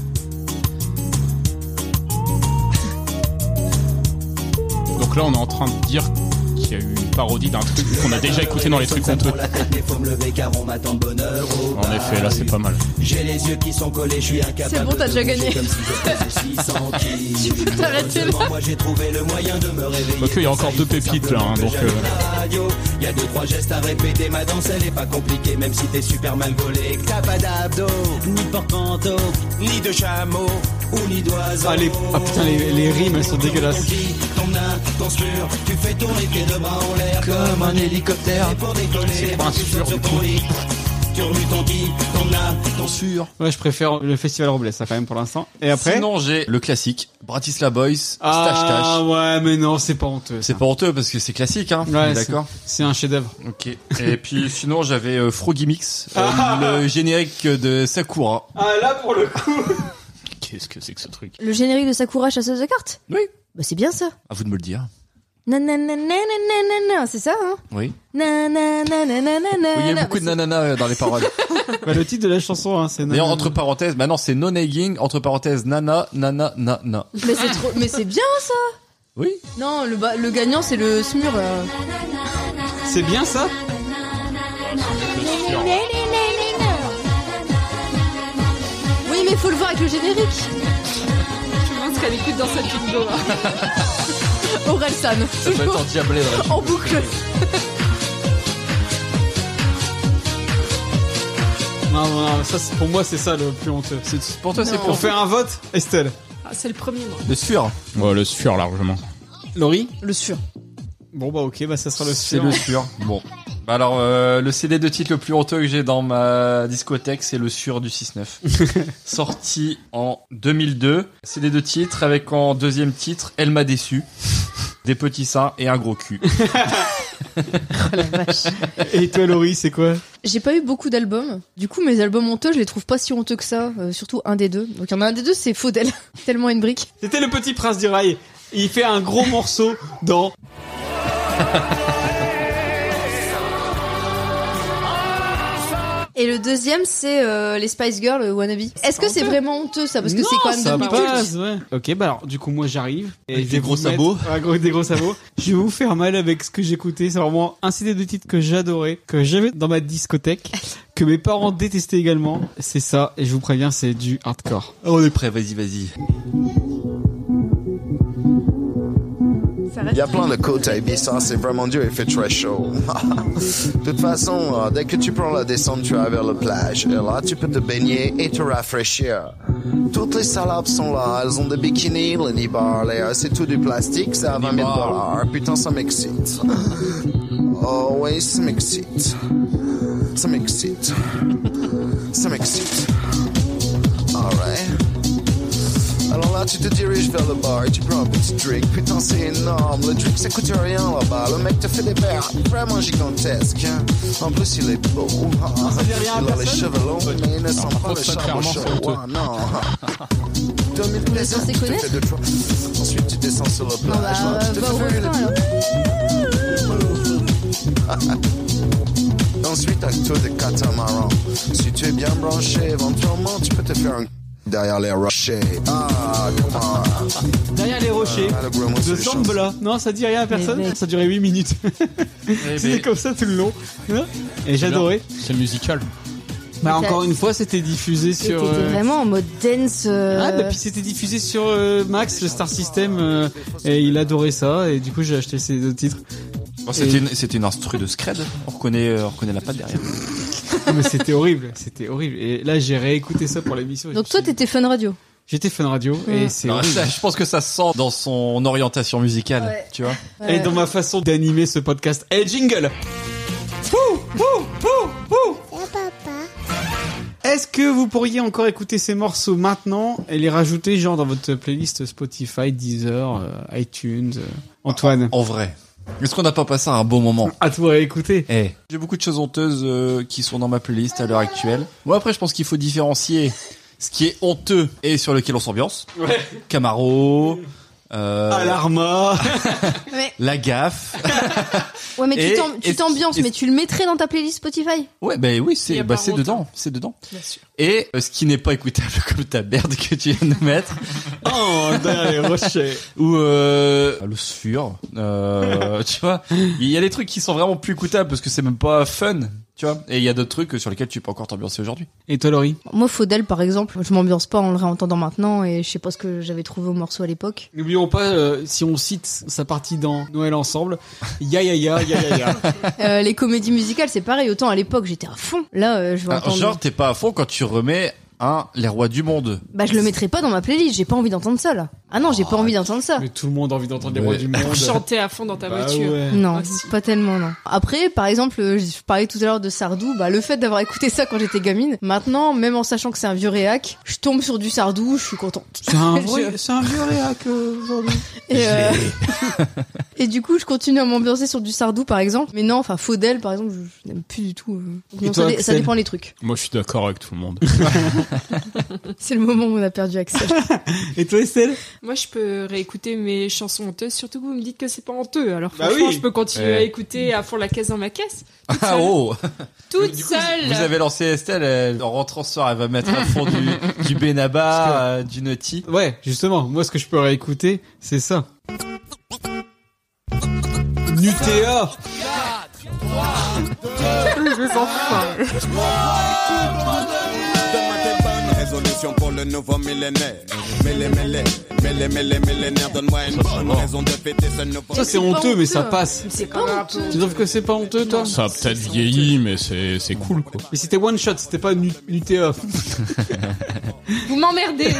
Donc là, on est en train de dire qu'il y a eu une parodie d'un truc qu'on a déjà écouté dans les trucs honteux.
Il faut me lever car on m'attend de bonne heure. au
En effet, là, c'est pas mal.
J'ai les yeux qui sont collés, je suis incapable.
C'est bon, t'as
de
déjà
bouger
gagné.
Comme si je pesais 600 kilos.
Tu peux t'arrêter là.
Moi j'ai trouvé le moyen de me réveiller.
Quoique, il y a encore deux pépites là, hein, donc. euh,
Il y a deux trois gestes à répéter, ma danse elle est pas compliquée, même si t'es super mal gaulé. Que T'as pas d'abdos, ni de porcanteau, ni de chameau, ou ni d'oiseau.
Ah, les... ah, putain, les, les rimes, elles sont dégueulasses.
Ton nain, ton sur, tu fais tourner tes deux bras en l'air comme un hélicoptère. Et pour décoller, tu sautes sur ton lit. Tu remues ton qui, ton nain, ton sur.
Ouais, je préfère le Festival Robles, ça, quand même, pour l'instant. Et après
Sinon j'ai le classique, Bratislava Boys, Stash Tash.
Ah, ouais, mais non, c'est pas honteux.
C'est pas honteux parce que c'est classique, hein.
Ouais,
on est D'accord.
C'est un chef-d'œuvre.
Ok. Et puis sinon j'avais euh, Froggy Mix, euh,
Ah
le générique de Sakura.
Ah, là, pour le coup
Qu'est-ce que c'est que ce truc
Le générique de Sakura chasseuse de cartes
Oui.
Bah, c'est bien ça.
À vous de me le dire.
Nanananananana, c'est ça, hein
Oui.
Nanananananana.
Oui, il y a beaucoup de nanana euh, dans les paroles.
Bah, le titre de la chanson, hein, c'est.
D'ailleurs, entre parenthèses, maintenant c'est non egging, entre parenthèses, nana, nana, nana.
Mais c'est trop, mais c'est bien ça
Oui.
Non, le, ba- le gagnant c'est le SMUR. euh.
C'est bien ça
Oui, mais faut le voir avec le générique.
Je me demande ce qu'elle écoute dans sa bingo.
Aurel San.
Ça peut être endiablé dans la
En boucle.
Non, non, non, ça, c'est- pour moi, c'est ça le plus honteux.
Pour toi,
c'est Non. pour-
On fait un vote, Estelle
Ah, c'est le premier, moi.
Le sur.
Ouais, le sur largement.
Laurie
Le sur.
Bon, bah, ok, bah, ça sera le
C'est
sur.
le sur. Bon. Bah alors, euh, le CD de titre le plus honteux que j'ai dans ma discothèque, c'est le sur du 6-9. Sorti en 2002. CD de titre avec en deuxième titre, Elle m'a déçu. Des petits seins et un gros cul.
Et toi, Laurie, c'est quoi
J'ai pas eu beaucoup d'albums. Du coup, mes albums honteux, je les trouve pas si honteux que ça. euh, surtout un des deux. Donc il y en a un des deux, c'est Faudel. Tellement une brique.
C'était le petit prince du rail. Il fait un gros morceau dans.
Et le deuxième, c'est euh, les Spice Girls, euh, Wannabe. Est-ce que c'est vraiment honteux ça Ah, Parce que c'est
Non,
quand même
ça
de
passe, ouais. Ok, bah alors, du coup, moi, j'arrive. Et
Avec
je
des
vais
gros
vous mettre-
sabots.
Ouais, gros- des gros sabots. je vais vous faire mal avec ce que j'écoutais. C'est vraiment un CD de titres que j'adorais, que j'avais dans ma discothèque, que mes parents détestaient également. C'est ça, et je vous préviens, c'est du hardcore.
Oh, On est prêt, vas-y, vas-y.
Oh.
Il y a plein de côtes à Ibiza, c'est vraiment dur, il fait très chaud. de toute façon, euh, dès que tu prends la descente, tu vas vers la plage. Et là, tu peux te baigner et te rafraîchir. Toutes les salopes sont là, elles ont des bikinis, les nibars, les- euh, c'est tout du plastique, c'est à 20 000 dollars. Putain, ça m'excite. oh oui, ça m'excite. Ça m'excite. ça m'excite. Alright. Alors là, tu te diriges vers le bar et tu prends un petit drink. Putain, c'est énorme. Le drink, ça coûte rien là-bas. Le mec te fait des verres vraiment gigantesques. hein. En plus, il est beau. il a les cheveux longs, mais il ne sent pas le charbon chaud. Ah, non. Deux mille plaisirs, tu te fais deux fois. Ensuite, tu descends sur la plage. Là, tu te fais Ensuite, un tour de catamaran. Si tu es bien branché, éventuellement, tu peux te faire un derrière les rochers. Ah, come on.
Derrière les rochers,
Ah, le gros mot, c'est
de
les choses.
Zambla. Non, ça dit rien à personne. Ça durait 8 minutes.
Eh ben.
C'était comme ça tout le long. Hein Et j'adorais.
C'est musical.
Bah, encore une fois, c'était diffusé sur.
T'étais
euh,
vraiment en mode dance. euh,
Ah, bah, puis c'était diffusé sur euh, Max, le Star System, euh, et il adorait ça, et du coup j'ai acheté ces deux titres.
Bon,
Et-
c'était une, c'était une instru de Scred. On reconnaît, euh, on reconnaît la patte derrière.
Mais c'était horrible, c'était horrible. Et là j'ai réécouté ça pour l'émission.
Donc toi, t'étais Fun Radio.
J'étais Fun Radio, et c'est
Non,
horrible.
ça, je pense que ça sent dans son orientation musicale, tu vois.
Et dans ma façon d'animer ce podcast. Et jingle Pou, pou, pou, pou.
Ça, papa.
Eh Est-ce que vous pourriez encore écouter ces morceaux maintenant et les rajouter genre dans votre playlist Spotify, Deezer, euh, iTunes euh, Antoine
En vrai. Est-ce qu'on n'a pas passé un bon moment
À toi à écouter.
Eh, j'ai beaucoup de choses honteuses euh, qui sont dans ma playlist à l'heure actuelle. Bon après, je pense qu'il faut différencier ce qui est honteux et sur lequel on s'ambiance.
Ouais.
Camaro, euh,
Alarma,
Ouais.
la gaffe.
Ouais, mais tu
Et-
t'am- tu
et-
t'ambiances,
et-
mais tu le mettrais dans ta playlist Spotify
Ouais, ben
Il
oui,
y
c'est
a
bah,
pas hein.
c'est
honteux.
dedans, c'est dedans.
Bien sûr.
Et euh, ce qui n'est pas écoutable comme ta merde que tu viens de nous mettre.
Oh, derrière les rochers.
Ou euh, le sfur. Euh, tu vois, il y a des trucs qui sont vraiment plus écoutables parce que c'est même pas fun, tu vois. Et il y a d'autres trucs sur lesquels tu peux encore t'ambiancer aujourd'hui.
Et toi, Laurie
Moi, Faudel, par exemple, je m'ambiance pas en le réentendant maintenant et je sais pas ce que j'avais trouvé au morceau à l'époque.
N'oublions pas, euh, si on cite sa partie dans Noël Ensemble, ya ya ya ya ya ya.
Euh, les comédies musicales, c'est pareil. Autant à l'époque, j'étais à fond. Là, euh, je vais
Ah,
entendre.
genre, t'es pas à fond quand tu remets un Les Rois du Monde.
Bah, je le mettrai pas dans ma playlist. J'ai pas envie d'entendre ça, là. Ah non, j'ai pas envie d'entendre ça.
Mais tout le monde a envie d'entendre les
Ouais.
rois du monde.
Chanter à fond dans ta
Bah
voiture.
ouais.
Non, pas tellement, non. Après, par exemple, euh, je parlais tout à l'heure de Sardou. Bah, le fait d'avoir écouté ça quand j'étais gamine, maintenant, même en sachant que c'est un vieux réac, je tombe sur du Sardou, je suis contente.
C'est un vrai-
Je-
c'est un vieux réac euh, aujourd'hui.
Et, euh, et du coup, je continue à m'ambiancer sur du Sardou, par exemple. Mais non, enfin, Faudel, par exemple, je, je n'aime plus du tout. euh. Donc,
Et
non, ça,
toi,
dé- ça
Axel
dépend les trucs.
Moi, je suis d'accord avec tout le monde.
C'est le moment où on a perdu Axel.
Et toi, Estelle
Moi, je peux réécouter mes chansons honteuses, surtout que vous me dites que c'est pas honteux. Alors,
Bah
franchement,
oui.
je peux continuer
Eh.
à écouter à fond la caisse dans ma caisse.
Ah oh
Toute
Du coup,
seule.
Vous avez lancé Estelle, elle, en rentrant ce soir, elle va mettre à fond du, du Benabar, euh, du Naughty.
Ouais, justement, moi ce que je peux réécouter, c'est ça. Nutea
Demain tes bonnes résolutions pour le nouveau millénaire. Mêlé, mêlé, mêlé, mêlé, millénaire. Donne-moi une bonne raison de fêter ce nouveau
Ça c'est honteux, mais ça passe.
C'est pas honteux.
Tu trouves que c'est pas honteux, toi
Ça a peut-être vieilli, mais c'est c'est cool, quoi.
Mais c'était one shot, c'était pas nu- Nutea.
Vous m'emmerdez.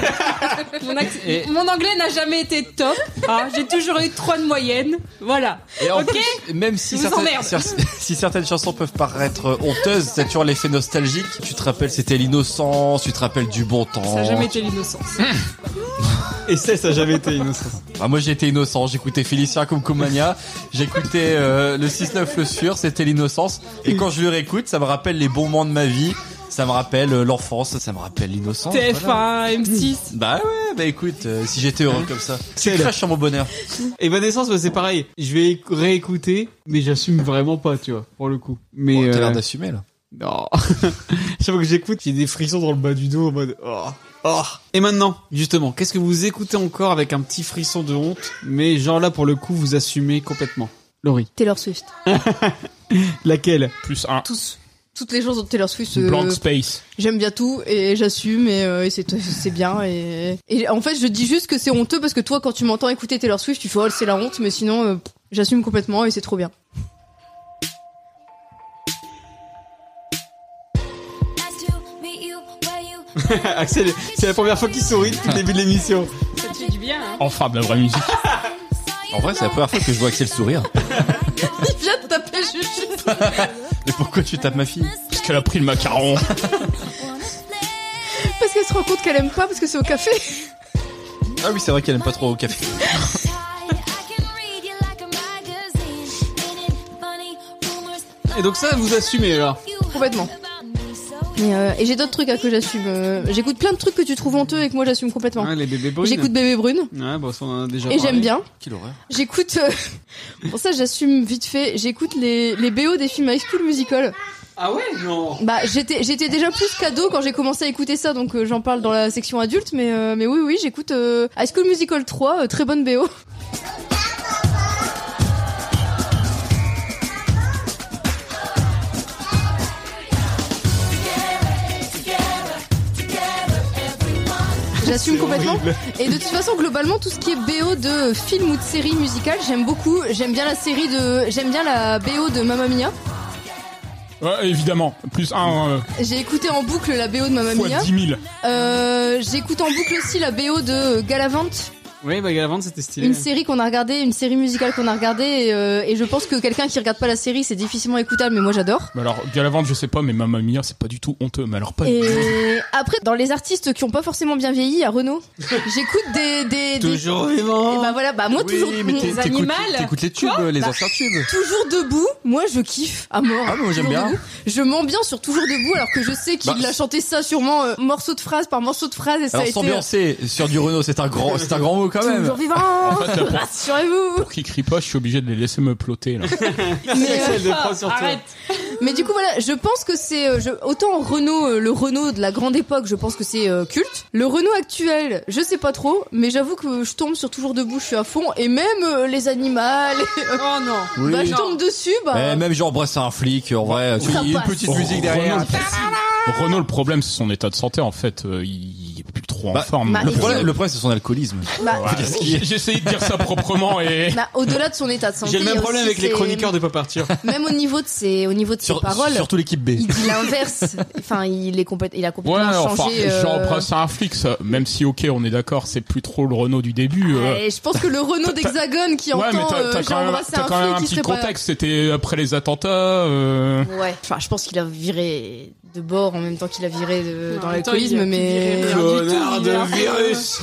mon, acc-
Et-
mon anglais n'a jamais été top. Ah, J'ai toujours eu 3 de moyenne. Voilà.
Et en
ok
plus, même si
Je vous
certaines,
emmerde.
cer- si certaines chansons peuvent paraître euh, honteuses, c'est toujours l'effet nostalgique. Tu te rappelles, c'était l'innocence, tu te rappelles du bon temps.
Ça n'a jamais
Oh.
été l'innocence.
Hum.
Et ça, ça a jamais été innocent.
Ah, moi j'étais innocent, j'écoutais Félicia Kumkumania, j'écoutais euh, le 6-9 le sûr, c'était l'innocence. Et quand je le réécoute, ça me rappelle les bons moments de ma vie, ça me rappelle euh, l'enfance, ça me rappelle l'innocence.
TF1,
voilà.
M6.
Bah ouais, bah écoute, euh, si j'étais heureux comme ça, tu
C'est
craches sur mon bonheur.
Et Evanescence, bah, c'est pareil. Je vais éc- réécouter, mais j'assume vraiment pas, tu vois, pour le coup. Mais
T'as
euh,
l'air d'assumer là.
Non. Chaque fois que j'écoute, j'ai des frissons dans le bas du dos en mode oh. oh. Et maintenant, justement, qu'est-ce que vous écoutez encore avec un petit frisson de honte, mais genre là pour le coup vous assumez complètement. Laurie,
Taylor Swift.
laquelle
Plus un
Tous. Toutes les choses dont Taylor Swift. euh,
blank space.
J'aime bien tout et j'assume et, euh, et c'est c'est bien et, et en fait je dis juste que c'est honteux parce que toi quand tu m'entends écouter Taylor Swift tu fais oh c'est la honte mais sinon euh, pff, j'assume complètement et c'est trop bien.
Axel, c'est la première fois qu'il sourit depuis le début de l'émission.
Ça te fait du bien. hein.
Enfin, de la vraie musique.
En vrai, c'est la première fois que je vois Axel sourire.
Il vient de taper Juju.
Mais pourquoi tu tapes ma fille
Parce qu'elle a pris le macaron.
parce qu'elle se rend compte qu'elle aime pas parce que c'est au café.
Ah oui, c'est vrai qu'elle aime pas trop au café.
Et donc ça vous assumez alors
Complètement. Et, euh, et j'ai d'autres trucs à que j'assume. euh, J'écoute plein de trucs que tu trouves honteux et que moi j'assume complètement.
Ouais, Hein, Les bébés brunes.
J'écoute Bébé Brune
Ouais, bon, ça, on en a déjà
et
parlé.
j'aime bien.
Quelle horreur.
J'écoute. euh, pour ça j'assume vite fait. J'écoute les les BO des films High School Musical.
Ah ouais, non.
Bah j'étais j'étais déjà plus cadeau quand j'ai commencé à écouter ça donc euh, j'en parle dans la section adulte mais euh, mais oui oui j'écoute euh, High School Musical 3 euh, très bonne BO. J'assume complètement. Et de toute façon, globalement, tout ce qui est BO de film ou de série musicale, j'aime beaucoup. J'aime bien la série de, j'aime bien la BO de Mamma Mia.
Ouais, évidemment. Plus un euh,
J'ai écouté en boucle la BO de Mamma
fois
Mia.
10 000.
Euh, J'écoute en boucle aussi la BO de Galavante.
Oui, bah Galavant, c'était stylé.
Une série qu'on a regardée, une série musicale qu'on a regardée, et, euh, et je pense que quelqu'un qui regarde pas la série, c'est difficilement écoutable, mais moi j'adore.
Mais alors, bien la vente, je sais pas, mais Mamma Mia, c'est pas du tout honteux. Mais alors, pas du tout.
Et après, dans les artistes qui ont pas forcément bien vieilli, à Renault, j'écoute des, des, des-
Toujours vivant.
Et bah voilà, bah moi
Oui,
toujours
mais t'es-
des
t'écoutes- t'écoutes les tubes, les anciens tubes.
Bah, Toujours debout, moi je kiffe à mort.
Ah, mais moi, j'aime
Toujours
bien.
debout. Je m'ambiance sur toujours debout, alors que je sais qu'il
Bah,
a chanté ça sûrement euh, morceau de phrase par morceau de phrase, et ça a
Alors
été. euh,
s'ambiancer sur du Renault, c'est un grand, c'est un grand mot quand même.
Toujours vivant.
fait, pour-
Rassurez-vous.
Pour qu'ils crient pas, je suis obligé de les laisser me ploter, là.
euh, arrête. Mais du coup voilà, je pense que c'est euh, je- autant Renault, euh, le Renault de la grande époque, je pense que c'est euh, culte. Le Renault actuel, je sais pas trop, mais j'avoue que je tombe sur toujours debout, je suis à fond, et même euh, les animaux. oh non.
Oui.
Bah je tombe dessus, bah.
Eh, même genre, bref, c'est un flic, en vrai. Tu-
Ça
il y a une
passe.
petite
Oh,
musique derrière.
Renaud, Renaud, le problème, c'est son état de santé, en fait. Euh, il est plus trop en
Bah,
forme.
bah, Le et problème- puis- le
c'est son alcoolisme.
Bah,
J'ai essayé de dire ça proprement et...
Bah, au-delà de son état de santé.
J'ai le
il y
même
a
problème
aussi
avec les
ses-
chroniqueurs de pas partir.
Même au niveau de ses, au niveau de ses paroles.
l'équipe B.
Il dit l'inverse. Enfin, il est complète, il a
Ouais,
complètement
enfin,
changé. euh,
genre, bref, c'est un flic, ça. Même si, ok, on est d'accord, c'est plus trop le Renault du début. euh,
ouais, je pense que le Renault d'Hexagone qui
Ouais, mais
entend,
t'as
euh,
t'as
j'ai
quand même,
embrassé
t'as
un
quand même
flic
un
qui
petit
serait pas-
contexte. C'était après les attentats. euh,
Ouais. Enfin, je pense qu'il a viré de bord en même temps qu'il a viré de-
Non,
dans
en même temps,
l'alcoolisme,
il a
mais.
viré rien du tout, hein. Connard il de a- virus.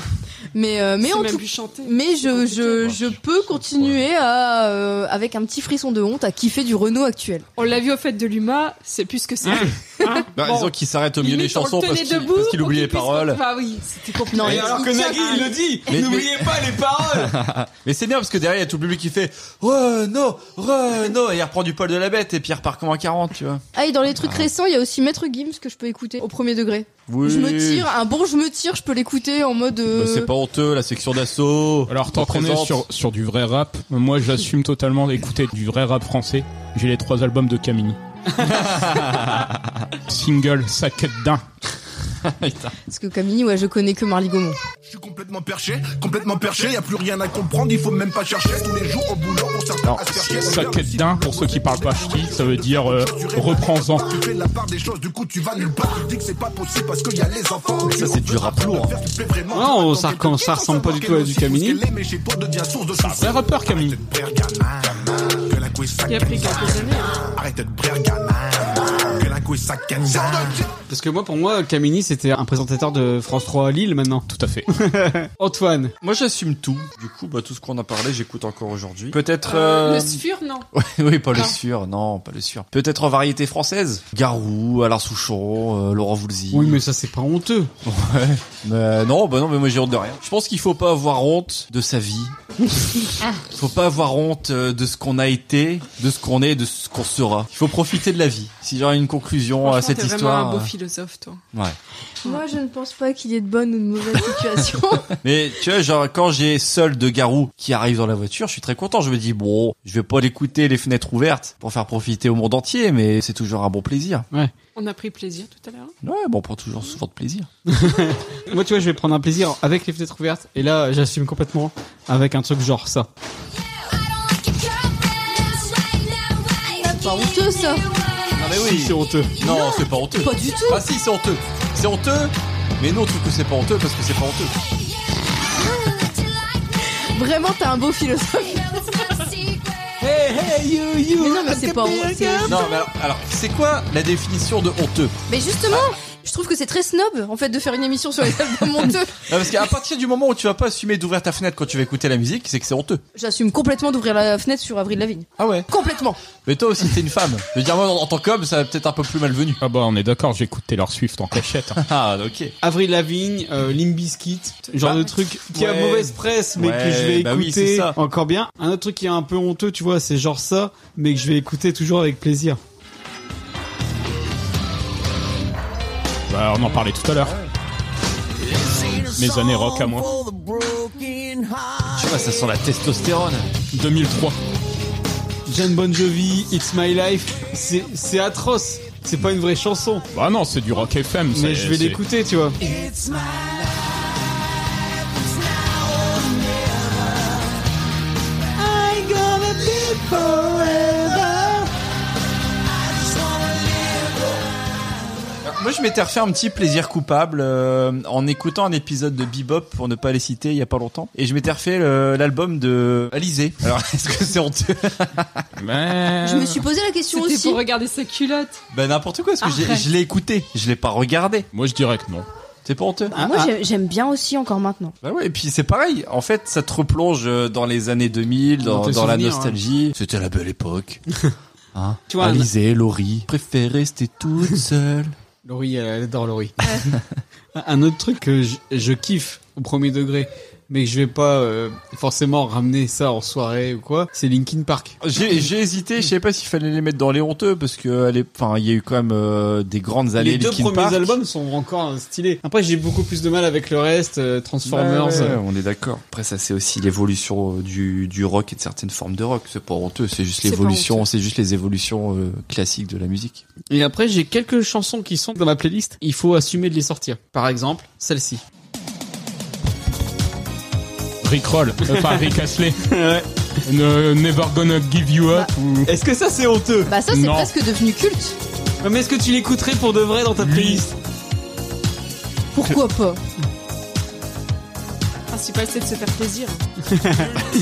Mais euh, mais
C'est
en
même
tout,
plus chanté.
mais je je je peux continuer à euh, avec un petit frisson de honte à kiffer du Renault actuel.
On l'a vu au fait de l'UMA, c'est plus ce que c'est. Hein
Bah,
Bon.
disons qu'il s'arrête au milieu
Il
des
met sur le
chansons parce
tenez
qu'il
debout
parce qu'il
pour
oublie les
qu'il puisse-
paroles.
Bah oui, c'était compliqué.
Non, Et il- alors que il tient- Nagui, il le
dit,
Mais- n'oubliez mais-
pas les paroles.
mais c'est bien parce que derrière il y a tout le public qui fait Oh, Renault, Renault et il reprend du poil de la bête et puis il repart comme un 40, tu vois.
Ah et dans les trucs récents, il y a aussi Maître Gims que je peux écouter au premier degré.
Oui.
Je me tire, un bon je me tire, je peux l'écouter en mode. euh,
Bah, c'est pas honteux la section d'assaut.
Alors tant qu'on est
représente.
sur, sur du vrai rap, moi j'assume totalement d'écouter du vrai rap français. J'ai les trois albums de Camini. Single, saquette d'un.
Parce que Camille, ouais, je connais que Marly Gaumont.
complètement perché, complètement perché, y a plus rien à comprendre, il faut même pas chercher tous les jours au boulot, on s'attend
Alors,
à se faire chier.
saquette d'un, pour ceux qui parlent pas ch'ti, ça veut dire euh, reprends-en.
Tu fais la part des choses, du coup tu vas nulle part, tu dis que c'est pas possible parce qu'il y a les enfants.
Ça c'est du rap lourd. hein.
Non, ça, recom- ça ressemble pas du tout à du Camini.
C'est un vrai rappeur Camini.
Il a pris quelques années. hein.
Arrête de brère gamin, que la couille ça canne.
Parce que moi, pour moi, Camini, c'était un présentateur de France 3 à Lille maintenant.
Tout à fait.
Antoine.
Moi j'assume tout. Du coup, bah tout ce qu'on a parlé, j'écoute encore aujourd'hui. Peut-être
Euh,
euh,
Le Sfur, non
Ouais, oui, pas le
Non.
sûr, non, pas le sûr. Peut-être en variété française. Garou, Alain Souchon, euh, Laurent Voulzy.
Oui, mais ça, c'est pas honteux.
Ouais. Mais non, bah non, mais moi j'ai honte de rien. Je pense qu'il faut pas avoir honte de sa vie. faut pas avoir honte euh, de ce qu'on a été, de ce qu'on est, de ce qu'on sera. Il faut profiter de la vie. Si j'aurais une conclusion à
Franchement,
cette
t'es
histoire.
vraiment un beau
euh,
philosophe, toi.
Ouais.
Moi, je ne pense pas qu'il y ait de bonne ou de mauvaise situation.
Mais tu vois, genre quand j'ai seul de Garou qui arrive dans la voiture, je suis très content. Je me dis bon, je vais pas l'écouter les fenêtres ouvertes pour faire profiter au monde entier, mais c'est toujours un bon plaisir.
Ouais.
On a pris plaisir tout à l'heure.
Ouais, bon, on prend toujours souvent de plaisir.
Moi, tu vois, je vais prendre un plaisir avec les fenêtres ouvertes. Et là, j'assume complètement avec un truc genre ça.
C'est pas honteux, ça.
Ah mais oui, c'est
honteux.
Non, c'est pas honteux.
pas du tout.
Ah si, c'est honteux. C'est honteux. Mais nous on trouve que c'est pas honteux parce que c'est pas honteux.
Vraiment, t'es un beau philosophe. mais non, mais c'est pas honteux.
Non, mais alors, alors, c'est quoi la définition de honteux
Mais justement, je trouve que c'est très snob, en fait, de faire une émission sur les albums honteux.
Non, parce qu'à partir du moment où tu vas pas assumer d'ouvrir ta fenêtre quand tu vas écouter la musique, c'est que c'est honteux.
J'assume complètement d'ouvrir la fenêtre sur Avril Lavigne.
Ah ouais
Complètement.
Mais toi aussi t'es une femme. Je veux dire moi en, en tant qu'homme, ça va peut-être un peu plus malvenu.
Ah bah on est d'accord, j'écoute Taylor Swift en cachette. hein.
Ah ok.
Avril Lavigne, euh, Limbiskit, genre
Bah,
de truc qui a
ouais.
mauvaise presse, mais
Ouais,
que je vais
bah oui,
écouter
c'est ça.
encore bien. Un autre truc qui est un peu honteux, tu vois, c'est genre ça, mais que je vais écouter toujours avec plaisir.
Bah on en parlait tout à l'heure. Mes années rock à moi.
Tu vois, ça sent la testostérone.
2003.
John Bon Jovi, It's My Life, c'est c'est atroce. C'est pas une vraie chanson.
Bah non, c'est du rock FM. c'est-
Mais je vais
c'est-
l'écouter, tu vois.
Moi, je m'étais refait un petit plaisir coupable euh, en écoutant un épisode de Bebop, pour ne pas les citer, il y a pas longtemps. Et je m'étais refait le- l'album de Alizé. Alors, est-ce que c'est honteux Euh,
Je me suis posé la question
C'était
aussi.
pour regarder sa culotte.
Ben n'importe quoi, parce que j'ai-
Arrête.
je l'ai écouté, je l'ai pas regardé. Moi, je dirais que non. Ah, C'est pas honteux
Ah, Moi, j'ai- j'aime bien aussi encore maintenant.
Bah ouais, et puis c'est pareil. En fait, ça te replonge euh, dans les années 2000,
Dans
dans, hein.
tes
dans la
souvenirs,
nostalgie. C'était la belle époque. hein
Tu vois,
Alizé, Laurie. Préfère rester toute seule.
Laurie, elle adore Laurie. Un- Un autre truc que je, je kiffe au premier degré, mais que je vais pas euh, forcément ramener ça en soirée ou quoi, c'est Linkin Park.
J'ai j'ai hésité, je sais pas s'il fallait les mettre dans les honteux parce que elle est- enfin, il y a eu quand même euh, des grandes années
Les deux
Linkin
premiers
Park.
albums sont encore euh, stylés. Après, j'ai beaucoup plus de mal avec le reste, euh, Transformers.
Ouais, ouais,
euh,
on est d'accord. Après, ça c'est aussi l'évolution euh, du, du rock et de certaines formes de rock. C'est pas honteux, c'est juste
C'est pas
l'évolution,
honteux.
c'est juste les évolutions euh, classiques de la musique.
Et après, j'ai quelques chansons qui sont dans ma playlist. Il faut assumer de les sortir. Par exemple, celle-ci.
Rick Roll, euh, enfin Rick Astley.
ouais. Bah,
never gonna give you up. ou-
Est-ce que ça c'est honteux
Bah ça, c'est
Non.
presque devenu culte.
Ouais, Mais est-ce que tu l'écouterais pour de vrai dans ta playlist
Pourquoi pas
Le principal, c'est de se faire plaisir.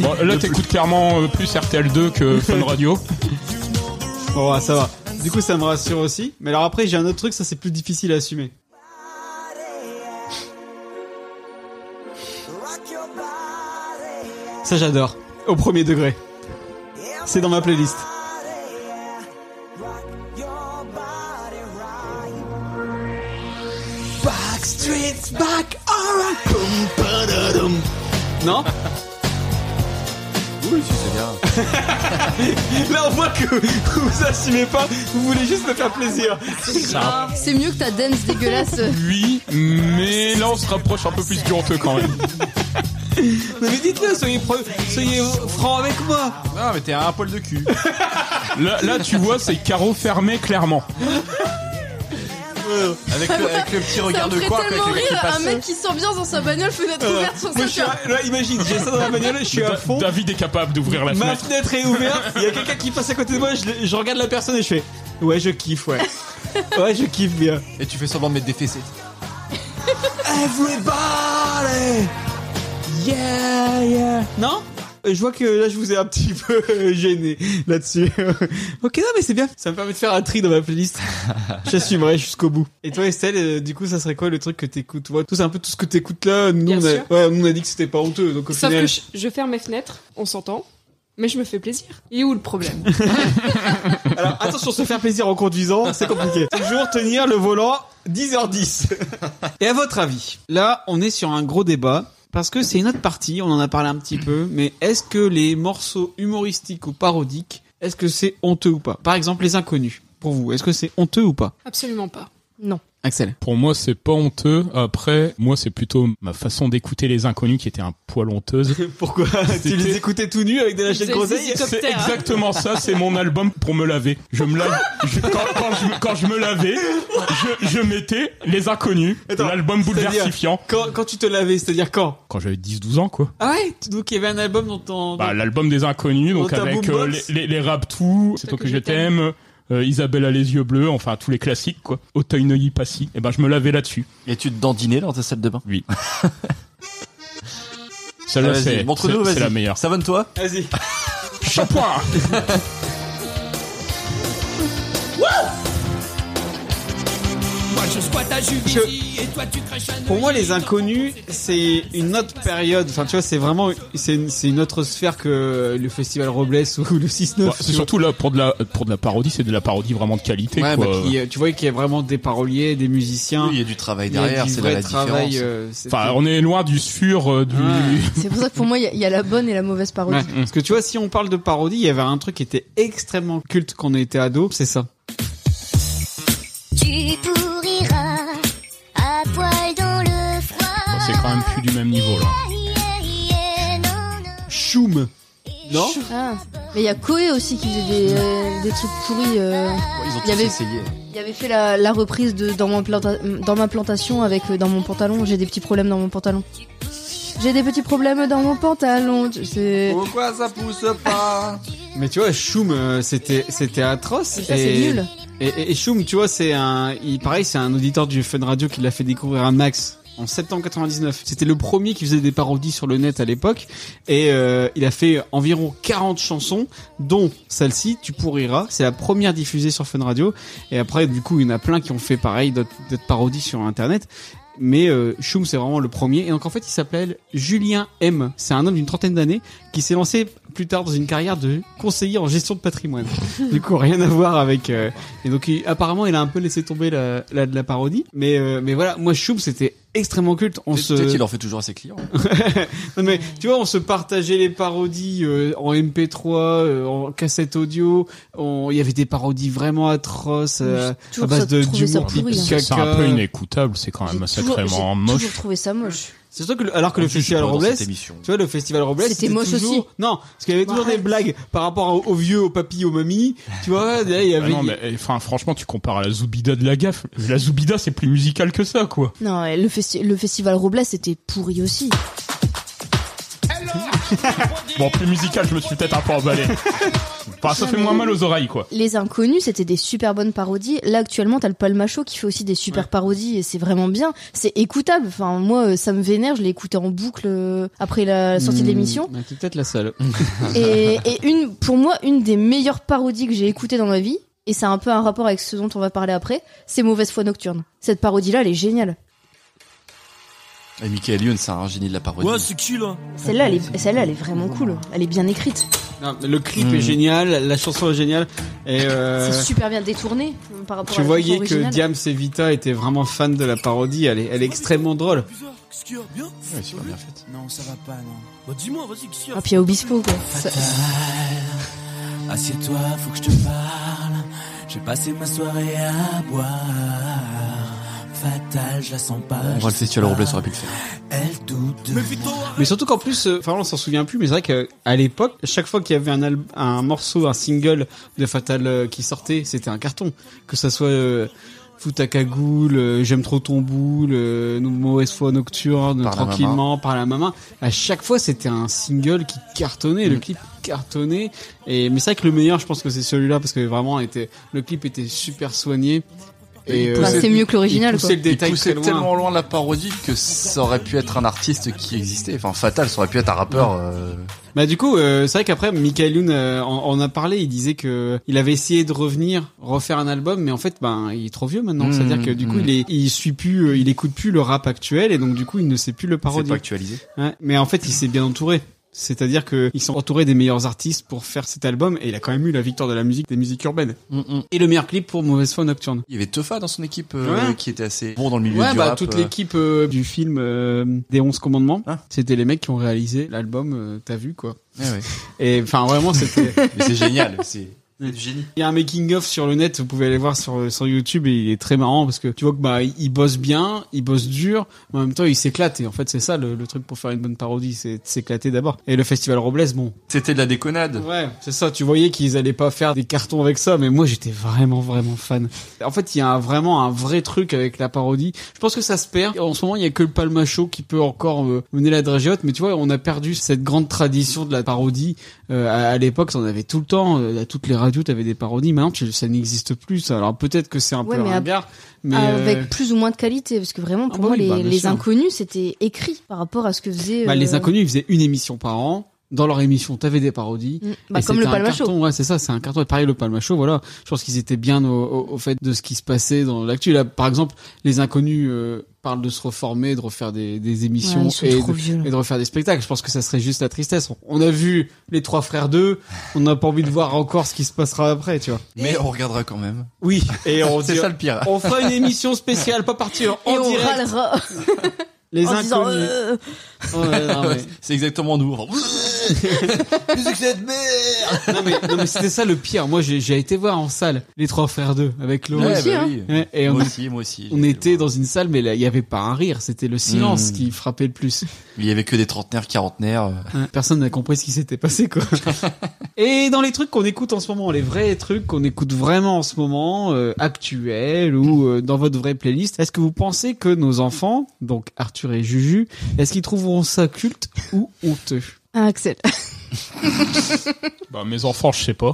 Bon, là, t'écoutes clairement euh, plus RTL2 que Fun Radio.
Bon, ouais, ça va. Du coup, ça me rassure aussi. Mais alors après, j'ai un autre truc, ça c'est plus difficile à assumer. Ça j'adore. Au premier degré. C'est dans ma playlist.
Back streets back, alright. Boom, ba-da-dum.
Non
Oui, c'est bien.
Là, on voit que vous assumez pas, vous voulez juste me faire plaisir.
Ça.
C'est mieux que ta dance dégueulasse.
Oui, mais là, on se rapproche un peu plus du honteux quand même.
Non, mais dites-le, soyez, pre- soyez franc avec moi.
Non, mais t'es un poil de cul.
Là, là, tu vois, c'est carreau fermé clairement.
Avec le, avec le petit regard
ça
de
me
quoi
ferait tellement
avec le gars qui
rire un
passe.
mec qui sent bien dans sa bagnole, fenêtre
Euh,
ouverte sur
moi,
sa
je suis à- là, imagine, j'ai ça dans la bagnole, je suis
Da-
à fond.
David est capable d'ouvrir la
Ma
fenêtre.
fenêtre est ouverte, il y a quelqu'un qui passe à côté de moi, je, le- je regarde la personne et je fais Ouais, je kiffe, ouais. Ouais, je kiffe bien.
Et tu fais semblant de mettre des fessées.
Everybody! Yeah, yeah. Non? Euh, Je vois que là, je vous ai un petit peu euh, gêné là-dessus. ok, non, mais c'est bien. Ça me permet de faire un tri dans ma playlist. J'assumerai jusqu'au bout. Et toi, Estelle, euh, du coup, ça serait quoi le truc que t'écoutes? Ouais, tout c'est un peu tout ce que t'écoutes là. Nous,
Bien
on a,
sûr.
ouais, nous, on a dit que c'était pas honteux, donc au
Sauf
final.
que je, je ferme mes fenêtres, on s'entend, mais je me fais plaisir. Et où le problème
Alors, attention, se faire plaisir en conduisant, c'est compliqué. Toujours tenir le volant 10h10. Et à votre avis, là, on est sur un gros débat. Parce que c'est une autre partie, on en a parlé un petit peu, mais est-ce que les morceaux humoristiques ou parodiques, est-ce que c'est honteux ou pas Par exemple, les inconnus, pour vous, est-ce que c'est honteux ou pas
Absolument pas.
Non.
Axel.
Pour moi, c'est pas honteux. Après, moi, c'est plutôt ma façon d'écouter les inconnus qui était un poil honteuse.
Pourquoi Tu les écoutais tout nus avec des lâchers de groseille
C'est
hein.
exactement ça, c'est mon album pour me laver. Je me lave, je- quand, quand je, me- quand je me lavais, je, je mettais Les Inconnus,
Attends,
l'album
c'est-à-dire
bouleversifiant.
Quand, quand tu te lavais, c'est-à-dire quand
Quand j'avais 10-12 ans, quoi.
Ah ouais Donc il y avait un album dont on...
Bah, l'album des Inconnus, donc
Dans ta
avec euh, les,
boombox.
les, les Raptou, C'est toi que je t'aime, euh, Isabelle a les yeux bleus, enfin tous les classiques, quoi. Auteuil Neuilly Passy, et ben je me lavais là-dessus.
Et tu te dandinais dans ta salle de bain
Oui. Celle-là,
Ah, vas-y,
c'est
montre-nous,
c'est- c'est
vas-y.
la meilleure.
Savonne-toi.
Vas-y.
Shampoing
Moi je squatte à Juvisy et toi tu craches à
Pour
Neuilly.
moi, les inconnus, c'est une autre période. Enfin, tu vois, c'est vraiment, c'est une, c'est une autre sphère que le festival Robles ou le 6-9.
Ouais, c'est surtout là pour de la pour de la parodie, c'est de la parodie vraiment de qualité.
Ouais,
quoi.
bah,
euh,
qu'il y a- tu vois qu'il y a vraiment des paroliers, des musiciens.
Oui, il y a du travail
Il y a
derrière,
du
c'est là
vrai
la
travail,
différence.
euh, c'est-
Enfin, on est loin du sûr euh, du.
C'est pour ça que pour moi, il y a- il y, a la bonne et la mauvaise parodie.
Ouais. Parce que tu vois, si on parle de parodie, il y avait un truc qui était extrêmement culte quand on était ado, c'est ça.
Tu pourriras à poil dans le froid.
Bon, c'est quand même plus du même niveau là.
Choum. Non
Ah. Mais il y a Koé aussi qui faisait des, euh, des trucs pourris. euh.
Ils ont tous
il, avait,
essayé.
il avait fait la, la reprise de dans, mon planta- dans ma plantation avec euh, Dans mon pantalon, j'ai des petits problèmes dans mon pantalon. J'ai des petits problèmes dans mon pantalon. tu- C'est.
Pourquoi ça pousse pas
Mais tu vois, Choum, euh, c'était, c'était atroce.
Ça, c'est
et-
nul.
Et, et, et Shum, tu vois, c'est un, il, pareil, c'est un auditeur du Fun Radio qui l'a fait découvrir à Max en septembre 99. C'était le premier qui faisait des parodies sur le net à l'époque et euh, il a fait environ 40 chansons dont celle-ci Tu pourriras, c'est la première diffusée sur Fun Radio et après du coup, il y en a plein qui ont fait pareil d'autres d'autres parodies sur internet. Mais euh, Shum, c'est vraiment le premier. Et donc en fait, il s'appelle Julien M. C'est un homme d'une trentaine d'années qui s'est lancé plus tard dans une carrière de conseiller en gestion de patrimoine. du coup, rien à voir avec. euh, et donc il- apparemment, il a un peu laissé tomber la, la, la parodie. Mais euh, mais voilà, moi Shum, c'était extrêmement culte. On se...
Peut-être qu'il en fait toujours à ses clients. hein.
Non, mais tu vois, on se partageait les parodies euh, en MP3, euh, en cassette audio. On- Il y avait des parodies vraiment atroces euh,
J'ai toujours
à base
ça-
de
trouvé ça
d'humour
pourri,
pipi
hein.
caca.
C'est un peu inécoutable, c'est quand même
Toujours-
sacrément
J'ai
moche.
toujours trouvé ça moche.
C'est sûr que le- alors que le festival
pas dans
Robles,
cette
tu
émission.
vois le festival Robles,
C'était moche
toujours-
aussi.
Non, parce qu'il y avait toujours des blagues par rapport aux, aux vieux, aux papis, aux mamies. Tu vois, là, il y
Ah
avait
non, mais eh, enfin, franchement, tu compares à la Zoubida de la gaffe. La Zoubida, c'est plus musical que ça, quoi.
Non, et le, festi- le festival Robles c'était pourri aussi.
Bon, plus musical, je me suis peut-être un peu emballé. Enfin, ça fait moins mal aux oreilles, quoi.
Les Inconnus, c'était des super bonnes parodies. Là, actuellement, t'as le Palmacho qui fait aussi des super parodies et c'est vraiment bien. C'est écoutable. Enfin, moi, euh, ça me vénère. Je l'ai écouté en boucle euh, après la sortie de l'émission.
Mmh.
Hmm, T'es peut-être la seule.
Et, et une, pour moi, une des meilleures parodies que j'ai écoutées dans ma vie, et ça a un peu un rapport avec ce dont on va parler après, c'est Mauvaise foi nocturne. Cette parodie-là, elle est géniale.
Et Michael Youn, c'est un génie de la parodie.
Ouais, c'est
qui là
Celle-là, elle est, celle-là, elle est vraiment cool. Elle est bien écrite.
Non, le clip
Mmh.
Hmm.
est génial, la chanson est géniale. Et euh,
C'est super bien détourné euh, par rapport
tu
à la
voyais
chanson
que
originale.
Diam Sevita était vraiment fan de la parodie. Elle est, elle est extrêmement drôle.
Qu'est-ce qu'il y a Bien
Ouais, c'est pas bien
fait. Non, ça va pas, non. Bah, dis-moi, vas-y, qu'est-ce qu'il y a
Ah, puis il y a Obispo, quoi. Ça-
Assieds-toi, faut que je te parle. J'ai passé ma soirée à boire. Fatal, je la sens pas.
Moi, le festival Robles aurait pu le faire.
Elle doute. Mais
Mais surtout qu'en plus, euh, enfin on s'en souvient plus, mais c'est vrai qu'à l'époque, chaque fois qu'il y avait un, al- un morceau, un single de Fatal euh, qui sortait, c'était un carton. Que ça soit euh, Fouta Cagoule, euh, J'aime trop ton boule, euh, Nous- Mauvaise foi nocturne,
Par la
Tranquillement, par la maman. À chaque fois, c'était un single qui cartonnait,
Mm.
le clip cartonnait. Et, mais c'est vrai que le meilleur, je pense que c'est celui-là, parce que vraiment, était, le clip était super soigné. Et, euh,
Bah, c'est mieux que l'original,
il poussait
quoi.
le détail
Il poussait
très loin.
tellement loin la parodie que ça aurait pu être un artiste qui existait. Enfin, Fatal, ça aurait pu être un rappeur. euh,
Bah du coup, euh, c'est vrai qu'après, Michael Youn euh, en, en a parlé. Il disait que il avait essayé de revenir, refaire un album, mais en fait, ben il est trop vieux maintenant.
Mmh,
C'est-à-dire que du coup,
mmh.
il, est, il suit plus, euh, il écoute plus le rap actuel, et donc du coup, il ne sait plus le parodier.
pas actualisé.
Ouais, mais en fait, il s'est bien entouré. C'est-à-dire que ils sont entourés des meilleurs artistes pour faire cet album, et il a quand même eu la victoire de la musique des musiques urbaines.
Hmm,
Et le meilleur clip pour Mauvaise foi nocturne.
Il y avait Teufa dans son équipe euh,
Ouais.
qui était assez bon dans le milieu
ouais,
du
bah,
rap.
toute
euh. Ah.
l'équipe euh, du film euh, des 11 commandements, c'était les mecs qui ont réalisé l'album euh, T'as vu quoi.
Eh Ouais, ouais.
Et enfin vraiment c'était
euh, Mais c'est génial, c'est c'est du génie.
Il y a un making of sur le net, vous pouvez aller voir sur sur YouTube et il est très marrant parce que tu vois que bah il bosse bien, il bosse dur, mais en même temps il s'éclate et en fait c'est ça le, le truc pour faire une bonne parodie, c'est de s'éclater d'abord. Et le festival Robles, bon,
C'était de la déconnade.
Ouais, c'est ça, tu voyais qu'ils allaient pas faire des cartons avec ça, mais moi j'étais vraiment vraiment fan. En fait, il y a un- vraiment un vrai truc avec la parodie. Je pense que ça se perd. En ce moment, il y a que le Palmacho qui peut encore euh, mener la dragiote, mais tu vois, on a perdu cette grande tradition de la parodie. Euh, à à l'époque, on avait tout le temps, euh, à toutes les radios, t'avais des parodies. Maintenant, tu- ça n'existe plus. ça. Alors peut-être que c'est un
Ouais,
peu
mais à-
ringard, mais
avec
euh,
plus ou moins de qualité, parce que vraiment, pour
bah
moi,
oui,
les,
bah, bien
les
sûr.
inconnus, c'était écrit par rapport à ce que faisait.
bah, les
euh,
inconnus, ils faisaient une émission par an. Dans leur émission, t'avais des parodies.
Mm. Bah,
Et
comme le
c'était un
Palma Show.
carton, Ouais, c'est ça, c'est un carton. Et pareil, le Palma Show, voilà. Je pense qu'ils étaient bien au, au- au fait de ce qui se passait dans l'actu. Là, par exemple, les inconnus euh, parlent de se reformer, de refaire des, des émissions
Ouais, ils sont
et,
trop vieux,
de, et de refaire des spectacles. Je pense que ça serait juste la tristesse. On a vu les trois frères d'eux. On n'a pas envie de voir encore ce qui se passera après, tu vois.
Mais on regardera quand même.
Oui, et on
C'est
dira-
ça le pire.
On fera une émission spéciale, pas partir en
Et on
direct.
râlera.
Les
en disant,
inconnus.
euh,
Ouais, non, mais-
C'est exactement nous.
non mais, non, mais c'était ça le pire. Moi j'ai j'ai été voir en salle les trois frères d'eux avec Laurent.
Ouais, Moi aussi, bah hein. oui.
Ouais, et on,
Moi aussi, moi aussi, j'ai
On était dans une salle mais là, il y avait pas un rire, c'était le silence
Mm.
qui frappait le plus.
Il y avait que des trentenaires, quarantenaires.
Hein, Personne n'a compris ce qui s'était passé quoi. et dans les trucs qu'on écoute en ce moment, les vrais trucs qu'on écoute vraiment en ce moment, euh, actuels ou euh, dans votre vraie playlist, est-ce que vous pensez que nos enfants, donc Arthur et Juju, est-ce qu'ils trouveront ça culte ou honteux
Ah, Axel.
Bah, mes enfants, je sais pas.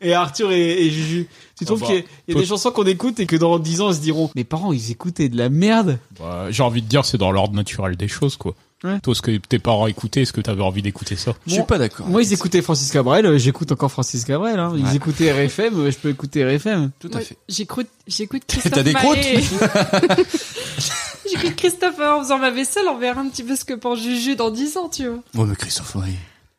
Et Arthur et, et Juju, tu
Ah
trouves
bah,
qu'il y a, il y a
peut-
des chansons qu'on écoute et que dans 10 ans, ils se diront Mes parents, ils écoutaient de la merde
Bah, j'ai envie de dire, c'est dans l'ordre naturel des choses, quoi.
Ouais.
Toi, ce que tes parents écoutaient, est-ce que t'avais envie d'écouter ça
Moi- Moi, ils écoutaient Francis Cabrel, euh, j'écoute encore Francis Cabrel. hein. Ils
Ouais.
écoutaient RFM, euh, je peux écouter RFM.
Tout
Moi, J'écoute, j'écoute
Et
Christophe
t'as des
Maé.
croûtes
J'écoute Christophe Maé en faisant ma vaisselle, on verra un petit peu ce que pense Juju dans 10 ans, tu vois.
Bon, Oh, mais Christophe Maé.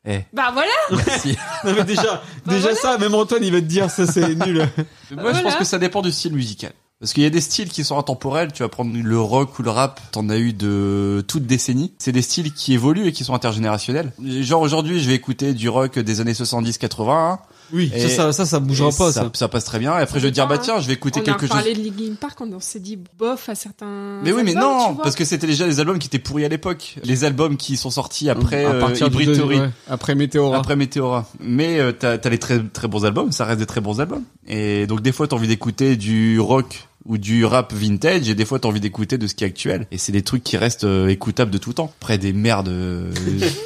Eh.
Bah voilà
Merci.
non, mais
Bah
déjà, déjà ça, même Antoine, il va te dire ça, c'est nul.
Moi, je pense que ça dépend du style musical. Parce qu'il y a des styles qui sont intemporels. Tu vas prendre le rock ou le rap. T'en as eu de toute décennie. C'est des styles qui évoluent et qui sont intergénérationnels. Genre aujourd'hui, je vais écouter du rock des années 70-80.
Oui, ça, ça- ça, ça bougera
et
pas, ça.
ça. passe très bien. Et après, je vais te dire, bah tiens, je vais écouter
Ah, on
quelque
a
chose.
parlé de Linkin Park, on s'est dit bof à certains.
Mais oui, mais
Mmh. albums, tu
non,
vois.
parce que c'était déjà les albums qui étaient pourris à l'époque. Les albums qui sont sortis après
À
euh,
partir du
Hybrid
deux-
Theory.
ouais, après Météora.
Après Météora. Mais euh, t'as t'as les très très bons albums, ça reste des très bons albums. Et donc des fois t'as envie d'écouter du rock ou du rap vintage et des fois t'as envie d'écouter de ce qui est actuel. Et c'est des trucs qui restent euh, écoutables de tout temps. Après des merdes, euh,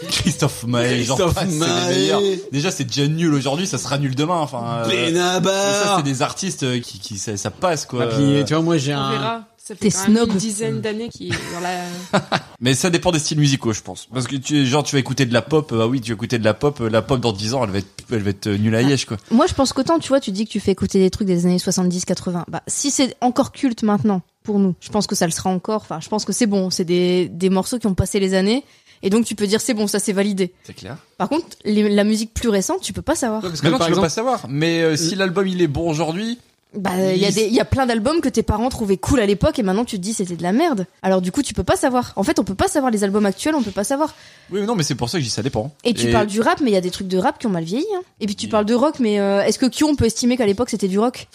Christophe Maé, j'en
Christophe
passe, c'est
Maé.
les meilleurs. Déjà c'est déjà nul aujourd'hui, ça sera nul demain. Enfin, euh,
Benabar.
mais ça c'est des artistes euh, qui, qui ça, ça passe quoi.
Ah, puis, tu vois, moi, j'ai
On
un.
verra. Ah, Ça fait
T'es
quand même
snob.
une dizaine d'années qui est dans la.
Mais ça dépend des styles musicaux, je pense. Parce que tu genre tu vas écouter de la pop, euh, bah oui, tu vas écouter de la pop, euh, la pop dans 10 ans, elle va être elle va être euh, nulle à Yesh quoi.
Moi, je pense qu'autant, tu vois, tu dis que tu fais écouter des trucs des années 70-80. Bah, si c'est encore culte maintenant, pour nous, je pense que ça le sera encore. Enfin, je pense que c'est bon. C'est des, des morceaux qui ont passé les années. Et donc, tu peux dire, c'est bon, ça c'est validé.
C'est clair.
Par contre, les- la musique plus récente, tu peux pas savoir.
Parce que non, tu peux pas savoir. Mais euh, si l'album il est bon aujourd'hui,
Bah,
Ah,
il y, a des- il y a plein d'albums que tes parents trouvaient cool à l'époque et maintenant tu te dis c'était de la merde. Alors du coup tu peux pas savoir. En fait on peut pas savoir les albums actuels, on peut pas savoir.
oui mais non mais c'est pour ça que je dis ça dépend.
Et tu parles du rap mais il y a des trucs de rap qui ont mal vieilli. hein. Et puis tu parles de rock mais euh, est-ce que Kion peut estimer qu'à l'époque c'était du rock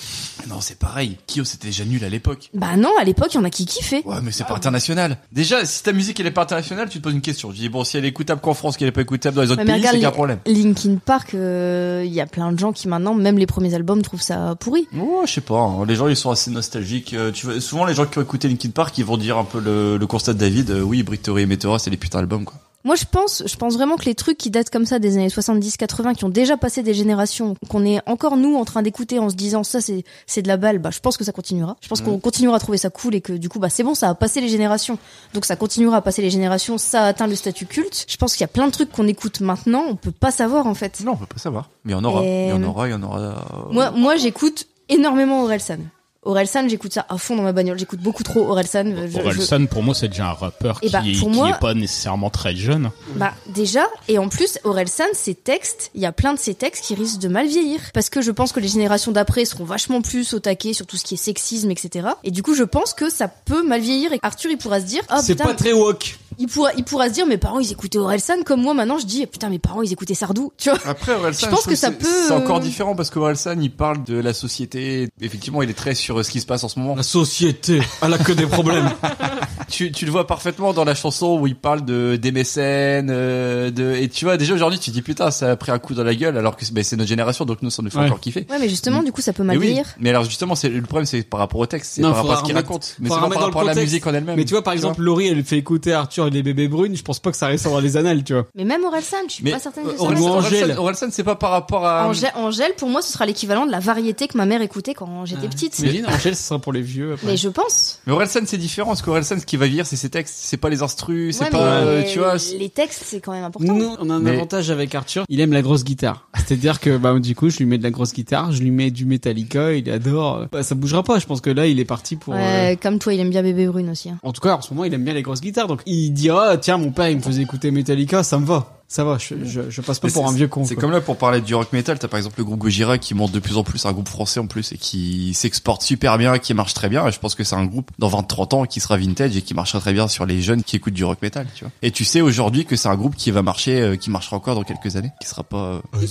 Non c'est pareil. Kyo c'était déjà nul à l'époque.
Bah non, à l'époque il y en a qui kiffaient.
Ouais mais c'est pas international. Déjà si ta musique elle est pas internationale, tu te poses une question. Je dis bon si elle est écoutable qu'en France, qu'elle est pas écoutable dans les autres
Ouais, mais
pays,
regarde,
c'est qu'il y a un
Li-
problème.
Linkin Park, euh, il y a plein de gens qui maintenant, même les premiers albums, trouvent ça pourri.
Ouais, je sais pas. hein. Les gens, ils sont assez nostalgiques. Euh, tu vois, souvent, les gens qui ont écouté Linkin Park, ils vont dire un peu le, le constat de David. euh, oui, Brick Theory et Meteora, c'est les putains d'albums, quoi.
Moi, je pense, je pense vraiment que les trucs qui datent comme ça des années 70-80, qui ont déjà passé des générations, qu'on est encore nous en train d'écouter en se disant ça c'est c'est de la balle, bah je pense que ça continuera. Je
Mm.
pense
Mhm.
qu'on continuera à trouver ça cool et que du coup bah c'est bon, ça a passé les générations. Donc ça continuera à passer les générations, ça a atteint le statut culte. Je pense qu'il y a plein de trucs qu'on écoute maintenant, on peut pas savoir en fait.
Non, on peut pas savoir. Mais il y en aura.
Et-
Il y en aura, il y en aura. euh,
Moi, moi j'écoute énormément Orelsan. Orelsan, j'écoute ça à fond dans ma bagnole. J'écoute beaucoup trop Orelsan. Euh, je- je-
Orelsan, pour moi, c'est déjà un rappeur
Eh
qui,
bah,
est,
pour
qui
moi-
est pas nécessairement très jeune.
Bah déjà, et en plus, Orelsan, ses textes, il y a plein de ses textes qui risquent de mal vieillir. Parce que je pense que les générations d'après seront vachement plus au taquet sur tout ce qui est sexisme, etc. Et du coup, je pense que ça peut mal vieillir. Et Arthur, il pourra se dire, ah
C'est
putain,
pas très woke.
il, pourra, il pourra se dire, mes parents, ils écoutaient Orelsan, comme moi maintenant, je dis, putain, mes parents, ils écoutaient Sardou. Tu vois
Après, Orelsan,
je pense
trouve
que ça
c'est-
peut...
C'est encore
euh,
différent parce que Orelsan, il parle de la société. Effectivement, il est très sur euh, ce qui se passe en ce moment.
La société, elle a que des problèmes.
tu, tu le vois parfaitement dans la chanson où il parle de des mécènes, euh, de et tu vois déjà aujourd'hui tu te dis putain ça a pris un coup dans la gueule alors que c'est- ben, c'est notre génération donc nous ça nous fait
Ouais.
encore kiffer.
Ouais, mais justement, du coup, ça peut
Mais
mal
oui,
vieillir.
mais alors justement, c'est le problème, c'est par rapport au texte, c'est par rapport à ce qu'il raconte. Mais c'est pas par rapport à la musique en elle-même.
Mais tu vois, par exemple, Laurie, elle fait écouter Arthur et les bébés brunes, je pense pas que ça reste dans les annales, tu vois.
Mais même Orelsan, je suis
Mais,
pas certaine que
euh,
ça
Orelsan-
reste.
Angèle. euh,
Orelsan, c'est pas par rapport à.
Angèle, Angèle, pour moi, ce sera l'équivalent de la variété que ma mère écoutait quand
Ah.
j'étais petite.
T'imagines, Angèle, ce sera pour les vieux. après.
Mais je pense.
Mais Orelsan, c'est différent, parce qu'Orelsan, ce qui va vivre, c'est ses textes, c'est pas les instrus, c'est
Ouais,
pas,
mais
euh,
les-
tu vois.
les textes, c'est quand même important.
Nous, on a un
Mais-
avantage avec Arthur, il aime la grosse guitare. C'est-à-dire que bah du coup, je lui mets de la grosse guitare, je lui mets du Metallica, il adore. Bah, ça bougera pas, je pense que là, il est parti pour euh,
Ouais, comme toi, il aime bien Bébé Brune aussi. hein.
En tout cas, en ce moment, il aime bien les grosses guitares. Donc, il dira, tiens, mon père, il me faisait écouter Metallica, ça me va. Ça va, je, je, je passe pas
Mais
pour
c'est-
un vieux con.
C'est
quoi.
comme là pour parler du rock metal, t'as par exemple le groupe Gojira qui monte de plus en plus, un groupe français en plus, et qui s'exporte super bien, qui marche très bien, et je pense que c'est un groupe dans 20-30 ans qui sera vintage et qui marchera très bien sur les jeunes qui écoutent du rock metal, tu vois. Et tu sais aujourd'hui que c'est un groupe qui va marcher, euh, qui marchera encore dans quelques années, qui sera pas... euh,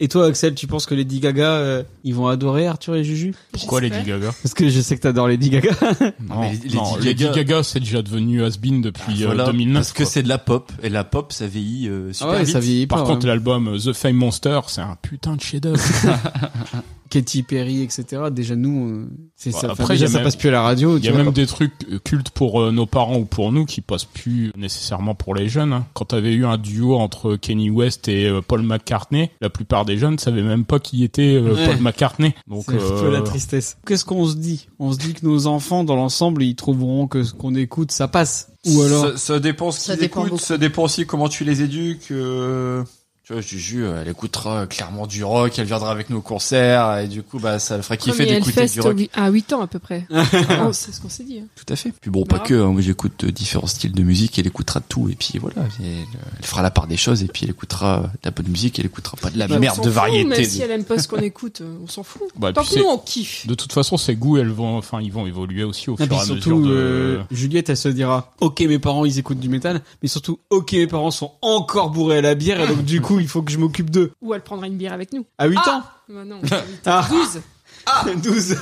Et toi, Axel, tu penses que Lady Gaga, euh, ils vont adorer Arthur et Juju
Pourquoi J'espère. Lady Gaga
Parce que je sais que t'adores Lady Gaga.
Non, non, Lady Gaga, c'est déjà devenu has-been depuis euh,
voilà,
2009.
Parce que c'est de la pop, et la pop, ça vieillit euh, super
Ah ouais,
vite.
ça vieillit
Par
pas, hein.
contre,
ouais.
l'album euh, The Fame Monster, c'est un putain de chef-d'œuvre.
Katy Perry, etc. Déjà, nous, euh, c'est
Bon,
ça. Enfin,
Bah, après,
déjà,
il y a
ça
même-
passe plus à la radio.
Il y
tu
a
vois.
même des trucs euh, cultes pour euh, nos parents ou pour nous qui passent plus nécessairement pour les jeunes. hein. Quand t'avais eu un duo entre Kenny West et euh, Paul McCartney, la plupart des jeunes savaient même pas qui était euh,
Ouais.
Paul McCartney. Donc,
C'est un peu
euh,
la tristesse. Qu'est-ce qu'on se dit On se dit que nos enfants, dans l'ensemble, ils trouveront que ce qu'on écoute, ça passe. Ou alors
Ça, ça dépend ce
Ça
qu'ils
dépend
écoutent,
beaucoup.
ça dépend aussi comment tu les éduques. euh, Tu vois, Juju, euh, elle écoutera euh, clairement du rock, elle viendra avec nos concerts, et du coup, bah, ça le fera kiffer
Premier
d'écouter du
Hellfest
rock.
au- à 8 ans à peu près.
Ah,
Oh, c'est ce qu'on s'est dit. hein.
Tout à fait. Puis bon, pas
Bah.
que, hein, moi j'écoute euh, différents styles de musique, elle écoutera de tout, et puis voilà, et elle, elle fera la part des choses, et puis elle écoutera euh, de la bonne musique, elle écoutera pas de la
Bah, on
merde
s'en
de
fout,
variété.
Mais
de-
si elle aime pas ce qu'on écoute, euh, on s'en fout.
Bah,
Tant
puis
que
c'est-
nous on kiffe.
De toute façon, ces goûts, elles vont, enfin, ils vont évoluer aussi au fur
Ah,
et
puis
à mesure
surtout,
de.
euh, Juliette, elle se dira Ok, mes parents, ils écoutent du métal, mais surtout, ok, mes parents sont encore bourrés à la bière, et donc du coup, il faut que je m'occupe d'eux.
Ou elle prendra une bière avec nous.
À huit
Ah
ans
Bah non, à huit ans.
Ah.
12
12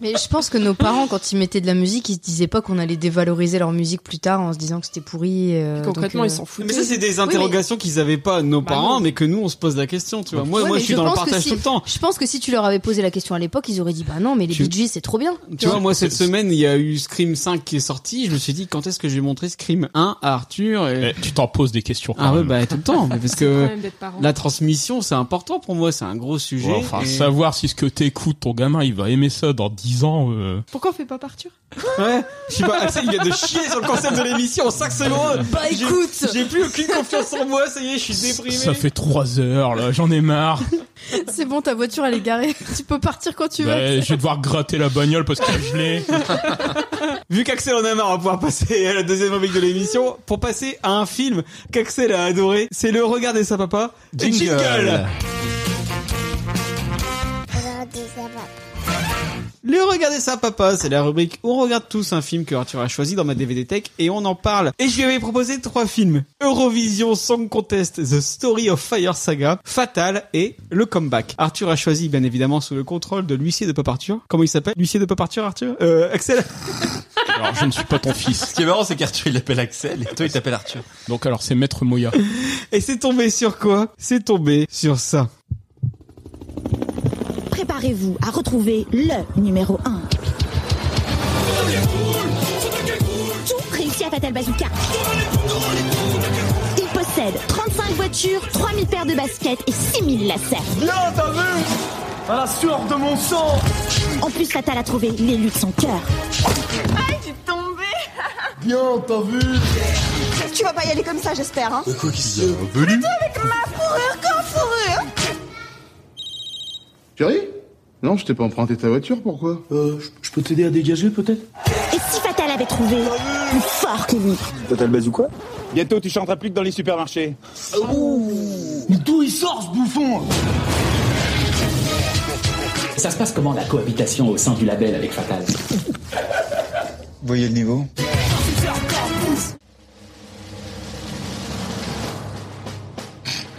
Mais je pense que nos parents, quand ils mettaient de la musique, ils se disaient pas qu'on allait dévaloriser leur musique plus tard en se disant que c'était pourri. euh,
Concrètement,
donc, euh,
ils s'en foutent.
Mais ça, c'est des
Oui, mais-
interrogations qu'ils avaient pas, nos parents, mais que nous, on se pose la question, tu vois. Bah, Moi,
Ouais,
moi
mais
je suis dans le
pense que
partage
si-
tout le temps.
Je pense que si tu leur avais posé la question à l'époque, ils auraient dit bah non, mais les
Tu-
Bee Gees, c'est trop bien.
Tu vois, moi, cette semaine, il y a eu Scream 5 qui est sorti, je me suis dit Quand est-ce que je vais montrer Scream 1 à Arthur et...
Eh, tu t'en poses des questions.
Ah ouais, bah tout le temps, mais parce que
problème d'être parent.
la transmission, c'est important pour moi, c'est un gros sujet.
Ouais, enfin,
et-
savoir si ce que t'écoutes, ton gamin, il va aimer ça dans 10 ans. euh,
Pourquoi on fait pas partir
Ouais, je sais pas, tu sais, il vient de chier sur le concept de l'émission en 5 secondes.
Bah,
J'ai-
écoute.
J'ai plus aucune confiance en moi, ça y est, je suis déprimé.
Ça fait 3 heures, là, j'en ai marre.
C'est bon, ta voiture elle est garée. tu peux partir quand tu
Bah,
veux.
je vais devoir gratter la bagnole parce qu'elle est gelée.
Vu qu'Axel en a marre, on va pouvoir passer à la deuxième rubrique de l'émission pour passer à un film qu'Axel a adoré. C'est le Regardez ça papa. et Jingle.
Regardez ça, papa.
Le Regardez ça papa, c'est la rubrique où on regarde tous un film que Arthur a choisi dans ma DVD Tech et on en parle. Et je lui avais proposé trois films. Eurovision Song Contest, The Story of Fire Saga, Fatal et Le Comeback. Arthur a choisi bien évidemment sous le contrôle de l'huissier de Pop Arthur. Comment il s'appelle L'huissier de Pop Arthur Arthur Euh, Axel
Alors, je ne suis pas ton fils.
Ce qui est marrant, c'est qu'Arthur, il l'appelle Axel, et toi, il t'appelle Arthur.
Donc, alors, c'est Maître Moya.
Et c'est tombé sur quoi C'est tombé sur ça.
Préparez-vous à retrouver le numéro 1. Tout réussit à Fatal Bazooka. Il possède 35 voitures, 3000 paires de baskets et 6000 lacets. Non, t'as vu À la sueur de mon sang En plus, Fatal a trouvé l'élu de son cœur.
Aïe, j'ai Ah, tombé Bien, t'as vu Tu vas pas y aller comme ça, j'espère, hein
quoi qu'il se Belu
Avec ma fourrure comme fourrure
Chérie Non, je t'ai pas emprunté ta voiture, pourquoi Euh, je- je peux t'aider à dégager, peut-être
Et si Fatal avait trouvé plus fort que lui
Total bazooka
Bientôt, tu chanteras plus que dans les supermarchés. Mais d'où il sort, ce bouffon
Ça se passe comment la cohabitation au sein du label avec Fatal
Voyez le niveau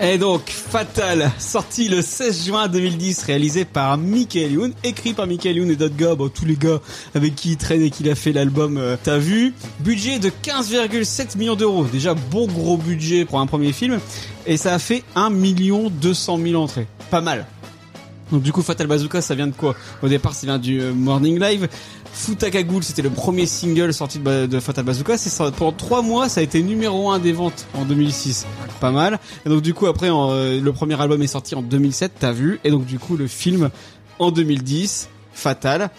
Et donc, Fatal, sorti le 16 juin 2010, réalisé par Michael Youn, écrit par Michael Youn et d'autres gars, bon, tous les gars avec qui il traîne et qu'il a fait l'album euh, T'as vu. Budget de 15,7 millions d'euros. Déjà, bon gros budget pour un premier film. Et ça a fait 1 200 000 entrées. Pas mal. Donc du coup, Fatal Bazooka, ça vient de quoi Au départ, ça vient du euh, Morning Live. Futaka Ghoul, c'était le premier single sorti de, Ba- de Fatal Bazooka. C'est ça- pendant trois mois, ça a été numéro un des ventes en 2006. Pas mal. Et donc du coup, après, en, euh, le premier album est sorti en 2007, t'as vu. Et donc du coup, le film en 2010, Fatal.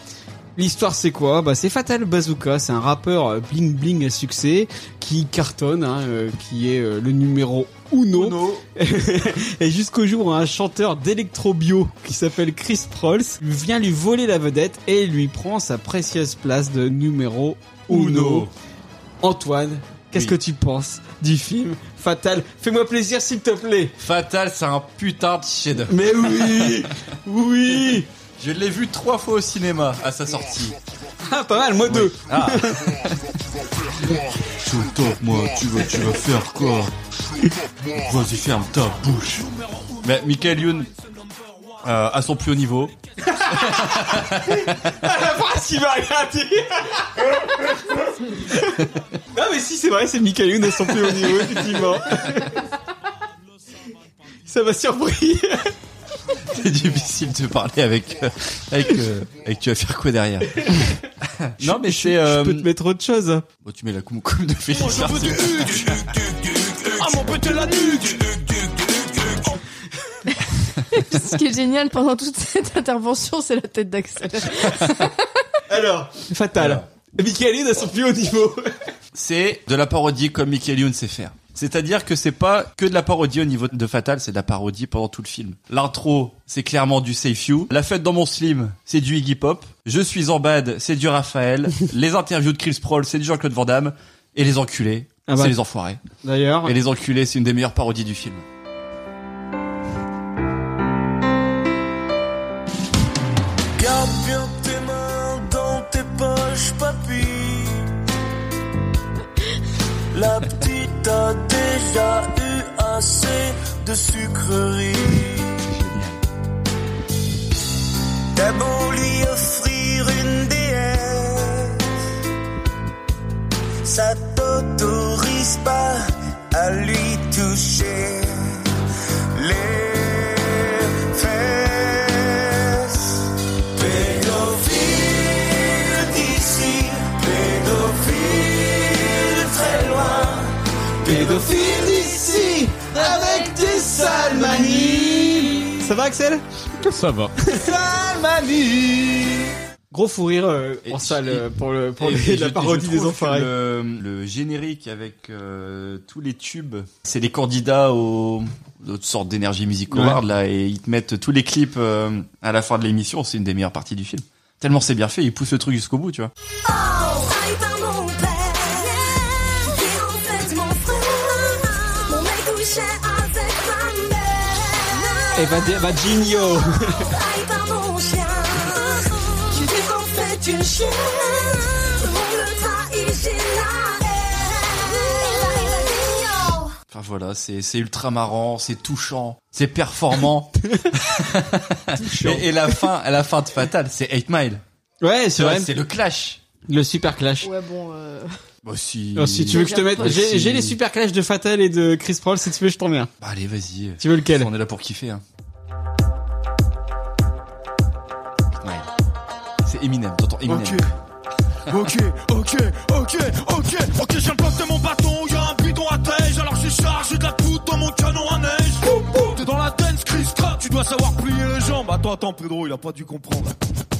L'histoire c'est quoi Bah c'est Fatal Bazooka, c'est un rappeur euh, bling bling à succès qui cartonne, hein, euh, qui est euh, le numéro uno. et jusqu'au jour où un chanteur d'électro-bio qui s'appelle Chris Prolls vient lui voler la vedette et lui prend sa précieuse place de numéro uno.
Uno.
Antoine, qu'est-ce que tu penses du film Fatal Fais-moi plaisir s'il te plaît.
Fatal, c'est un putain de chef-d'œuvre.
Mais oui Oui
Je l'ai vu trois fois au cinéma à sa sortie.
Ah, pas mal, moi deux
Ah.
Tout le temps, moi, tu vas, tu vas faire quoi Vas-y, ferme ta bouche.
Mais Michael Youn, euh, à son plus haut niveau.
la phrase qui va rien dire. non, Ah, mais si, c'est vrai, c'est Michael Youn à son plus haut niveau, effectivement. Ça m'a surpris.
C'est difficile de parler avec euh, avec euh, avec tu vas faire quoi derrière Non mais c'est euh,
Je peux te mettre autre chose.
Bon, tu mets la coupe de Félix.
Moi, je veux du
Sarcey.
Ah mon petit la nuque
Ce qui est génial pendant toute cette intervention, c'est la tête d'Axel.
Alors, fatal. Michael Youn à son plus haut niveau.
c'est de la parodie comme Michael Youn sait faire. C'est-à-dire que c'est pas que de la parodie au niveau de Fatal, c'est de la parodie pendant tout le film. L'intro, c'est clairement du Safe You. La fête dans mon slim, c'est du Iggy Pop. Je suis en bad, c'est du Raphaël. les interviews de Chris Proll, c'est du Jean-Claude Van Damme. Et les enculés,
Ah bah.
c'est les enfoirés.
D'ailleurs.
Et les enculés, c'est une des meilleures parodies du film.
Garde bien tes mains dans tes poches, papy. La petite a déjà eu assez de sucreries. T'as beau lui offrir une déesse, ça t'autorise pas à lui toucher les fesses. Pédophile d'ici, pédophile très loin, pédophile d'ici avec tes sales manies.
Ça va, Axel
Ça va.
Sales manies.
Gros fou rire euh, en salle euh, pour, le, pour les-
Et
la
je-
parodie
je
des
trouve
enfoirés.
que Le, Euh, le générique avec euh, tous les tubes, c'est les candidats aux autres sortes d'énergie music
Ouais.
award là et ils te mettent tous les clips euh, à la fin de l'émission. C'est une des meilleures parties du film. Tellement c'est bien fait, ils poussent le truc jusqu'au bout, tu vois.
Trahi par mon père, qui est en fait mon frère. Mon mec couchait avec ma mère.
Et va, va Gigno.
Trahi par mon chien, qui est en fait une chienne. On le trahit, j'ai la haine.
Enfin voilà, c'est c'est ultra marrant, c'est touchant, c'est performant. et, et la fin, à la fin de Fatal, c'est 8 Mile.
Ouais,
Tu
c'est
vois,
vrai.
C'est le clash.
Le super clash.
Ouais, bon. euh,
Bah, si.
Alors, Ah, si tu veux que je te mette,
Bah,
j'ai
si.
j'ai les super clashs de Fatal et de Chris Paul. Si tu veux, je t'en mets un.
Bah, allez, vas-y.
Tu veux lequel
On est là pour kiffer. Hein. Ouais. C'est Eminem, t'entends Eminem.
Ok. Ok, ok, ok, ok, ok, j'ai planté mon bâton, y'a un bidon à tège, alors j'ai chargé de la poudre dans mon canon à neige. Boum, boum, T'es dans la dance, Chris Crack, tu dois savoir plier les jambes. Attends, attends, Pedro, il a pas dû comprendre.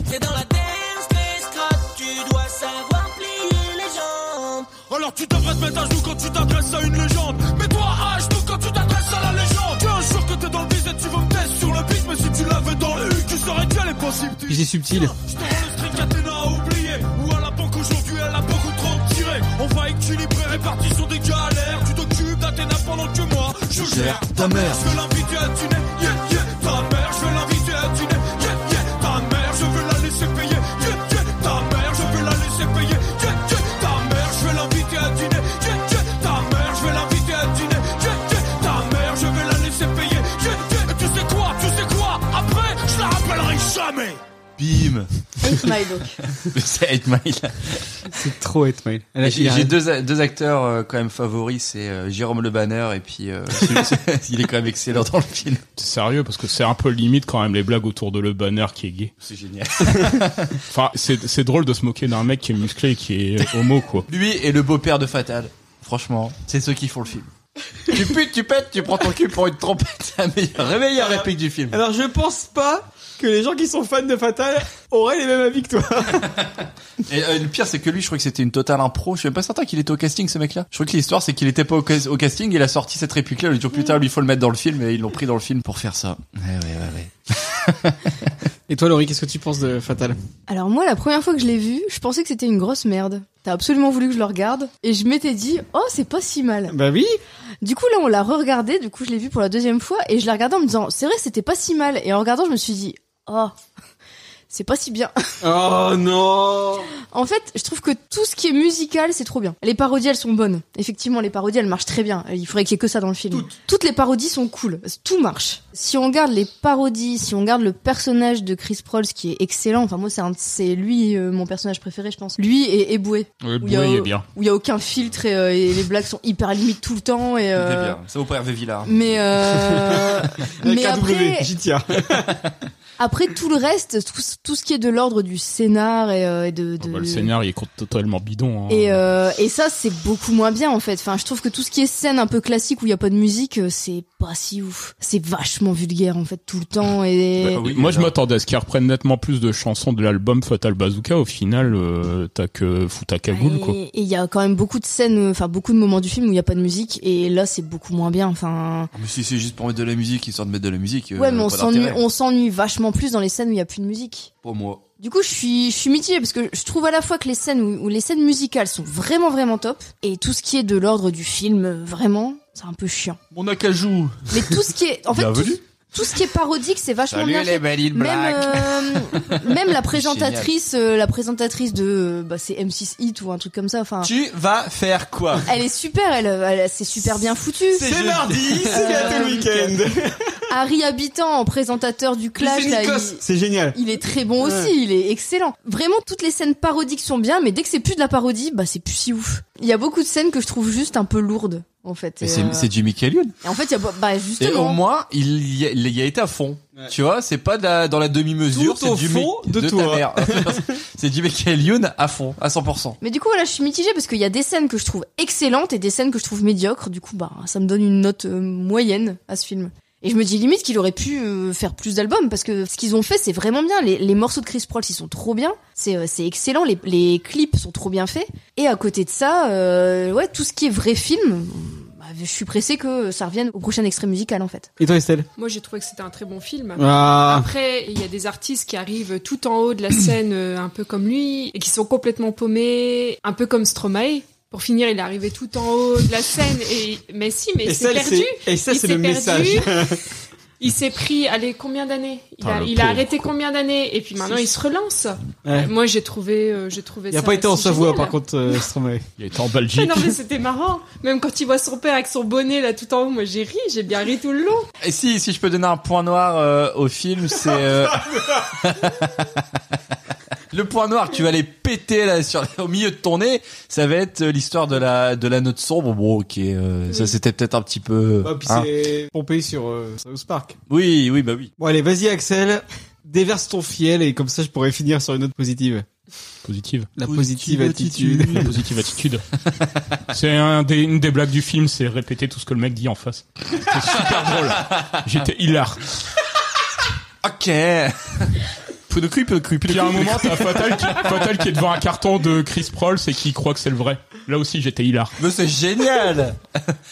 T'es dans la dance, Chris Cross, tu dois savoir plier les jambes.
Alors tu devrais te mettre à genoux quand tu t'adresses à une légende. Mets-toi à genoux quand tu t'adresses à la légende. Bien sûr que t'es dans le bise et tu veux me tester sur le bise, mais si tu l'avais dans le cul, tu saurais qu'elle est possible.
J'ai subtil.
Patrick Athéna a oublié Ou à la banque aujourd'hui elle a beaucoup trop tiré On va équilibrer répartition des galères Tu t'occupes d'Athéna pendant que moi je gère ta mère Je vais l'inviter à dîner, yeah yeah ta mère Je vais l'inviter à dîner, yeah yeah ta mère Je vais la laisser payer, yeah yeah ta mère Je vais la laisser payer, yeah yeah ta mère Je vais l'inviter à dîner, yeah yeah ta mère Je vais l'inviter à dîner, yeah yeah ta mère Je vais la laisser payer, yeah yeah Et tu sais quoi, tu sais quoi Après je la rappellerai jamais
Bim.
Eight Mile, donc.
c'est 8 Mile.
C'est trop 8 Mile. Elle a
Et J'ai
fini
j'ai
à-
deux, a- deux acteurs euh, quand même favoris, c'est euh, Jérôme Le Banner et puis euh, celui- il est quand même excellent dans le film.
C'est sérieux parce que c'est un peu limite quand même les blagues autour de le banner qui est gay.
C'est génial.
enfin, c'est c'est drôle de se moquer d'un mec qui est musclé et qui est homo quoi.
Lui et le beau-père de Fatal. Franchement, c'est ceux qui font le film. tu putes, tu pètes, tu prends ton cul pour une trompette. C'est la meilleure, la meilleure réplique du film.
Alors, je pense pas que les gens qui sont fans de Fatal auraient les mêmes avis que toi.
Et euh, le pire, c'est que lui, je crois que c'était une totale impro. Je suis même pas certain qu'il était au casting, ce mec-là. Je crois que l'histoire, c'est qu'il était pas au, cas- au casting. Il a sorti cette réplique-là. On lui dit, oh,
Mm.
putain, lui, faut le mettre dans le film. Et ils l'ont pris dans le film pour faire ça. Ouais, ouais, ouais, ouais.
Et toi, Laurie, qu'est-ce que tu penses de Fatal
Alors moi, la première fois que je l'ai vu, je pensais que c'était une grosse merde. T'as absolument voulu que je le regarde, et je m'étais dit, oh, c'est pas si mal.
Bah oui.
Du coup, là, on l'a re-regardé, du coup, je l'ai vu pour la deuxième fois, et je l'ai regardé en me disant, c'est vrai, c'était pas si mal. Et en regardant, je me suis dit, oh, c'est pas si bien.
Oh non.
En fait, je trouve que tout ce qui est musical, c'est trop bien. Les parodies, elles sont bonnes. Effectivement, les parodies, elles marchent très bien. Il faudrait qu'il y ait que ça dans le film. Toutes, les parodies sont cool. Tout marche. Si on regarde les parodies, si on regarde le personnage de Chris Prolls qui est excellent, enfin moi c'est un de- c'est lui euh, mon personnage préféré, je pense. Lui et Eboué.
Ouais,
Où il y a-
Boué, il est bien.
Où il y a aucun filtre et, euh, et les blagues sont hyper limites tout le temps et. euh,
C'est bien. Ça vous Hervé Villard.
Mais euh, mais après,
j'y tiens.
après tout le reste, tout, tout ce qui est de l'ordre du scénar et, euh, et de, de-
Bah, le scénar, il est co- totalement bidon. hein.
et, euh, et ça, c'est beaucoup moins bien en fait. Enfin, je trouve que tout ce qui est scène un peu classique où il y a pas de musique, euh, c'est pas si ouf. C'est vachement vulgaire en fait tout le temps. Et
Bah, Moi, je m'attendais à ce qu'ils reprennent nettement plus de chansons de l'album Fatal Bazooka. Au final, euh, t'as que fouta cagoule, quoi.
Ah, et et il y a quand même beaucoup de scènes, euh, enfin beaucoup de moments du film où il y a pas de musique. Et là, c'est beaucoup moins bien. Enfin,
Mais si c'est juste pour mettre de la musique, histoire de mettre de la musique. euh,
ouais, mais on
pas
s'ennuie,
d'intérêt.
on s'ennuie vachement plus dans les scènes où il y a plus de musique.
Pour moi.
Du coup, je suis, je suis mitigée parce que je trouve à la fois que les scènes où, où les scènes musicales sont vraiment vraiment top et tout ce qui est de l'ordre du film euh, vraiment, c'est un peu chiant.
Mon acajou.
Mais tout ce qui est, en fait, tout,
Bienvenue.
tout ce qui est parodique, c'est vachement
Salut
bien
les
fait.
belles îles
même,
Black.
euh, même la présentatrice, euh, la présentatrice de, euh, bah, c'est M6 Hit ou un truc comme ça. Enfin,
Tu vas faire quoi
elle est super, elle, elle- c'est super bien foutu.
C'est mardi, c'est bientôt le
week-end.
Harry Habitant en présentateur du Clash, là, il-
C'est génial.
il est très bon aussi,
Ouais.
il est excellent. Vraiment, toutes les scènes parodiques sont bien, mais dès que c'est plus de la parodie, bah c'est plus si ouf. Il y a beaucoup de scènes que je trouve juste un peu lourdes, en fait.
Mais
Et,
c'est
euh,
c'est Jimmy Calhoun.
et en fait, il y a, bah
Et au
justement.
moins, il y a, il y a été à fond. Tu vois, c'est pas de la- dans la demi-mesure,
Tout
c'est
au
du
fond
mec-
de
ta
toi.
mère. c'est du McAllion à fond, à 100%.
Mais du coup, voilà, je suis mitigée parce qu'il y a des scènes que je trouve excellentes et des scènes que je trouve médiocres. Du coup, bah, ça me donne une note euh, moyenne à ce film. Et je me dis limite qu'il aurait pu euh, faire plus d'albums parce que ce qu'ils ont fait, c'est vraiment bien. Les, les morceaux de Chris Prolls, ils sont trop bien. C'est euh, c'est excellent. Les, les clips sont trop bien faits. Et à côté de ça, euh, ouais, tout ce qui est vrai film, bah, je suis pressée que ça revienne au prochain extrait musical en fait.
Et toi, Estelle
Moi, j'ai trouvé que c'était un très bon film.
Ah.
Après, il y a des artistes qui arrivent tout en haut de la scène, euh, un peu comme lui, et qui sont complètement paumés, un peu comme Stromae. Pour finir, il est arrivé tout en haut de la scène, et mais si, mais
Et
c'est
celle,
perdu.
c'est- et ça,
Il
c'est le
s'est perdu.
message.
Il s'est pris, allez, combien d'années Il,
Putain,
a,
le
il a
pauvre,
arrêté combien d'années Et puis maintenant, il se relance.
Ouais.
Moi, j'ai trouvé, euh, j'ai trouvé.
Il a
ça
pas été en
assez
Savoie,
génial.
par contre, euh, Stromae.
Il était en
Ah
Belgique.
non mais c'était marrant. Même quand il voit son père avec son bonnet là tout en haut, moi j'ai ri, j'ai bien ri tout le long.
Et si, si je peux donner un point noir euh, au film, c'est euh, le point noir. Tu vas les péter là sur au milieu de ton nez. Ça va être euh, l'histoire de la de la note sombre. Bon, ok, euh, ça c'était peut-être un petit peu.
Ah, puis
hein.
c'est pompé sur euh, South Park.
Oui, oui, bah oui.
Bon, allez, vas-y, Axel. Déverse ton fiel et comme ça, je pourrais finir sur une note positive.
Positive.
La positive, attitude.
La positive attitude. c'est un des- une des blagues du film, c'est répéter tout ce que le mec dit en face. C'est super drôle. J'étais hilar.
Ok. Peu de cul, peu de cul.
Puis à un moment, t'as Fatal qui, Fatal qui est devant un carton de Chris Prolls et qui croit que c'est le vrai. Là aussi, j'étais hilar.
Mais c'est génial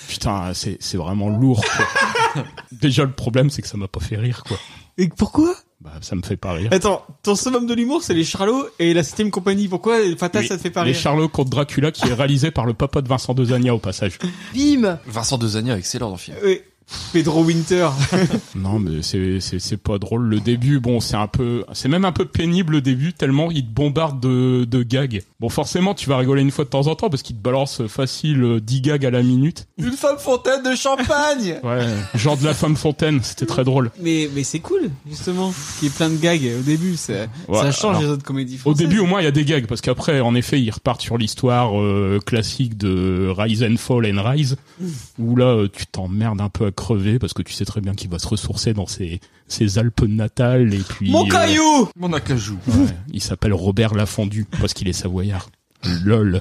Putain, c'est c'est vraiment lourd. quoi. Déjà, le problème, c'est que ça m'a pas fait rire, quoi.
Et pourquoi
Bah, ça me fait pas rire.
Attends, ton summum de l'humour, c'est les Charlots et la Septième Compagnie. Pourquoi Fatal,
Les-
ça te fait pas
Les
rire
Charlots contre Dracula, qui est réalisé par le papa de Vincent Dezania, au passage.
Bim
Vincent Dezania, excellent dans le film.
Oui. Pedro Winter.
Non, mais c'est c'est c'est pas drôle. Le début, bon, c'est un peu, c'est même un peu pénible le début tellement il te bombarde de de gags. Bon, forcément, tu vas rigoler une fois de temps en temps parce qu'il te balance facile euh, 10 gags à la minute.
Une femme fontaine de champagne.
Ouais, genre de la femme fontaine, c'était très drôle.
Mais, mais c'est cool, justement, qu'il y ait plein de gags au début. Ça,
Ouais,
ça change
alors,
les autres comédies
Au
françaises.
début, au moins, il y a des gags parce qu'après, en effet, ils repartent sur l'histoire euh, classique de Rise and Fall and Rise,
Hmm.
où là, euh, tu t'emmerdes un peu à crever parce que tu sais très bien qu'il va se ressourcer dans ses ses Alpes natales et puis
Mon
euh,
caillou
Mon acajou.
Il s'appelle Robert Lafondu parce qu'il est savoyard. Lol.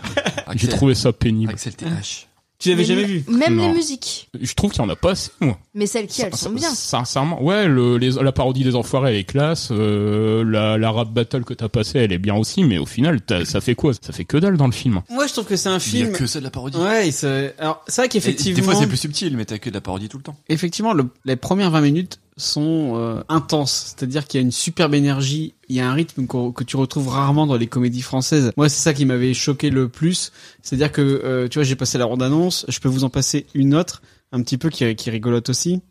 J'ai trouvé ça pénible.
Axel TH.
Tu l'avais
Mais
jamais
m-
vu
Même
Non.
les musiques,
Je trouve qu'il y en a pas assez, moi.
mais celles qui elles sont bien.
Sincèrement, ouais, le- les- la parodie des enfoirés, elle est classe. euh, la, la rap battle que t'as passée, elle est bien aussi, mais au final, t'as- ça fait quoi Ça fait que dalle dans le film.
Moi, je trouve que c'est un
Il y
film.
a que ça de la parodie.
Ouais, il se- alors c'est vrai
Et Des
qu'effectivement,
fois, c'est plus subtil, mais t'as que de la parodie tout le temps.
effectivement, le- les premières 20 minutes sont euh, intenses, c'est-à-dire qu'il y a une superbe énergie, il y a un rythme qu'on- que tu retrouves rarement dans les comédies françaises. Moi, c'est ça qui m'avait choqué le plus, c'est-à-dire que euh, tu vois, j'ai passé la ronde annonce, je peux vous en passer une autre, un petit peu qui, qui rigolote aussi.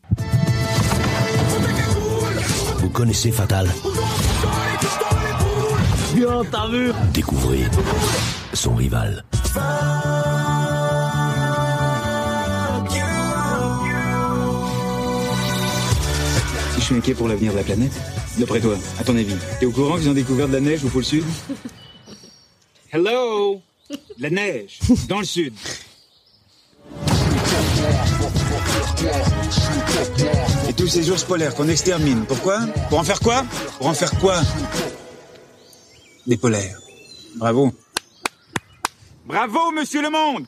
Vous connaissez Fatal Bien
Non, t'as vu
Découvrez son rival.
Si je suis inquiet pour l'avenir de la planète, d'après toi, à ton avis, t'es au courant qu'ils ont découvert de la neige au pôle sud Hello De la neige, dans le sud. Et tous ces ours polaires qu'on extermine, pourquoi Pour en faire quoi Pour en faire quoi Des polaires. Bravo. Bravo, monsieur le monde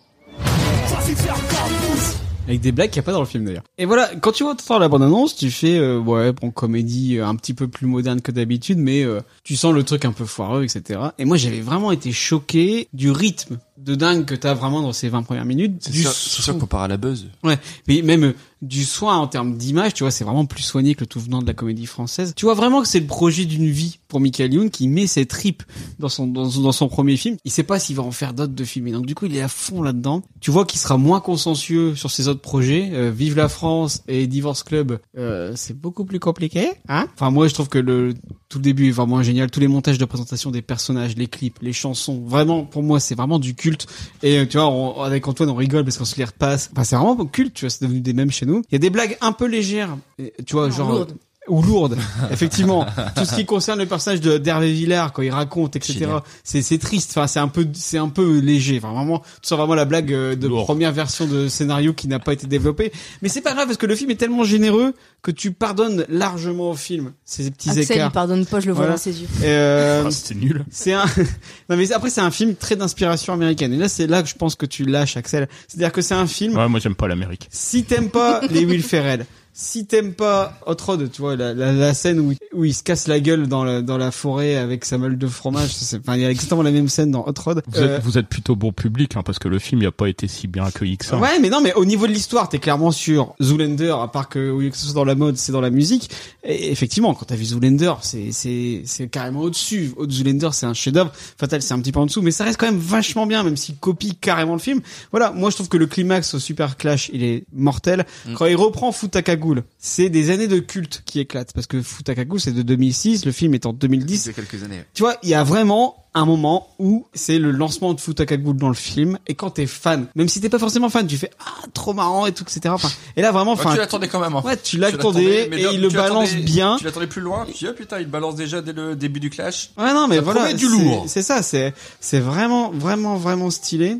Avec des blagues qu'il n'y a pas dans le film d'ailleurs. Et voilà, quand tu vois t'entends la bande-annonce, tu fais euh, ouais, bon comédie euh, un petit peu plus moderne que d'habitude, mais euh, tu sens le truc un peu foireux, etc. Et moi j'avais vraiment été choqué du rythme de dingue que t'as vraiment dans ces 20 premières minutes.
C'est
du
sûr, c'est sûr
son.
qu'on part à la buzz.
Ouais, mais même euh, du soin en termes d'image, tu vois, c'est vraiment plus soigné que le tout venant de la comédie française. Tu vois vraiment que c'est le projet d'une vie pour Michael Youn qui met ses tripes dans son, dans, son- dans son premier film. Il sait pas s'il va en faire d'autres de films. Et donc, du coup, il est à fond là-dedans. Tu vois qu'il sera moins consciencieux sur ses autres projets. Euh, Vive la France et Divorce Club, euh, c'est beaucoup plus compliqué, hein Enfin, moi, je trouve que le, tout le début est vraiment génial. Tous les montages de présentation des personnages, les clips, les chansons. Vraiment, pour moi, c'est vraiment du culte. Et euh, tu vois, on- avec Antoine, on rigole parce qu'on se les repasse. Enfin, c'est vraiment culte, tu vois, c'est devenu des mêmes chez nous. Il y a des blagues un peu légères, et, tu vois, genre... euh,
lourdes.
Ou lourdes, effectivement. Tout ce qui concerne le personnage de d'Hervé Villard, quand il raconte, etc.
Génial.
C'est c'est triste. Enfin, c'est un peu, c'est un peu léger. Enfin, vraiment, tu sens vraiment la blague euh, de première version de scénario qui n'a pas été développée. Mais c'est pas grave parce que le film est tellement généreux que tu pardonnes largement au film ces petits
Axel,
écarts.
il pardonne pas, je le vois
Voilà.
dans ses yeux.
Et, euh,
Ah, c'était nul.
c'est un. non mais après c'est un film très d'inspiration américaine. Et là c'est là que je pense que tu lâches Axel. C'est-à-dire que c'est un film.
Ouais, moi j'aime pas l'Amérique.
Si t'aimes pas les Will Ferrell, si t'aimes pas Hot Rod, tu vois la, la, la scène où, il- où il se casse la gueule dans la, dans la forêt avec sa meule de fromage, ça, c'est enfin il y a exactement la même scène dans Hot Rod.
Vous,
Euh,
êtes, vous êtes plutôt bon public, hein, parce que le film il a pas été si bien accueilli que ça.
Ouais, mais non, mais au niveau de l'histoire, t'es clairement sur Zoolander, à part que, oui, que ce soit dans la mode, c'est dans la musique. Et effectivement, quand t'as vu Zoolander, c'est, c'est, c'est carrément au-dessus. Au- Zoolander, c'est un chef-d'œuvre. Fatal, c'est un petit peu en dessous, mais ça reste quand même vachement bien, même s'il copie carrément le film. Voilà. Moi, je trouve que le climax au Super Clash, il est mortel.
Mm.
Quand il reprend Futakagoul, c'est des années de culte qui éclatent, parce que Futakagoul, c'est de 2006, le film est en 2010.
Il y a quelques années.
Tu vois, il y a vraiment un moment où c'est le lancement de Futakagoul dans le film, et quand t'es fan, même si t'es pas forcément fan, tu fais ah trop marrant et tout, etc. Enfin, et là vraiment,
Ouais,
enfin,
tu l'attendais quand même. hein.
Ouais, tu l'attendais,
mais
et
là,
il le
tu l'attendais-
balance bien.
Tu l'attendais plus loin, puis ah, putain, il balance déjà dès le début du clash.
Ouais non mais
Ça
voilà,
promet du
c'est-
lourd.
C'est ça, c'est c'est vraiment vraiment vraiment stylé.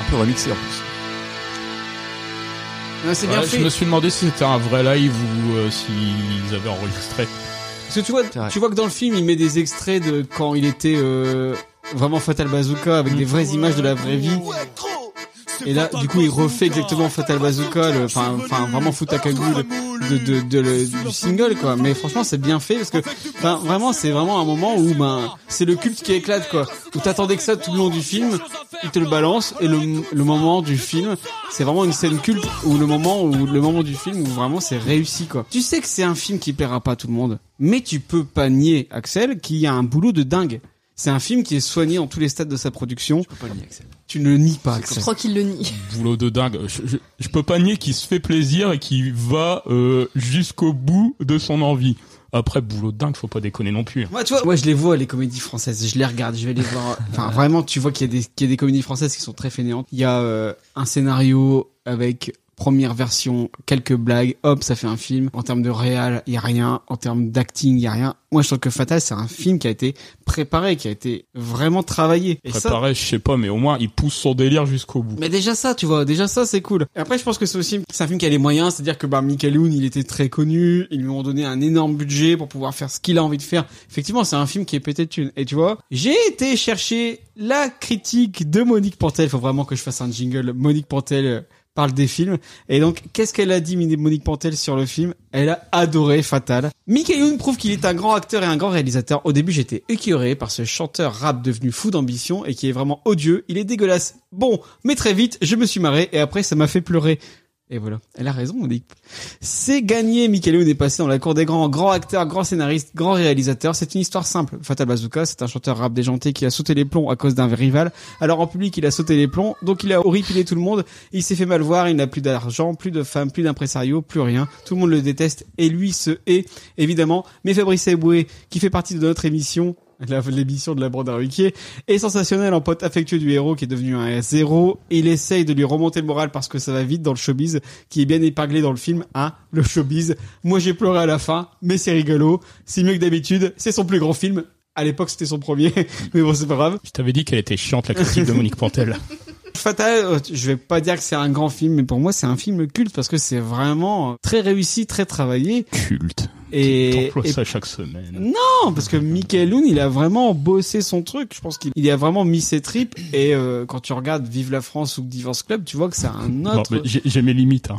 Un peu remixé en plus.
Ouais, Bah, c'est bien
Ouais,
fait.
Je me suis demandé si c'était un vrai live ou euh, s'ils avaient enregistré.
Parce que tu vois, tu vois que dans le film, il met des extraits de quand il était euh, vraiment Fatal Bazooka avec des vraies images de la vraie vie. Et là, du coup, il refait exactement Fatal Bazooka, le- enfin, enfin, vraiment Futakagoul de, de, de le- du single, quoi. Mais franchement, c'est bien fait parce que, enfin, vraiment, c'est vraiment un moment où, ben, c'est le culte qui éclate, quoi. Où t'attendais que ça tout le long du film, il te le balance, et le, le moment du film, c'est vraiment une scène culte ou le moment où, le moment du film où vraiment c'est réussi, quoi. Tu sais que c'est un film qui plaira pas à tout le monde, mais tu peux pas nier, Axel, qu'il y a un boulot de dingue. C'est un film qui est soigné en tous les stades de sa production. Tu ne le nies pas,
Je
Axel.
crois qu'il le nie.
Boulot de dingue. Je, je- je peux pas nier qu'il se fait plaisir et qu'il va euh, jusqu'au bout de son envie. Après, boulot de dingue, faut pas déconner non plus. hein.
Moi, tu vois, moi, je les vois, les comédies françaises. Je les regarde, je vais les voir. Enfin, vraiment, tu vois qu'il y, a des- qu'il y a des comédies françaises qui sont très fainéantes. Il y a euh, un scénario avec première version, quelques blagues, hop, ça fait un film. En termes de réal, il y a rien. En termes d'acting, il y a rien. Moi, je trouve que Fatal, c'est un film qui a été préparé, qui a été vraiment travaillé. Et ça,
Préparé, je sais pas, mais au moins, il pousse son délire jusqu'au bout.
mais déjà ça, tu vois, déjà ça, c'est cool. Et après, je pense que c'est aussi c'est un film qui a les moyens, c'est-à-dire que bah Michael Youn, il était très connu, ils lui ont donné un énorme budget pour pouvoir faire ce qu'il a envie de faire. Effectivement, c'est un film qui est pété de thunes. Et tu vois, j'ai été chercher la critique de Monique Pantel. Faut vraiment que je fasse un jingle. Monique Pantel euh, parle des films. Et donc, qu'est-ce qu'elle a dit, Monique Pantel, sur le film Elle a adoré Fatal. Michael Youn prouve qu'il est un grand acteur et un grand réalisateur. Au début, j'étais écœuré par ce chanteur rap devenu fou d'ambition et qui est vraiment odieux. Il est dégueulasse. Bon, mais très vite, je me suis marré et après, ça m'a fait pleurer. Et voilà, elle a raison, on dit. C'est gagné, Michael Youn est passé dans la cour des grands, grand acteur, grand scénariste, grand réalisateur. C'est une histoire simple. Fatal Bazooka, c'est un chanteur rap déjanté qui a sauté les plombs à cause d'un rival. Alors en public, il a sauté les plombs, donc il a horripilé tout le monde. Il s'est fait mal voir, il n'a plus d'argent, plus de femmes, plus d'impresario, plus rien. Tout le monde le déteste et lui se hait, évidemment. Mais Fabrice Eboué, qui fait partie de notre émission, la- l'émission de la bande à Ruquier, est sensationnel en pote affectueux du héros qui est devenu un zéro. Il essaye de lui remonter le moral parce que ça va vite dans le showbiz, qui est bien épinglé dans le film, hein, le showbiz. Moi j'ai pleuré à la fin, mais c'est rigolo, c'est mieux que d'habitude, c'est son plus grand film. À l'époque c'était son premier, mais bon c'est pas grave.
Je t'avais dit qu'elle était chiante, la critique de Monique Pantel.
Fatal, euh, je vais pas dire que c'est un grand film, mais pour moi c'est un film culte parce que c'est vraiment très réussi, très travaillé.
Culte.
Et,
T'emploies
et-
ça chaque semaine.
non, parce que Michael Loon, il a vraiment bossé son truc. Je pense qu'il il a vraiment mis ses tripes. Et euh, quand tu regardes Vive la France ou Divorce Club, tu vois que c'est un
Bon,
autre.
mais j'ai j'ai mes limites. hein.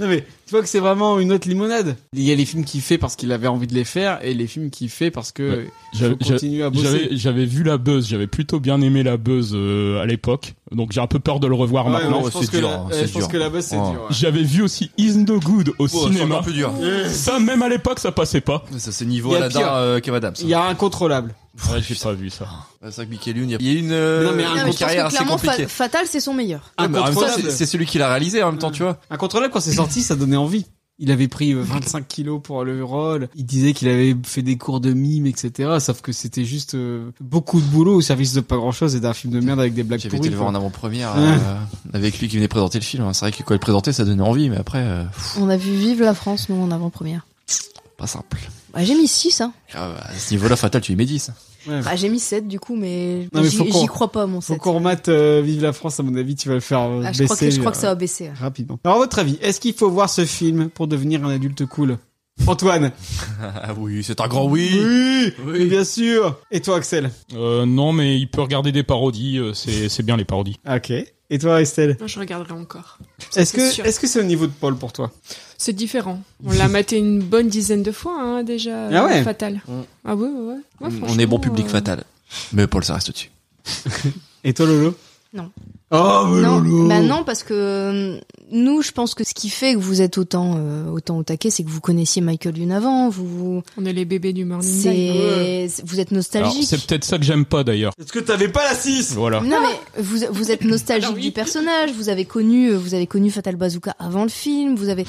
Non mais tu vois que c'est vraiment une autre limonade. Il y a les films qu'il fait parce qu'il avait envie de les faire et les films qu'il fait parce que euh, il
J'avais-
faut continuer à
j'avais-
bosser.
J'avais vu la buzz, j'avais plutôt bien aimé la buzz euh, à l'époque, donc j'ai un peu peur de le revoir
Ouais,
maintenant.
ouais, je pense que la- ouais, je pense que la buzz, hein, c'est dur, Oh. ouais.
J'avais vu aussi Isn't No Good au
c'est
cinéma.
encore plus dur.
Ça même à l'époque ça passait pas.
Ça c'est niveau
Il y a
Aladdin
pire.
euh, Kev Adams.
Il y a incontrôlable.
Ouais, j'ai pas vu ça.
Ah, C'est vrai que Mickey Lune, il y a- il y a une, euh,
Non, mais
Non, mais
une
je pense
carrière
que
assez
clairement, Fa-
compliquée.
Fatal, c'est son meilleur.
Ah,
Ouais, Ah, mais en même temps,
Incontrôlable.
c'est c'est celui qui l'a réalisé en même temps, tu vois.
Incontrôlable quand c'est sorti, ça donnait envie. Il avait pris euh, 25 kilos pour le rôle. Il disait qu'il avait fait des cours de mime, etc. Sauf que c'était juste euh, beaucoup de boulot au service de pas grand chose et d'un film de merde avec des blagues
J'avais
pourries.
été le voir en
quoi.
avant-première
Ouais.
euh, avec lui qui venait présenter le film. hein. C'est vrai que quand il présentait, ça donnait envie, mais après, euh, pff,
On a vu Vive la France, nous, en avant-première.
pas simple.
Bah, j'ai mis 6, hein.
Ah, bah, à ce niveau-là, Fatal, tu hein. y mets 10.
Bah, j'ai mis 7, du coup, mais,
Non, mais faut
j'y
qu'on-
j'y crois pas, mon
Faut
7.
qu'on remate euh, Vive la France, à mon avis, tu vas le faire euh,
Ah, je,
baisser.
crois que, je crois que ça va
euh,
baisser. hein.
Rapidement. Alors, à votre avis, est-ce qu'il faut voir ce film pour devenir un adulte cool Antoine
Ah oui, c'est un grand oui.
Oui, mais Bien sûr Et toi, Axel
Euh, non mais il peut regarder des parodies, euh, c'est c'est bien les parodies.
Ah, Ok. Et toi, Estelle
Non, je regarderai encore.
Est-ce que
sûr.
est-ce que c'est au niveau de Paul pour toi
C'est différent. On l'a maté une bonne dizaine de fois hein, déjà.
Ah ouais.
euh, Fatal. Ah ouais, ouais, ouais. Ouais,
Mm. On est bon
franchement,
public
euh,
Fatal. Mais Paul, ça reste dessus.
Et toi, Lolo
Non.
Oh, mais
Non,
Lolo
bah non, parce que euh, nous, je pense que ce qui fait que vous êtes autant, euh, autant au taquet, c'est que vous connaissiez Michael Youn avant, vous, vous-
On est les bébés du Morning
c'est-
Live.
c'est- vous êtes
Alors,
nostalgique.
C'est peut-être ça que j'aime pas d'ailleurs.
Est-ce que t'avais pas la 6
Voilà.
Non mais vous, vous êtes nostalgique du personnage, vous avez connu euh, vous avez connu Fatal Bazooka avant le film, vous avez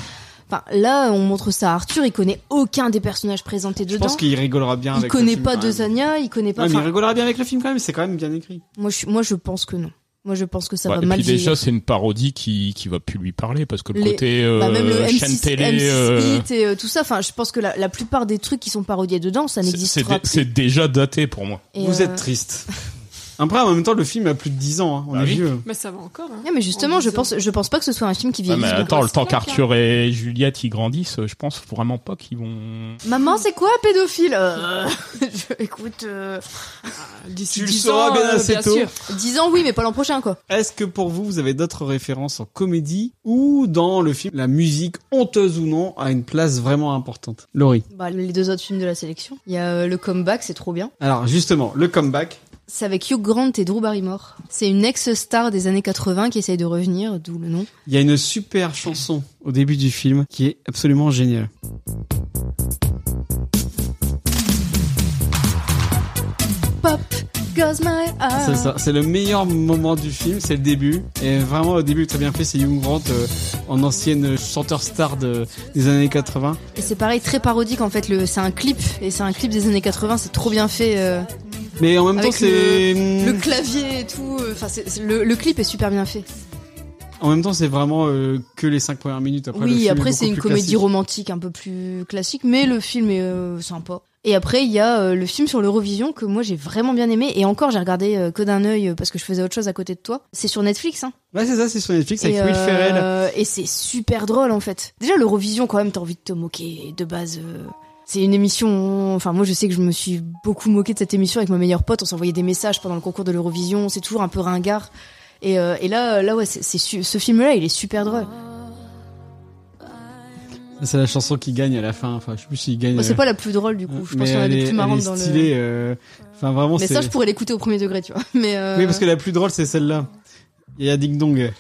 enfin là on montre ça à Arthur, il connaît aucun des personnages présentés
Je
dedans.
pense qu'il rigolera bien
il
avec le
connaît
film,
pas
quand même.
Dosania, il connaît pas
Ouais, mais il
enfin,
rigolera bien avec le film quand même, c'est quand même bien écrit.
moi je moi je pense que non. Moi je pense que ça
Ouais,
va
Bah, et
mal
puis déjà
vieillir.
c'est une parodie qui qui va plus lui parler parce que le
Les-
côté euh,
bah, même le M6,
chaîne télé
M6
euh,
Hit et euh, tout ça, enfin je pense que la, la plupart des trucs qui sont parodiés dedans, ça
c'est- c'est
n'existera
dé- c'est déjà daté pour moi.
Et,
Vous
euh,
êtes triste. Après, en même temps, le film a plus de 10 ans, hein,
Bah
on est vieux.
Mais ça va encore. hein.
Ouais, mais justement,
En
je
disant-
pense je pense pas que ce soit un film qui
Ouais,
vieillit.
mais attends, le temps qu'Arthur et Juliette ils grandissent, euh, je pense vraiment pas qu'ils vont.
Maman, c'est quoi pédophile Euh, je- Écoute, euh,
D'ici
Tu le
10
sauras
ans,
bien
euh,
assez tôt.
sûr.
10 ans oui, mais pas l'an prochain quoi.
Est-ce que pour vous, vous avez d'autres références en comédie ou dans le film, la musique, honteuse ou non, a une place vraiment importante Laurie.
Bah, les deux autres films de la sélection. Il y a euh, le comeback, c'est trop bien.
Alors, justement, le comeback.
C'est avec Hugh Grant et Drew Barrymore. C'est une ex-star des années 80 qui essaye de revenir, d'où le nom.
Il y a une super chanson au début du film qui est absolument géniale.
Pop goes my heart.
C'est ça, c'est le meilleur moment du film, c'est le début. Et vraiment, le début est très bien fait, c'est Young Grant euh, en ancienne chanteur star de- des années 80.
Et c'est pareil, très parodique en fait. Le, c'est un clip et c'est un clip des années 80. C'est trop bien fait. euh,
Mais en même
avec
temps, c'est... hum, hmm.
le, le clavier et tout. euh, Enfin, c'est- c'est- le, le clip est super bien fait.
En même temps, c'est vraiment euh, que les cinq premières minutes. Après, le
oui,
film
après
est
c'est
beaucoup
une
plus
comédie
classique.
romantique un peu plus classique, mais le film est euh, sympa. Et après il y a euh, le film sur l'Eurovision que moi j'ai vraiment bien aimé et encore j'ai regardé euh, que d'un œil euh, parce que je faisais autre chose à côté de toi. C'est sur Netflix hein.
Ouais, c'est ça, c'est sur Netflix avec
et,
Will
euh,
Ferrell.
et c'est super drôle en fait. Déjà l'Eurovision quand même t'as envie de te moquer de base. euh, C'est une émission. Enfin moi je sais que je me suis beaucoup moqué de cette émission avec mon meilleur pote. On s'envoyait des messages pendant le concours de l'Eurovision. C'est toujours un peu ringard. Et, euh, et là euh, là ouais c'est c'est su- ce film là il est super drôle.
C'est la chanson qui gagne à la fin. Enfin, je sais plus s'il gagne.
Bon, Bah, c'est
euh,
pas la plus drôle du coup. Je
mais
pense qu'on a
elle
des
est-
plus marrantes
elle est
dans
stylée,
le.
euh, Enfin, vraiment,
Mais
c'est.
ça, je pourrais l'écouter au premier degré, tu vois. Mais euh,
Oui, parce que la plus drôle, c'est celle-là. Il y a Ding Dong.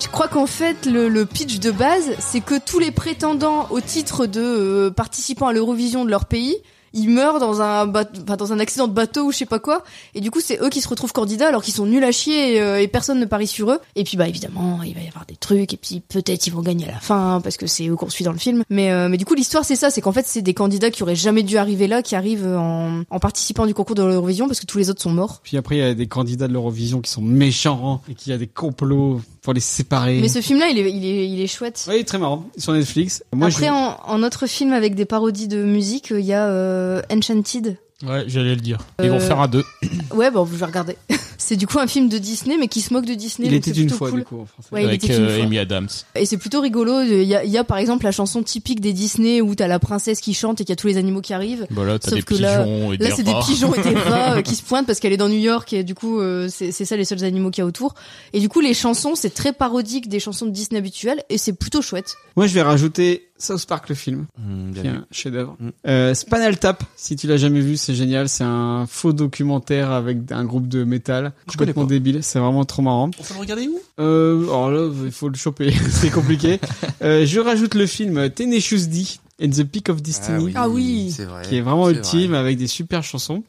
Je crois qu'en fait, le, le pitch de base, c'est que tous les prétendants au titre de euh, participants à l'Eurovision de leur pays, ils meurent dans un, ba- enfin, dans un accident de bateau ou je sais pas quoi. Et du coup, c'est eux qui se retrouvent candidats alors qu'ils sont nuls à chier et, euh, et personne ne parie sur eux. Et puis, bah, évidemment, il va y avoir des trucs et puis peut-être ils vont gagner à la fin parce que c'est eux qu'on suit dans le film. Mais, euh, mais du coup, l'histoire, c'est ça. C'est qu'en fait, c'est des candidats qui auraient jamais dû arriver là, qui arrivent en, en participant du concours de l'Eurovision parce que tous les autres sont morts.
Puis après, il y a des candidats de l'Eurovision qui sont méchants et qui a des complots pour les séparer.
Mais ce film-là, il est, il est, il est chouette.
Oui, très marrant. Sur Netflix. Moi,
Après,
je...
en, en autre film avec des parodies de musique, il y a euh, Enchanted.
Ouais, j'allais le dire. Ils vont
Euh,
faire un deux.
Ouais, bon, je vais regarder. C'est du coup un film de Disney, mais qui se moque de Disney.
Il
donc
était
c'est
une
plutôt
fois,
cool.
du coup, en français.
Ouais, il
Avec,
était une
euh,
fois.
Amy Adams.
Et c'est plutôt rigolo. Il y a, il y a, par exemple la chanson typique des Disney où t'as la princesse qui chante et qu'il y a tous les animaux qui arrivent.
Bah là, t'as
Sauf
des
que là-
pigeons et des
Là, c'est des
rats.
pigeons et des rats euh, qui se pointent parce qu'elle est dans New York et du coup, euh, c'est c'est ça les seuls animaux qu'il y a autour. Et du coup, les chansons, c'est très parodique des chansons de Disney habituelles et c'est plutôt chouette.
Moi, je vais rajouter South Park le film,
Mmh, bien
qui est
vu.
un chef-d'œuvre. Euh, Spinal Tap, si tu l'as jamais vu, c'est génial. C'est un faux documentaire avec un groupe de métal. Je
connais
complètement débile. C'est vraiment trop marrant.
On peut le regarder où
Euh, alors là, il faut le choper, c'est compliqué. Euh, je rajoute le film Tenacious D and the Peak of Destiny.
Ah oui, Ah oui.
c'est vrai, Mm.
Qui est vraiment
c'est
ultime avec des super chansons.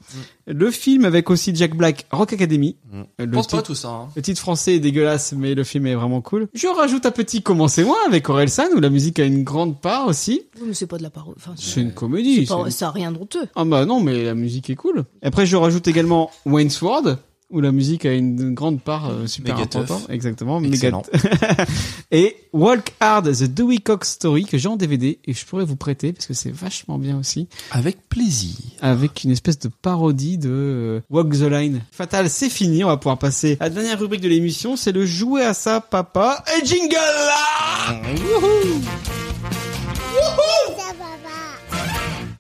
Le film avec aussi Jack Black, Rock Academy.
Mm.
Euh, Le
Pense pas
titre-
à tout ça. hein.
Le titre français est dégueulasse, mais le film est vraiment cool. Je rajoute un petit Commencez-moi avec Aurel San, où la musique a une grande part aussi.
Oui, mais c'est pas de la parodie. Enfin,
C'est une comédie.
c'est pas-
c'est-
ça a rien d'honteux.
Ah bah non, mais la musique est cool. Après, je rajoute également Wayne's World, où la musique a une grande part euh, super
Megateuf.
importante. Exactement.
Excellent.
Megat- et Walk Hard, The Dewey Cox Story, que j'ai en DVD et que je pourrais vous prêter parce que c'est vachement bien aussi.
Avec plaisir.
Avec une espèce de parodie de euh, Walk the Line. Fatal, c'est fini. On va pouvoir passer à la dernière rubrique de l'émission. C'est le jouer à ça, papa. Et jingle là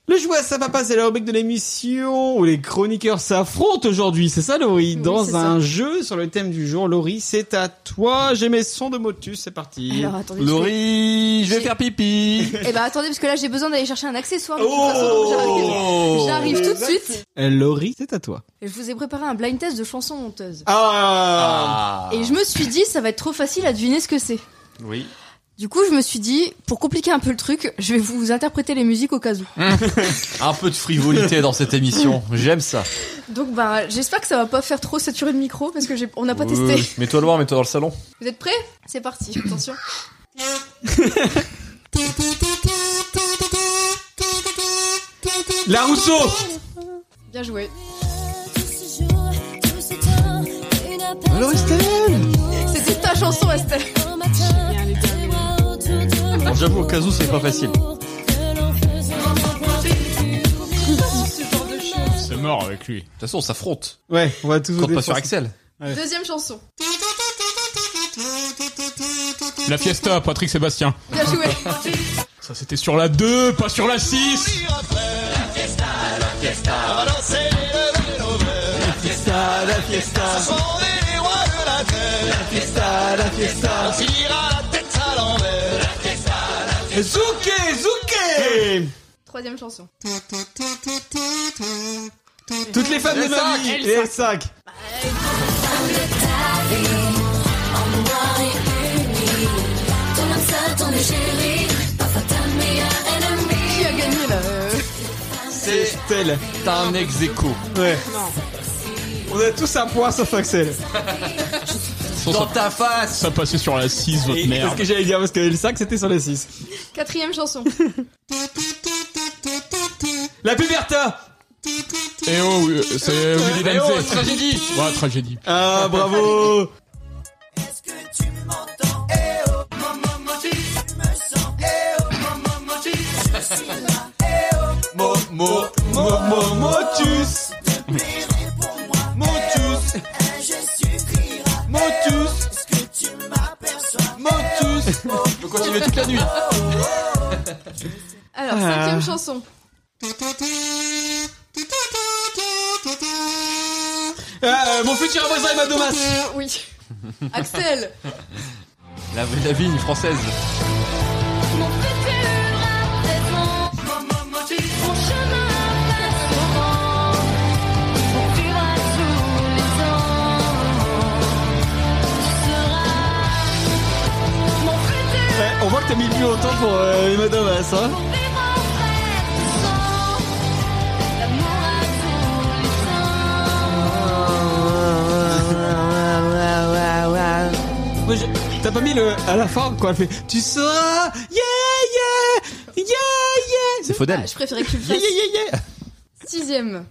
Le jouet à sa papa, c'est la rubrique de l'émission où les chroniqueurs s'affrontent aujourd'hui. C'est ça, Laurie Dans
c'est
un jeu sur le thème du jour. Laurie, c'est à toi. J'ai mes sons de motus. C'est parti.
Alors, attendez,
Laurie, je vais faire pipi.
Eh ben attendez parce que là j'ai besoin d'aller chercher un accessoire. de toute façon, donc
Oh.
j'arrive- J'arrive tout de suite.
Euh, Laurie, c'est à toi.
Je vous ai préparé un blind test de chansons honteuses.
Ah,
Et je me suis dit ça va être trop facile à deviner ce que c'est.
Oui.
Du coup je me suis dit pour compliquer un peu le truc je vais vous interpréter les musiques au cas où.
Un peu de frivolité dans cette émission. J'aime ça.
Donc bah j'espère que ça va pas faire trop saturer le micro parce que j'ai- on n'a pas
Ouais.
testé.
Euh, Mets-toi loin, mets-toi dans le salon.
Vous êtes prêts C'est parti. Attention.
La Rousseau
Bien joué.
Alors Estelle
C'est toute ta chanson Estelle.
Bon, J'avoue, au cas où, c'est pas facile.
C'est mort avec lui.
De toute façon, on s'affronte.
Ouais, on va tous
Compte pas
défoncer.
sur Axel.
Deuxième chanson.
La fiesta, Patrick Sébastien.
Bien joué.
Ça, c'était sur la 2, pas sur la 6.
fiesta, la fiesta. Ce sont les Ah, rois de la terre. La fiesta, la fiesta. On finira la tête à l'envers. La fiesta, la fiesta. Zouké, zouké.
Troisième chanson. Ah.
Toutes les femmes de ma vie. Les sacs.
Qui a gagné là
C'est tel.
T'as un ex écho
Ouais. On a tous un point sauf Axel.
Dans ta face
Ça passait sur la 6, votre
Et c'est ce
merde.
que j'allais dire parce que le sac c'était sur les 6.
Quatrième chanson.
La puberta
Eh oh, euh, c'est Willy
Eh oh,
Danzé.
tragédie.
Ouais, tragédie.
Ah bravo
Mo, mo,
Mo, mo, motus. Motus. Motus. Motus.
On continue toute la nuit.
Alors,
Ah.
cinquième chanson.
Ah, euh, Mon futur voisin est ma domasse
Euh, Oui. Axel.
La, la vigne française.
Eh, content pour euh, Emma Damas, hein
Ah,
Moi, je- T'as pas mis le à la fin quoi, elle fait tu
Ah,
seras yeah yeah yeah yeah.
C'est Faudel.
Ah, je préférais que tu le
Yeah
fasses.
yeah yeah yeah.
Sixième.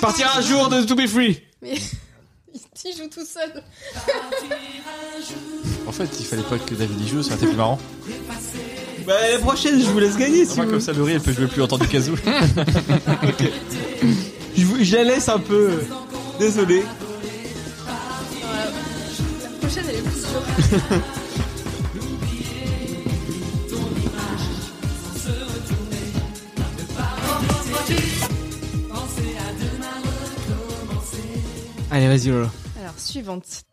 Partir un jour de To Be Free.
Mais il joue tout seul.
En fait, il fallait pas que David y joue, ça aurait été plus marrant.
Bah la prochaine je vous laisse gagner si
Moi,
vous.
comme ça, Laurie, elle peut jouer plus longtemps du casou.
Ok. Je, vous- je la laisse un peu. euh, Désolé.
La prochaine, elle est plus sûre.
Allez vas-y Lola.
Alors, suivante.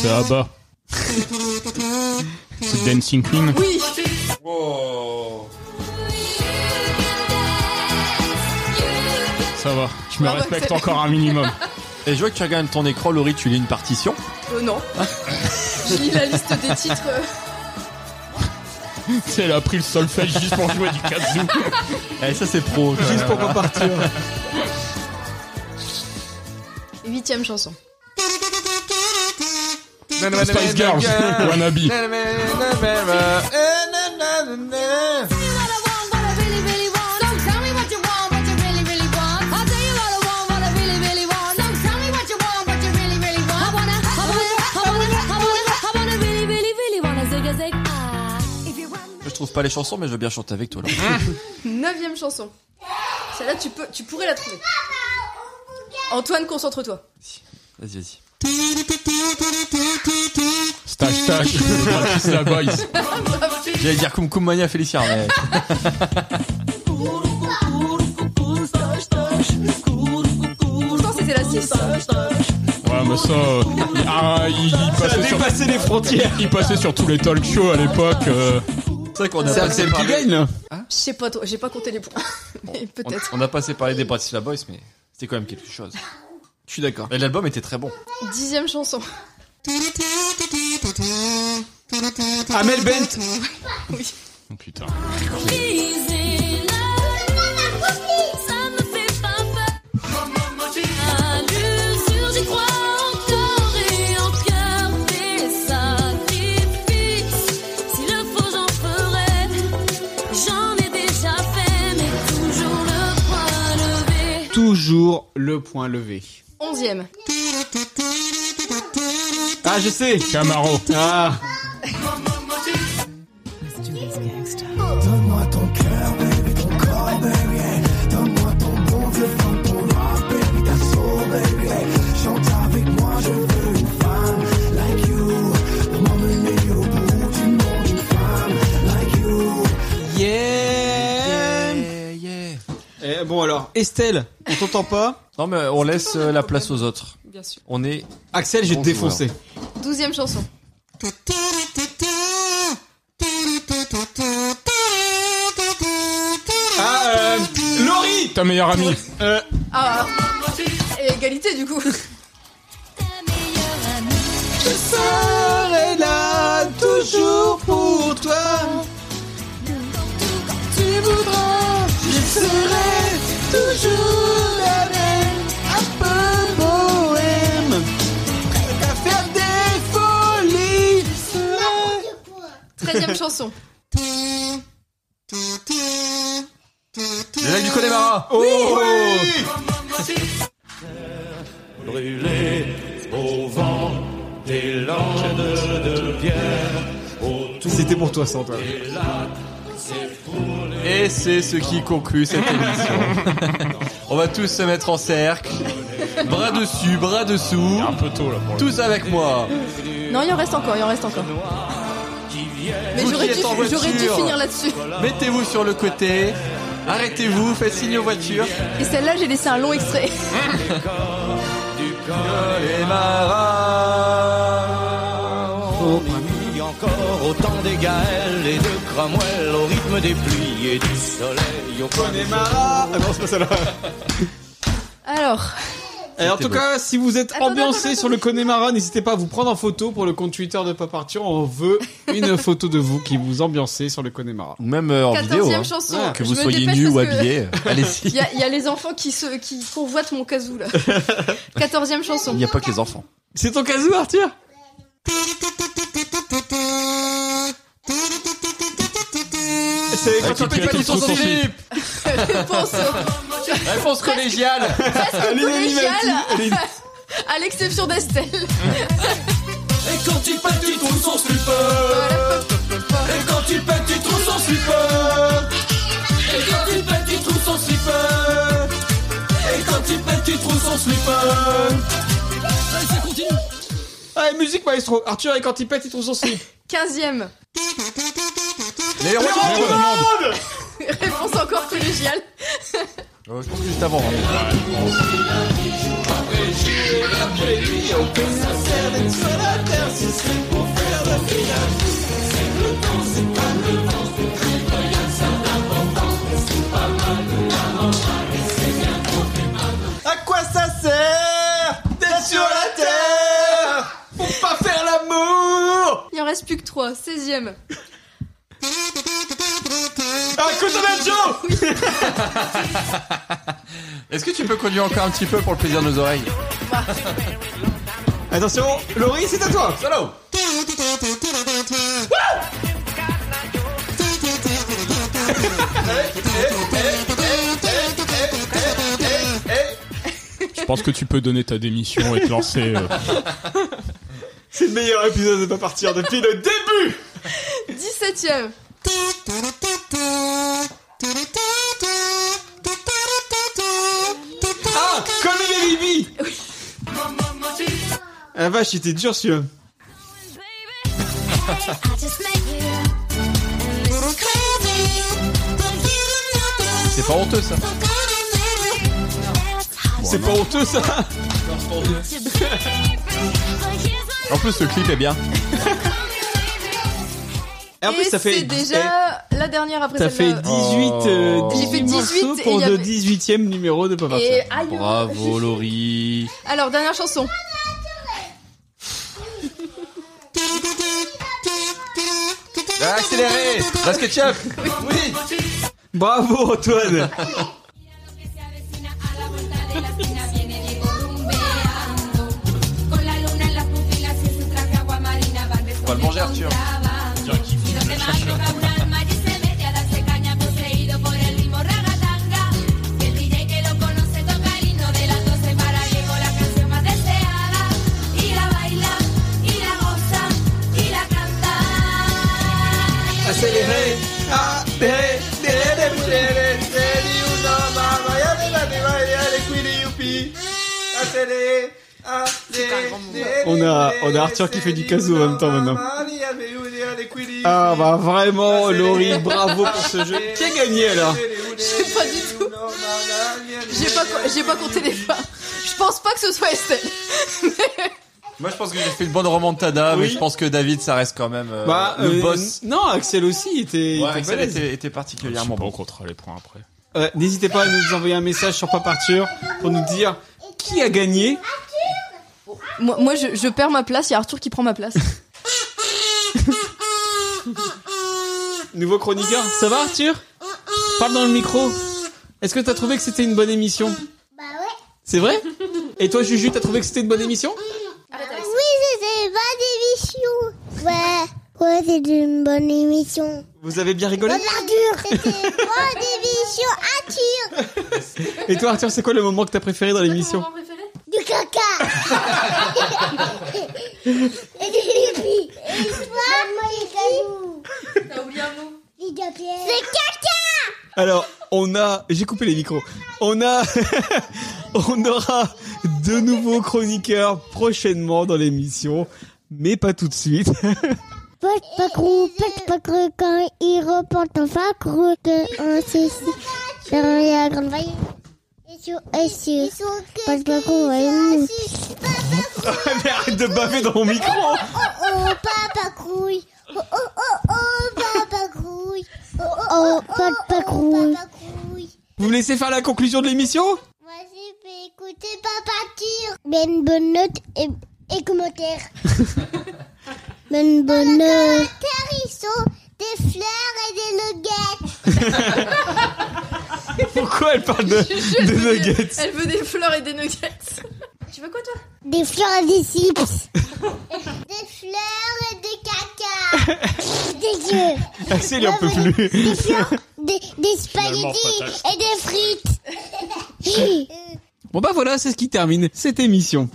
C'est Abba. C'est Dancing Queen.
Oui.
Ça va, je
me Ah bah, respecte c'est- encore un minimum.
Et je vois que tu regardes ton écran, Laurie, tu lis une partition.
Euh, non. Je lis la liste des titres. euh.
C'est elle a pris le solfège juste pour jouer du kazoo.
Eh, ça c'est pro.
Juste pour
repartir.
Huitième chanson.
Spice Girls, Wannabe.
Eh ben.
Je trouve pas les chansons, mais je veux bien chanter avec toi. Laurie.
Neuvième chanson. Celle-là, tu, peux, tu pourrais la trouver. Antoine, concentre-toi.
vas-y, vas-y.
Stache, stache. Bratislava Boys.
J'allais dire Kum Kum Mania Félicia, mais.
Pourtant, c'était la 6.
Ouais, mais ça, euh, ah, il, il passait sur,
les frontières.
Il passait sur tous les talk shows à l'époque. euh.
C'est vrai qu'on a
C'est
passé
Axel hein.
par
qui
les-
gagne, là.
Hein Je sais pas, toi, j'ai pas compté les points. Mais
On,
Peut-être.
on a passé par les des Bratislava Boys, mais c'était quand même quelque chose. Je suis d'accord. Mais l'album était très bon.
Dixième chanson.
Amel Bent.
Oui.
Oh putain.
Toujours le point levé.
Onzième.
Ah je sais.
Camaro.
Ah.
Donne-moi ton cœur, baby, ton corps, baby. yeah. Donne-moi ton bon vieux fun, ton rock, baby, ta soul, baby. yeah. Chante avec moi, je veux une femme like you. Pour m'emmener au bout du monde, une femme like you.
Yeah. Eh, bon alors, Estelle, on t'entend pas
Non mais on laisse euh, la place aux autres.
Bien sûr.
On est.
Axel, j'ai
Bon
défoncé.
joueur.
Douzième chanson.
Ah, euh, Laurie
Ta meilleure amie.
Euh,
Ah. Et égalité, du coup.
Je serai là toujours pour toi. Tu voudras, je serai toujours la même, un peu bohème. Prête à faire des folies. je serai-
Treizième chanson.
Les lacs du Connemara.
Brûlé au vent des landes de pierre autour
C'était pour toi, Santa.
des lacs, c'est pour les
Et c'est ce qui conclut cette émission. on va tous se mettre en cercle, bras dessus, bras dessous. Un
peu tôt là. Pour
tous avec moi.
Non, il en reste encore, il en reste encore. Mais
Vous
j'aurais
qui
dû,
êtes en voiture,
j'aurais dû finir là-dessus.
Mettez-vous sur le côté. Arrêtez-vous, faites signe aux voitures.
Et celle-là, j'ai laissé un long extrait.
Encore autant d'égal et de Cromwell au rythme des pluies.
veillée du soleil au
Connemara. Ah non, c'est pas celle-là.
Alors,
Et en tout cas, si vous êtes ambiancé sur le Connemara, n'hésitez pas à vous prendre en photo pour le compte Twitter de Pas Partir. On veut une photo de vous qui vous ambiancez sur le Connemara.
Ou même euh, en vidéo.
14e
hein.
chanson.
Ah, Que
Je
vous
me
soyez
dépêche
nu ou
parce que-
habillé. Allez-y.
il y, a- il y a les enfants qui, se, qui convoitent mon casou là. 14e chanson.
Il n'y a pas que les enfants.
C'est ton casou, Arthur
C'est
quand on fait pas du son sans slip.
Réponse,
Réponse collégiale.
collégiale. À l'exception d'Estelle.
Et quand tu pètes, tu trouves son slipper. Et quand tu pètes, tu trouves son slipper. Et quand tu pètes, tu trouves son slipper. Et quand tu pètes, tu trouves son slipper. Allez, ça continue.
Allez, musique maestro. Arthur et quand il pète, il trouve son slip.
15e.
Les héros
héros
du
du
monde.
Réponse encore collégiale.
Euh, Je pense que juste avant. hein.
À quoi ça sert T'es sur la terre pour pas faire l'amour
Il en reste plus que 3. 16e.
Ah, Cotonaccio
Est-ce que tu peux conduire encore un petit peu pour le plaisir de nos oreilles
Attention, Laurie, c'est à toi.
Salaud
Je pense que tu peux donner ta démission et te lancer. euh.
C'est le meilleur épisode de pas partir depuis le début
17e.
Ah Comme il est Bibi Ah vache, j'étais dur celui-là.
C'est pas honteux ça.
C'est pas honteux ça
En plus, le clip est bien.
Et en plus, ça fait.
C'est déjà la dernière après
T'as fait 18,
celle-là.
Oh.
euh,
J'ai fait
18
18
morceaux
et
pour
il y
le
avait-
18ème numéro de Papa
Et aïe.
Bravo Laurie.
Oh. Alors, dernière chanson.
Accéléré Basket Chef Oui
Bravo Antoine
On va le manger Arthur.
Accéléré On a, on a Arthur qui fait du casou en même temps maintenant. Ah bah vraiment Laurie, bravo pour ce jeu. Qui a gagné alors
Je sais pas du tout. J'ai pas, co- j'ai pas compté les pas. Je pense pas que ce soit Estelle.
Moi je pense que j'ai fait une bonne remontada, mais
Oui.
je pense que David ça reste quand même euh,
Bah,
le
euh,
boss.
Non, Axel aussi était, il
Ouais,
était
Axel
balèze.
était, était particulièrement bon.
comptera les points après.
Euh, N'hésitez pas à nous envoyer un message sur Paparture pour nous dire qui a gagné.
Moi, moi, je, je perds ma place, il y a Arthur qui prend ma place.
Nouveau chroniqueur, ça va Arthur Parle dans le micro. Est-ce que t'as trouvé que c'était une bonne émission Bah ouais. C'est vrai Et toi Juju, t'as trouvé que c'était une bonne émission
Oui, c'était une bonne émission. Ouais, ouais, c'était une bonne émission.
Vous avez bien rigolé
Bonne ardure. C'était une bonne émission Arthur
Et toi Arthur, c'est quoi le moment que t'as préféré dans l'émission
du caca. Et des pipi. Et toi, T'as oublié un mot. C'est caca.
Alors, on a... J'ai coupé les micros. On a... on aura de nouveaux chroniqueurs prochainement dans l'émission, mais pas tout de suite.
Pète pas gros, pète pas gros quand il repente en vacre de un ceci. Dans la grande vaille. Et sur, et sur. Pète pas gros, et nous.
mais arrête de baver dans mon micro
Oh oh, papa grouille. Oh oh oh, oh, papa grouille. Oh oh, pète pas
laissez faire la conclusion de l'émission
Vas-y, mais écoutez Papa Tire. Mets une bonne note et, et commentaire. Mets une bonne note. ils sont des fleurs et des nuggets.
Pourquoi elle parle de, des nuggets
Elle veut des fleurs et des nuggets. Tu veux quoi toi
Des fleurs et des chips. des fleurs et des caca. des yeux.
Axel, Ah, il en peut plus.
Des fleurs, des, des
Finalement,
spaghettis
fatal.
et des frites.
Bon bah voilà, c'est ce qui termine cette émission.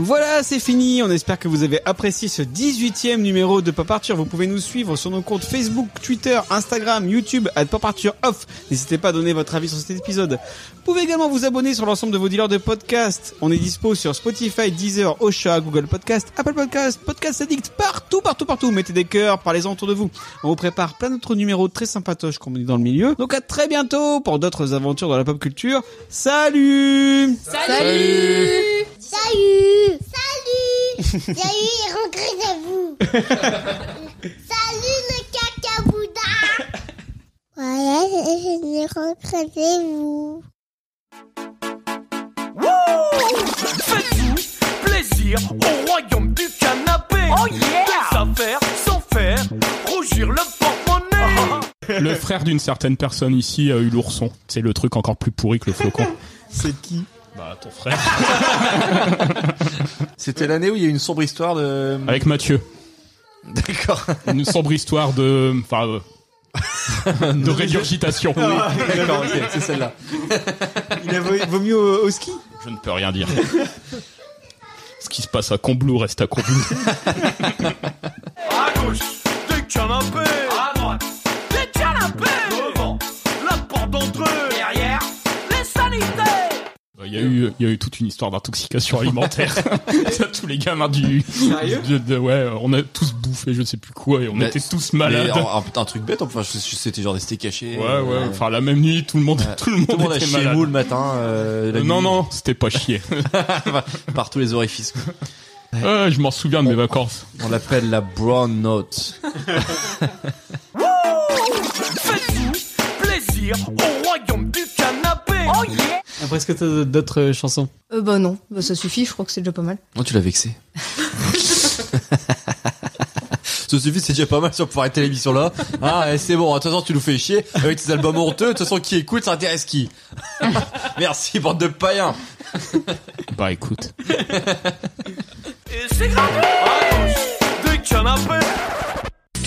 Voilà, c'est fini. On espère que vous avez apprécié ce 18e numéro de Pop Arthur. Vous pouvez nous suivre sur nos comptes Facebook, Twitter, Instagram, YouTube, à Pop Arthur Off. N'hésitez pas à donner votre avis sur cet épisode. Vous pouvez également vous abonner sur l'ensemble de vos dealers de podcasts. On est dispo sur Spotify, Deezer, Ocha, Google Podcast, Apple Podcast, Podcast Addict, partout, partout, partout. Mettez des cœurs, parlez-en autour de vous. On vous prépare plein d'autres numéros très sympatoches qu'on met dans le milieu. Donc à très bientôt pour d'autres aventures dans la pop culture. Salut
Salut Salut Salut Salut et rentrez à vous Salut le caca Bouddha Voilà, je rentrez à vous
Faites-vous plaisir au royaume du canapé. Oh yeah! Des affaires sans faire rougir le porte-monnaie.
Le frère d'une certaine personne ici a eu l'ourson. C'est le truc encore plus pourri que le flocon.
C'est qui
Bah, ton frère.
C'était l'année où il y a eu une sombre histoire de.
Avec Mathieu.
D'accord.
Une sombre histoire de. Enfin. euh, de régurgitation.
Oui, Ah d'accord, ok, c'est celle-là.
Il a vomi au, au ski
Je ne peux rien dire. Ce qui se passe à Combloux reste à Combloux.
À gauche, des canapés. ah. À droite, des canapés. Devant, la porte d'entrée. Derrière, les sanitaires.
Il y, a eu, il y a eu toute une histoire d'intoxication alimentaire. T'as tous les gamins du.
Sérieux
du- de- ouais, on a tous bouffé je sais plus quoi et on
Mais-
était tous malades.
mais en- en- un, truc bête, enfin, je- je- c'était genre des steaks cachés. euh,
Ouais, ouais, enfin la même nuit, tout le monde, tout le monde,
Tout le monde a
était
chié
malade.
mou le matin. euh, la
non,
nuit.
non, c'était pas chier.
Par tous les orifices.
Ah, je m'en souviens de mes vacances.
On l'appelle la brown note.
Faites-vous plaisir au royaume du canapé. Oh yeah!
Après, est-ce que t'as Ah, d'autres euh, chansons
Euh, bah non, bah ça suffit, je crois que c'est déjà pas mal.
Oh, tu l'as vexé. Ça suffit, c'est déjà pas mal si on peut arrêter l'émission là. Ah, eh, c'est bon, de toute façon, tu nous fais chier avec tes albums honteux. De toute façon, qui écoute, ça intéresse qui Merci, bande de païens.
Bah écoute.
Et c'est gratuit! À gauche, des canapés.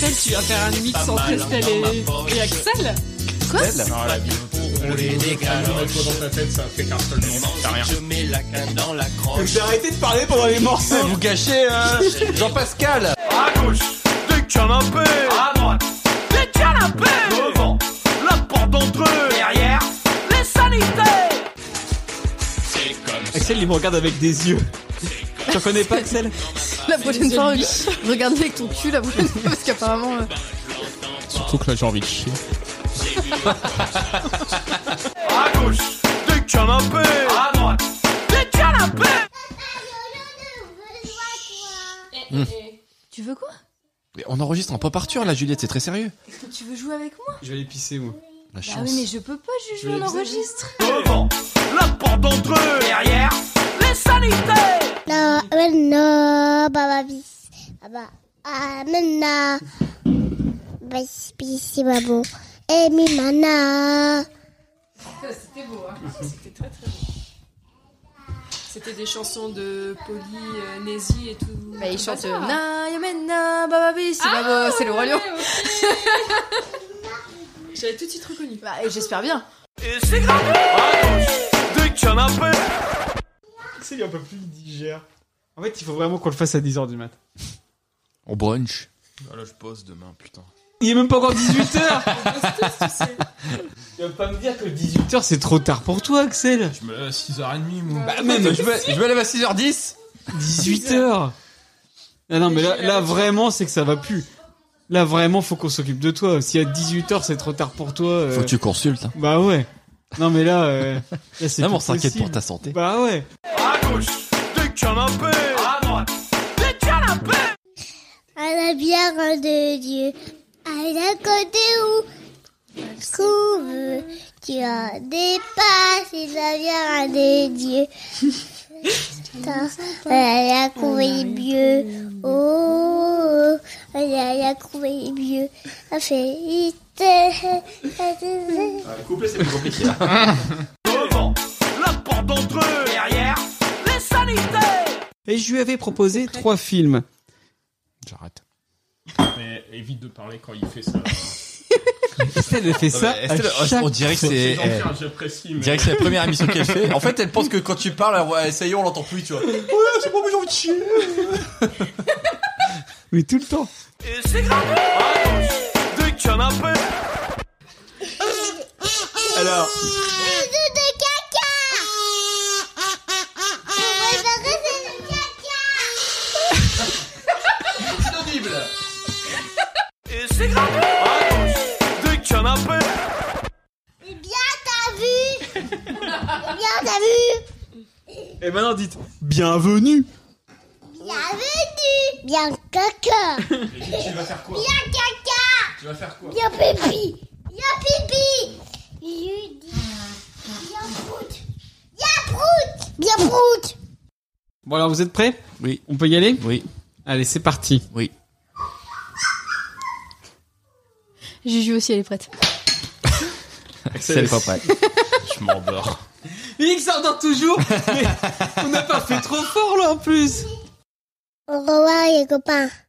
Axel, tu vas faire un mix entre
hein.
Estelle et, et Axel Quoi
Je mets la canne dans la croche.
Arrêtez de parler pendant les morceaux.
Vous gâchez hein,
euh,
Jean-Pascal.
À gauche, des canapés. À droite, des canapés. Devant, la porte d'entrée. Derrière, les sanitaires. C'est comme
Axel, il me regarde avec des yeux. Tu reconnais pas Axel
La prochaine fois, regarde avec ton cul la prochaine fois parce qu'apparemment. euh,
Surtout que là j'ai envie de chier.
À gauche, des canapés. À droite, des canapés.
Hmm.
Eh, Tu veux quoi
Mais on enregistre en pop Arthur là, Juliette, c'est très sérieux.
Tu veux jouer avec moi
Je vais aller pisser, moi.
La
Ah oui, mais je peux pas,
Je
je
vais
joue en
les
enregistre.
Devant, la porte d'entrée. Derrière, les sanitaires.
Non, euh, bah, maintenant, Baba bis. Baba. Ah, Bah, maintenant. Bis, bis, babo. Et mi mana.
C'était beau, hein. C'était très très beau. C'était des chansons de Polly, euh, Nazy et tout. Ah,
Bah, il
tout
chante
bazar.
euh, Na Yamena Bababi, c'est
Ah,
Babo, c'est le roi lion.
J'avais tout de suite reconnu.
Bah, et j'espère bien.
Et c'est gratuit. À
Ah,
gauche, des canapés.
Axel, il en peut plus, il digère. En fait, il faut vraiment qu'on le fasse à 10h du mat.
On brunch. Ah, là, je bosse demain, putain.
Il est même pas encore 18h Tu vas pas me dire que 18h c'est trop tard pour toi, Axel
Je me lève à 6h30, moi.
Bah, même,
je me, je me lève à 6h10.
18h Ah non, mais là, là vraiment, c'est que ça va plus. Là vraiment, faut qu'on s'occupe de toi. Si à 18h c'est trop tard pour toi. euh,
Faut que tu consultes. hein.
Bah ouais. Non, mais là, euh, là c'est.
Non,
plus
mais on s'inquiète
possible.
pour ta santé.
Bah ouais.
À gauche, des canapés. À droite, des canapés.
À la la bière de Dieu. À la côté où je trouve, tu as dépassé la bière de Dieu. T'as- Elle a trouvé mieux. Oh, elle a trouvé mieux. Elle fait
Couper, Ah, c'est plus compliqué.
Devant, la porte d'entre eux, derrière, les sanitaires.
Et je lui avais proposé trois films.
J'arrête. Mais évite de parler quand il fait ça.
Estelle, elle fait
Non,
ça
mais Estelle,
à chaque
On dirait que
fois.
c'est.
C'est gentil, j'apprécie, mais-
dirait que c'est la première émission qu'elle fait. En fait, elle pense que quand tu parles, ouais, ça y est, on l'entend plus, tu vois. Ouais, c'est pas moi, Oh j'ai envie de chier.
Mais tout le temps.
Et c'est grave. Attends, deux canapés.
Alors.
Et c'est grave. Attends, deux canapés.
Eh T'as vu Eh Bien, t'as vu
Et maintenant, dites Bienvenue
Bienvenue Bien caca
Tu vas faire quoi
Bien caca
Tu vas faire quoi
Bien pipi Bien pipi Bien prout Bien prout Bien prout
Bon, alors, vous êtes prêts
Oui.
On peut y aller
Oui.
Allez, c'est parti.
Oui.
Juju aussi, elle est prête.
Axel, pas prêt.
Je m'en barre.
Il s'endort toujours mais On n'a pas fait trop fort là en plus
Au revoir les copains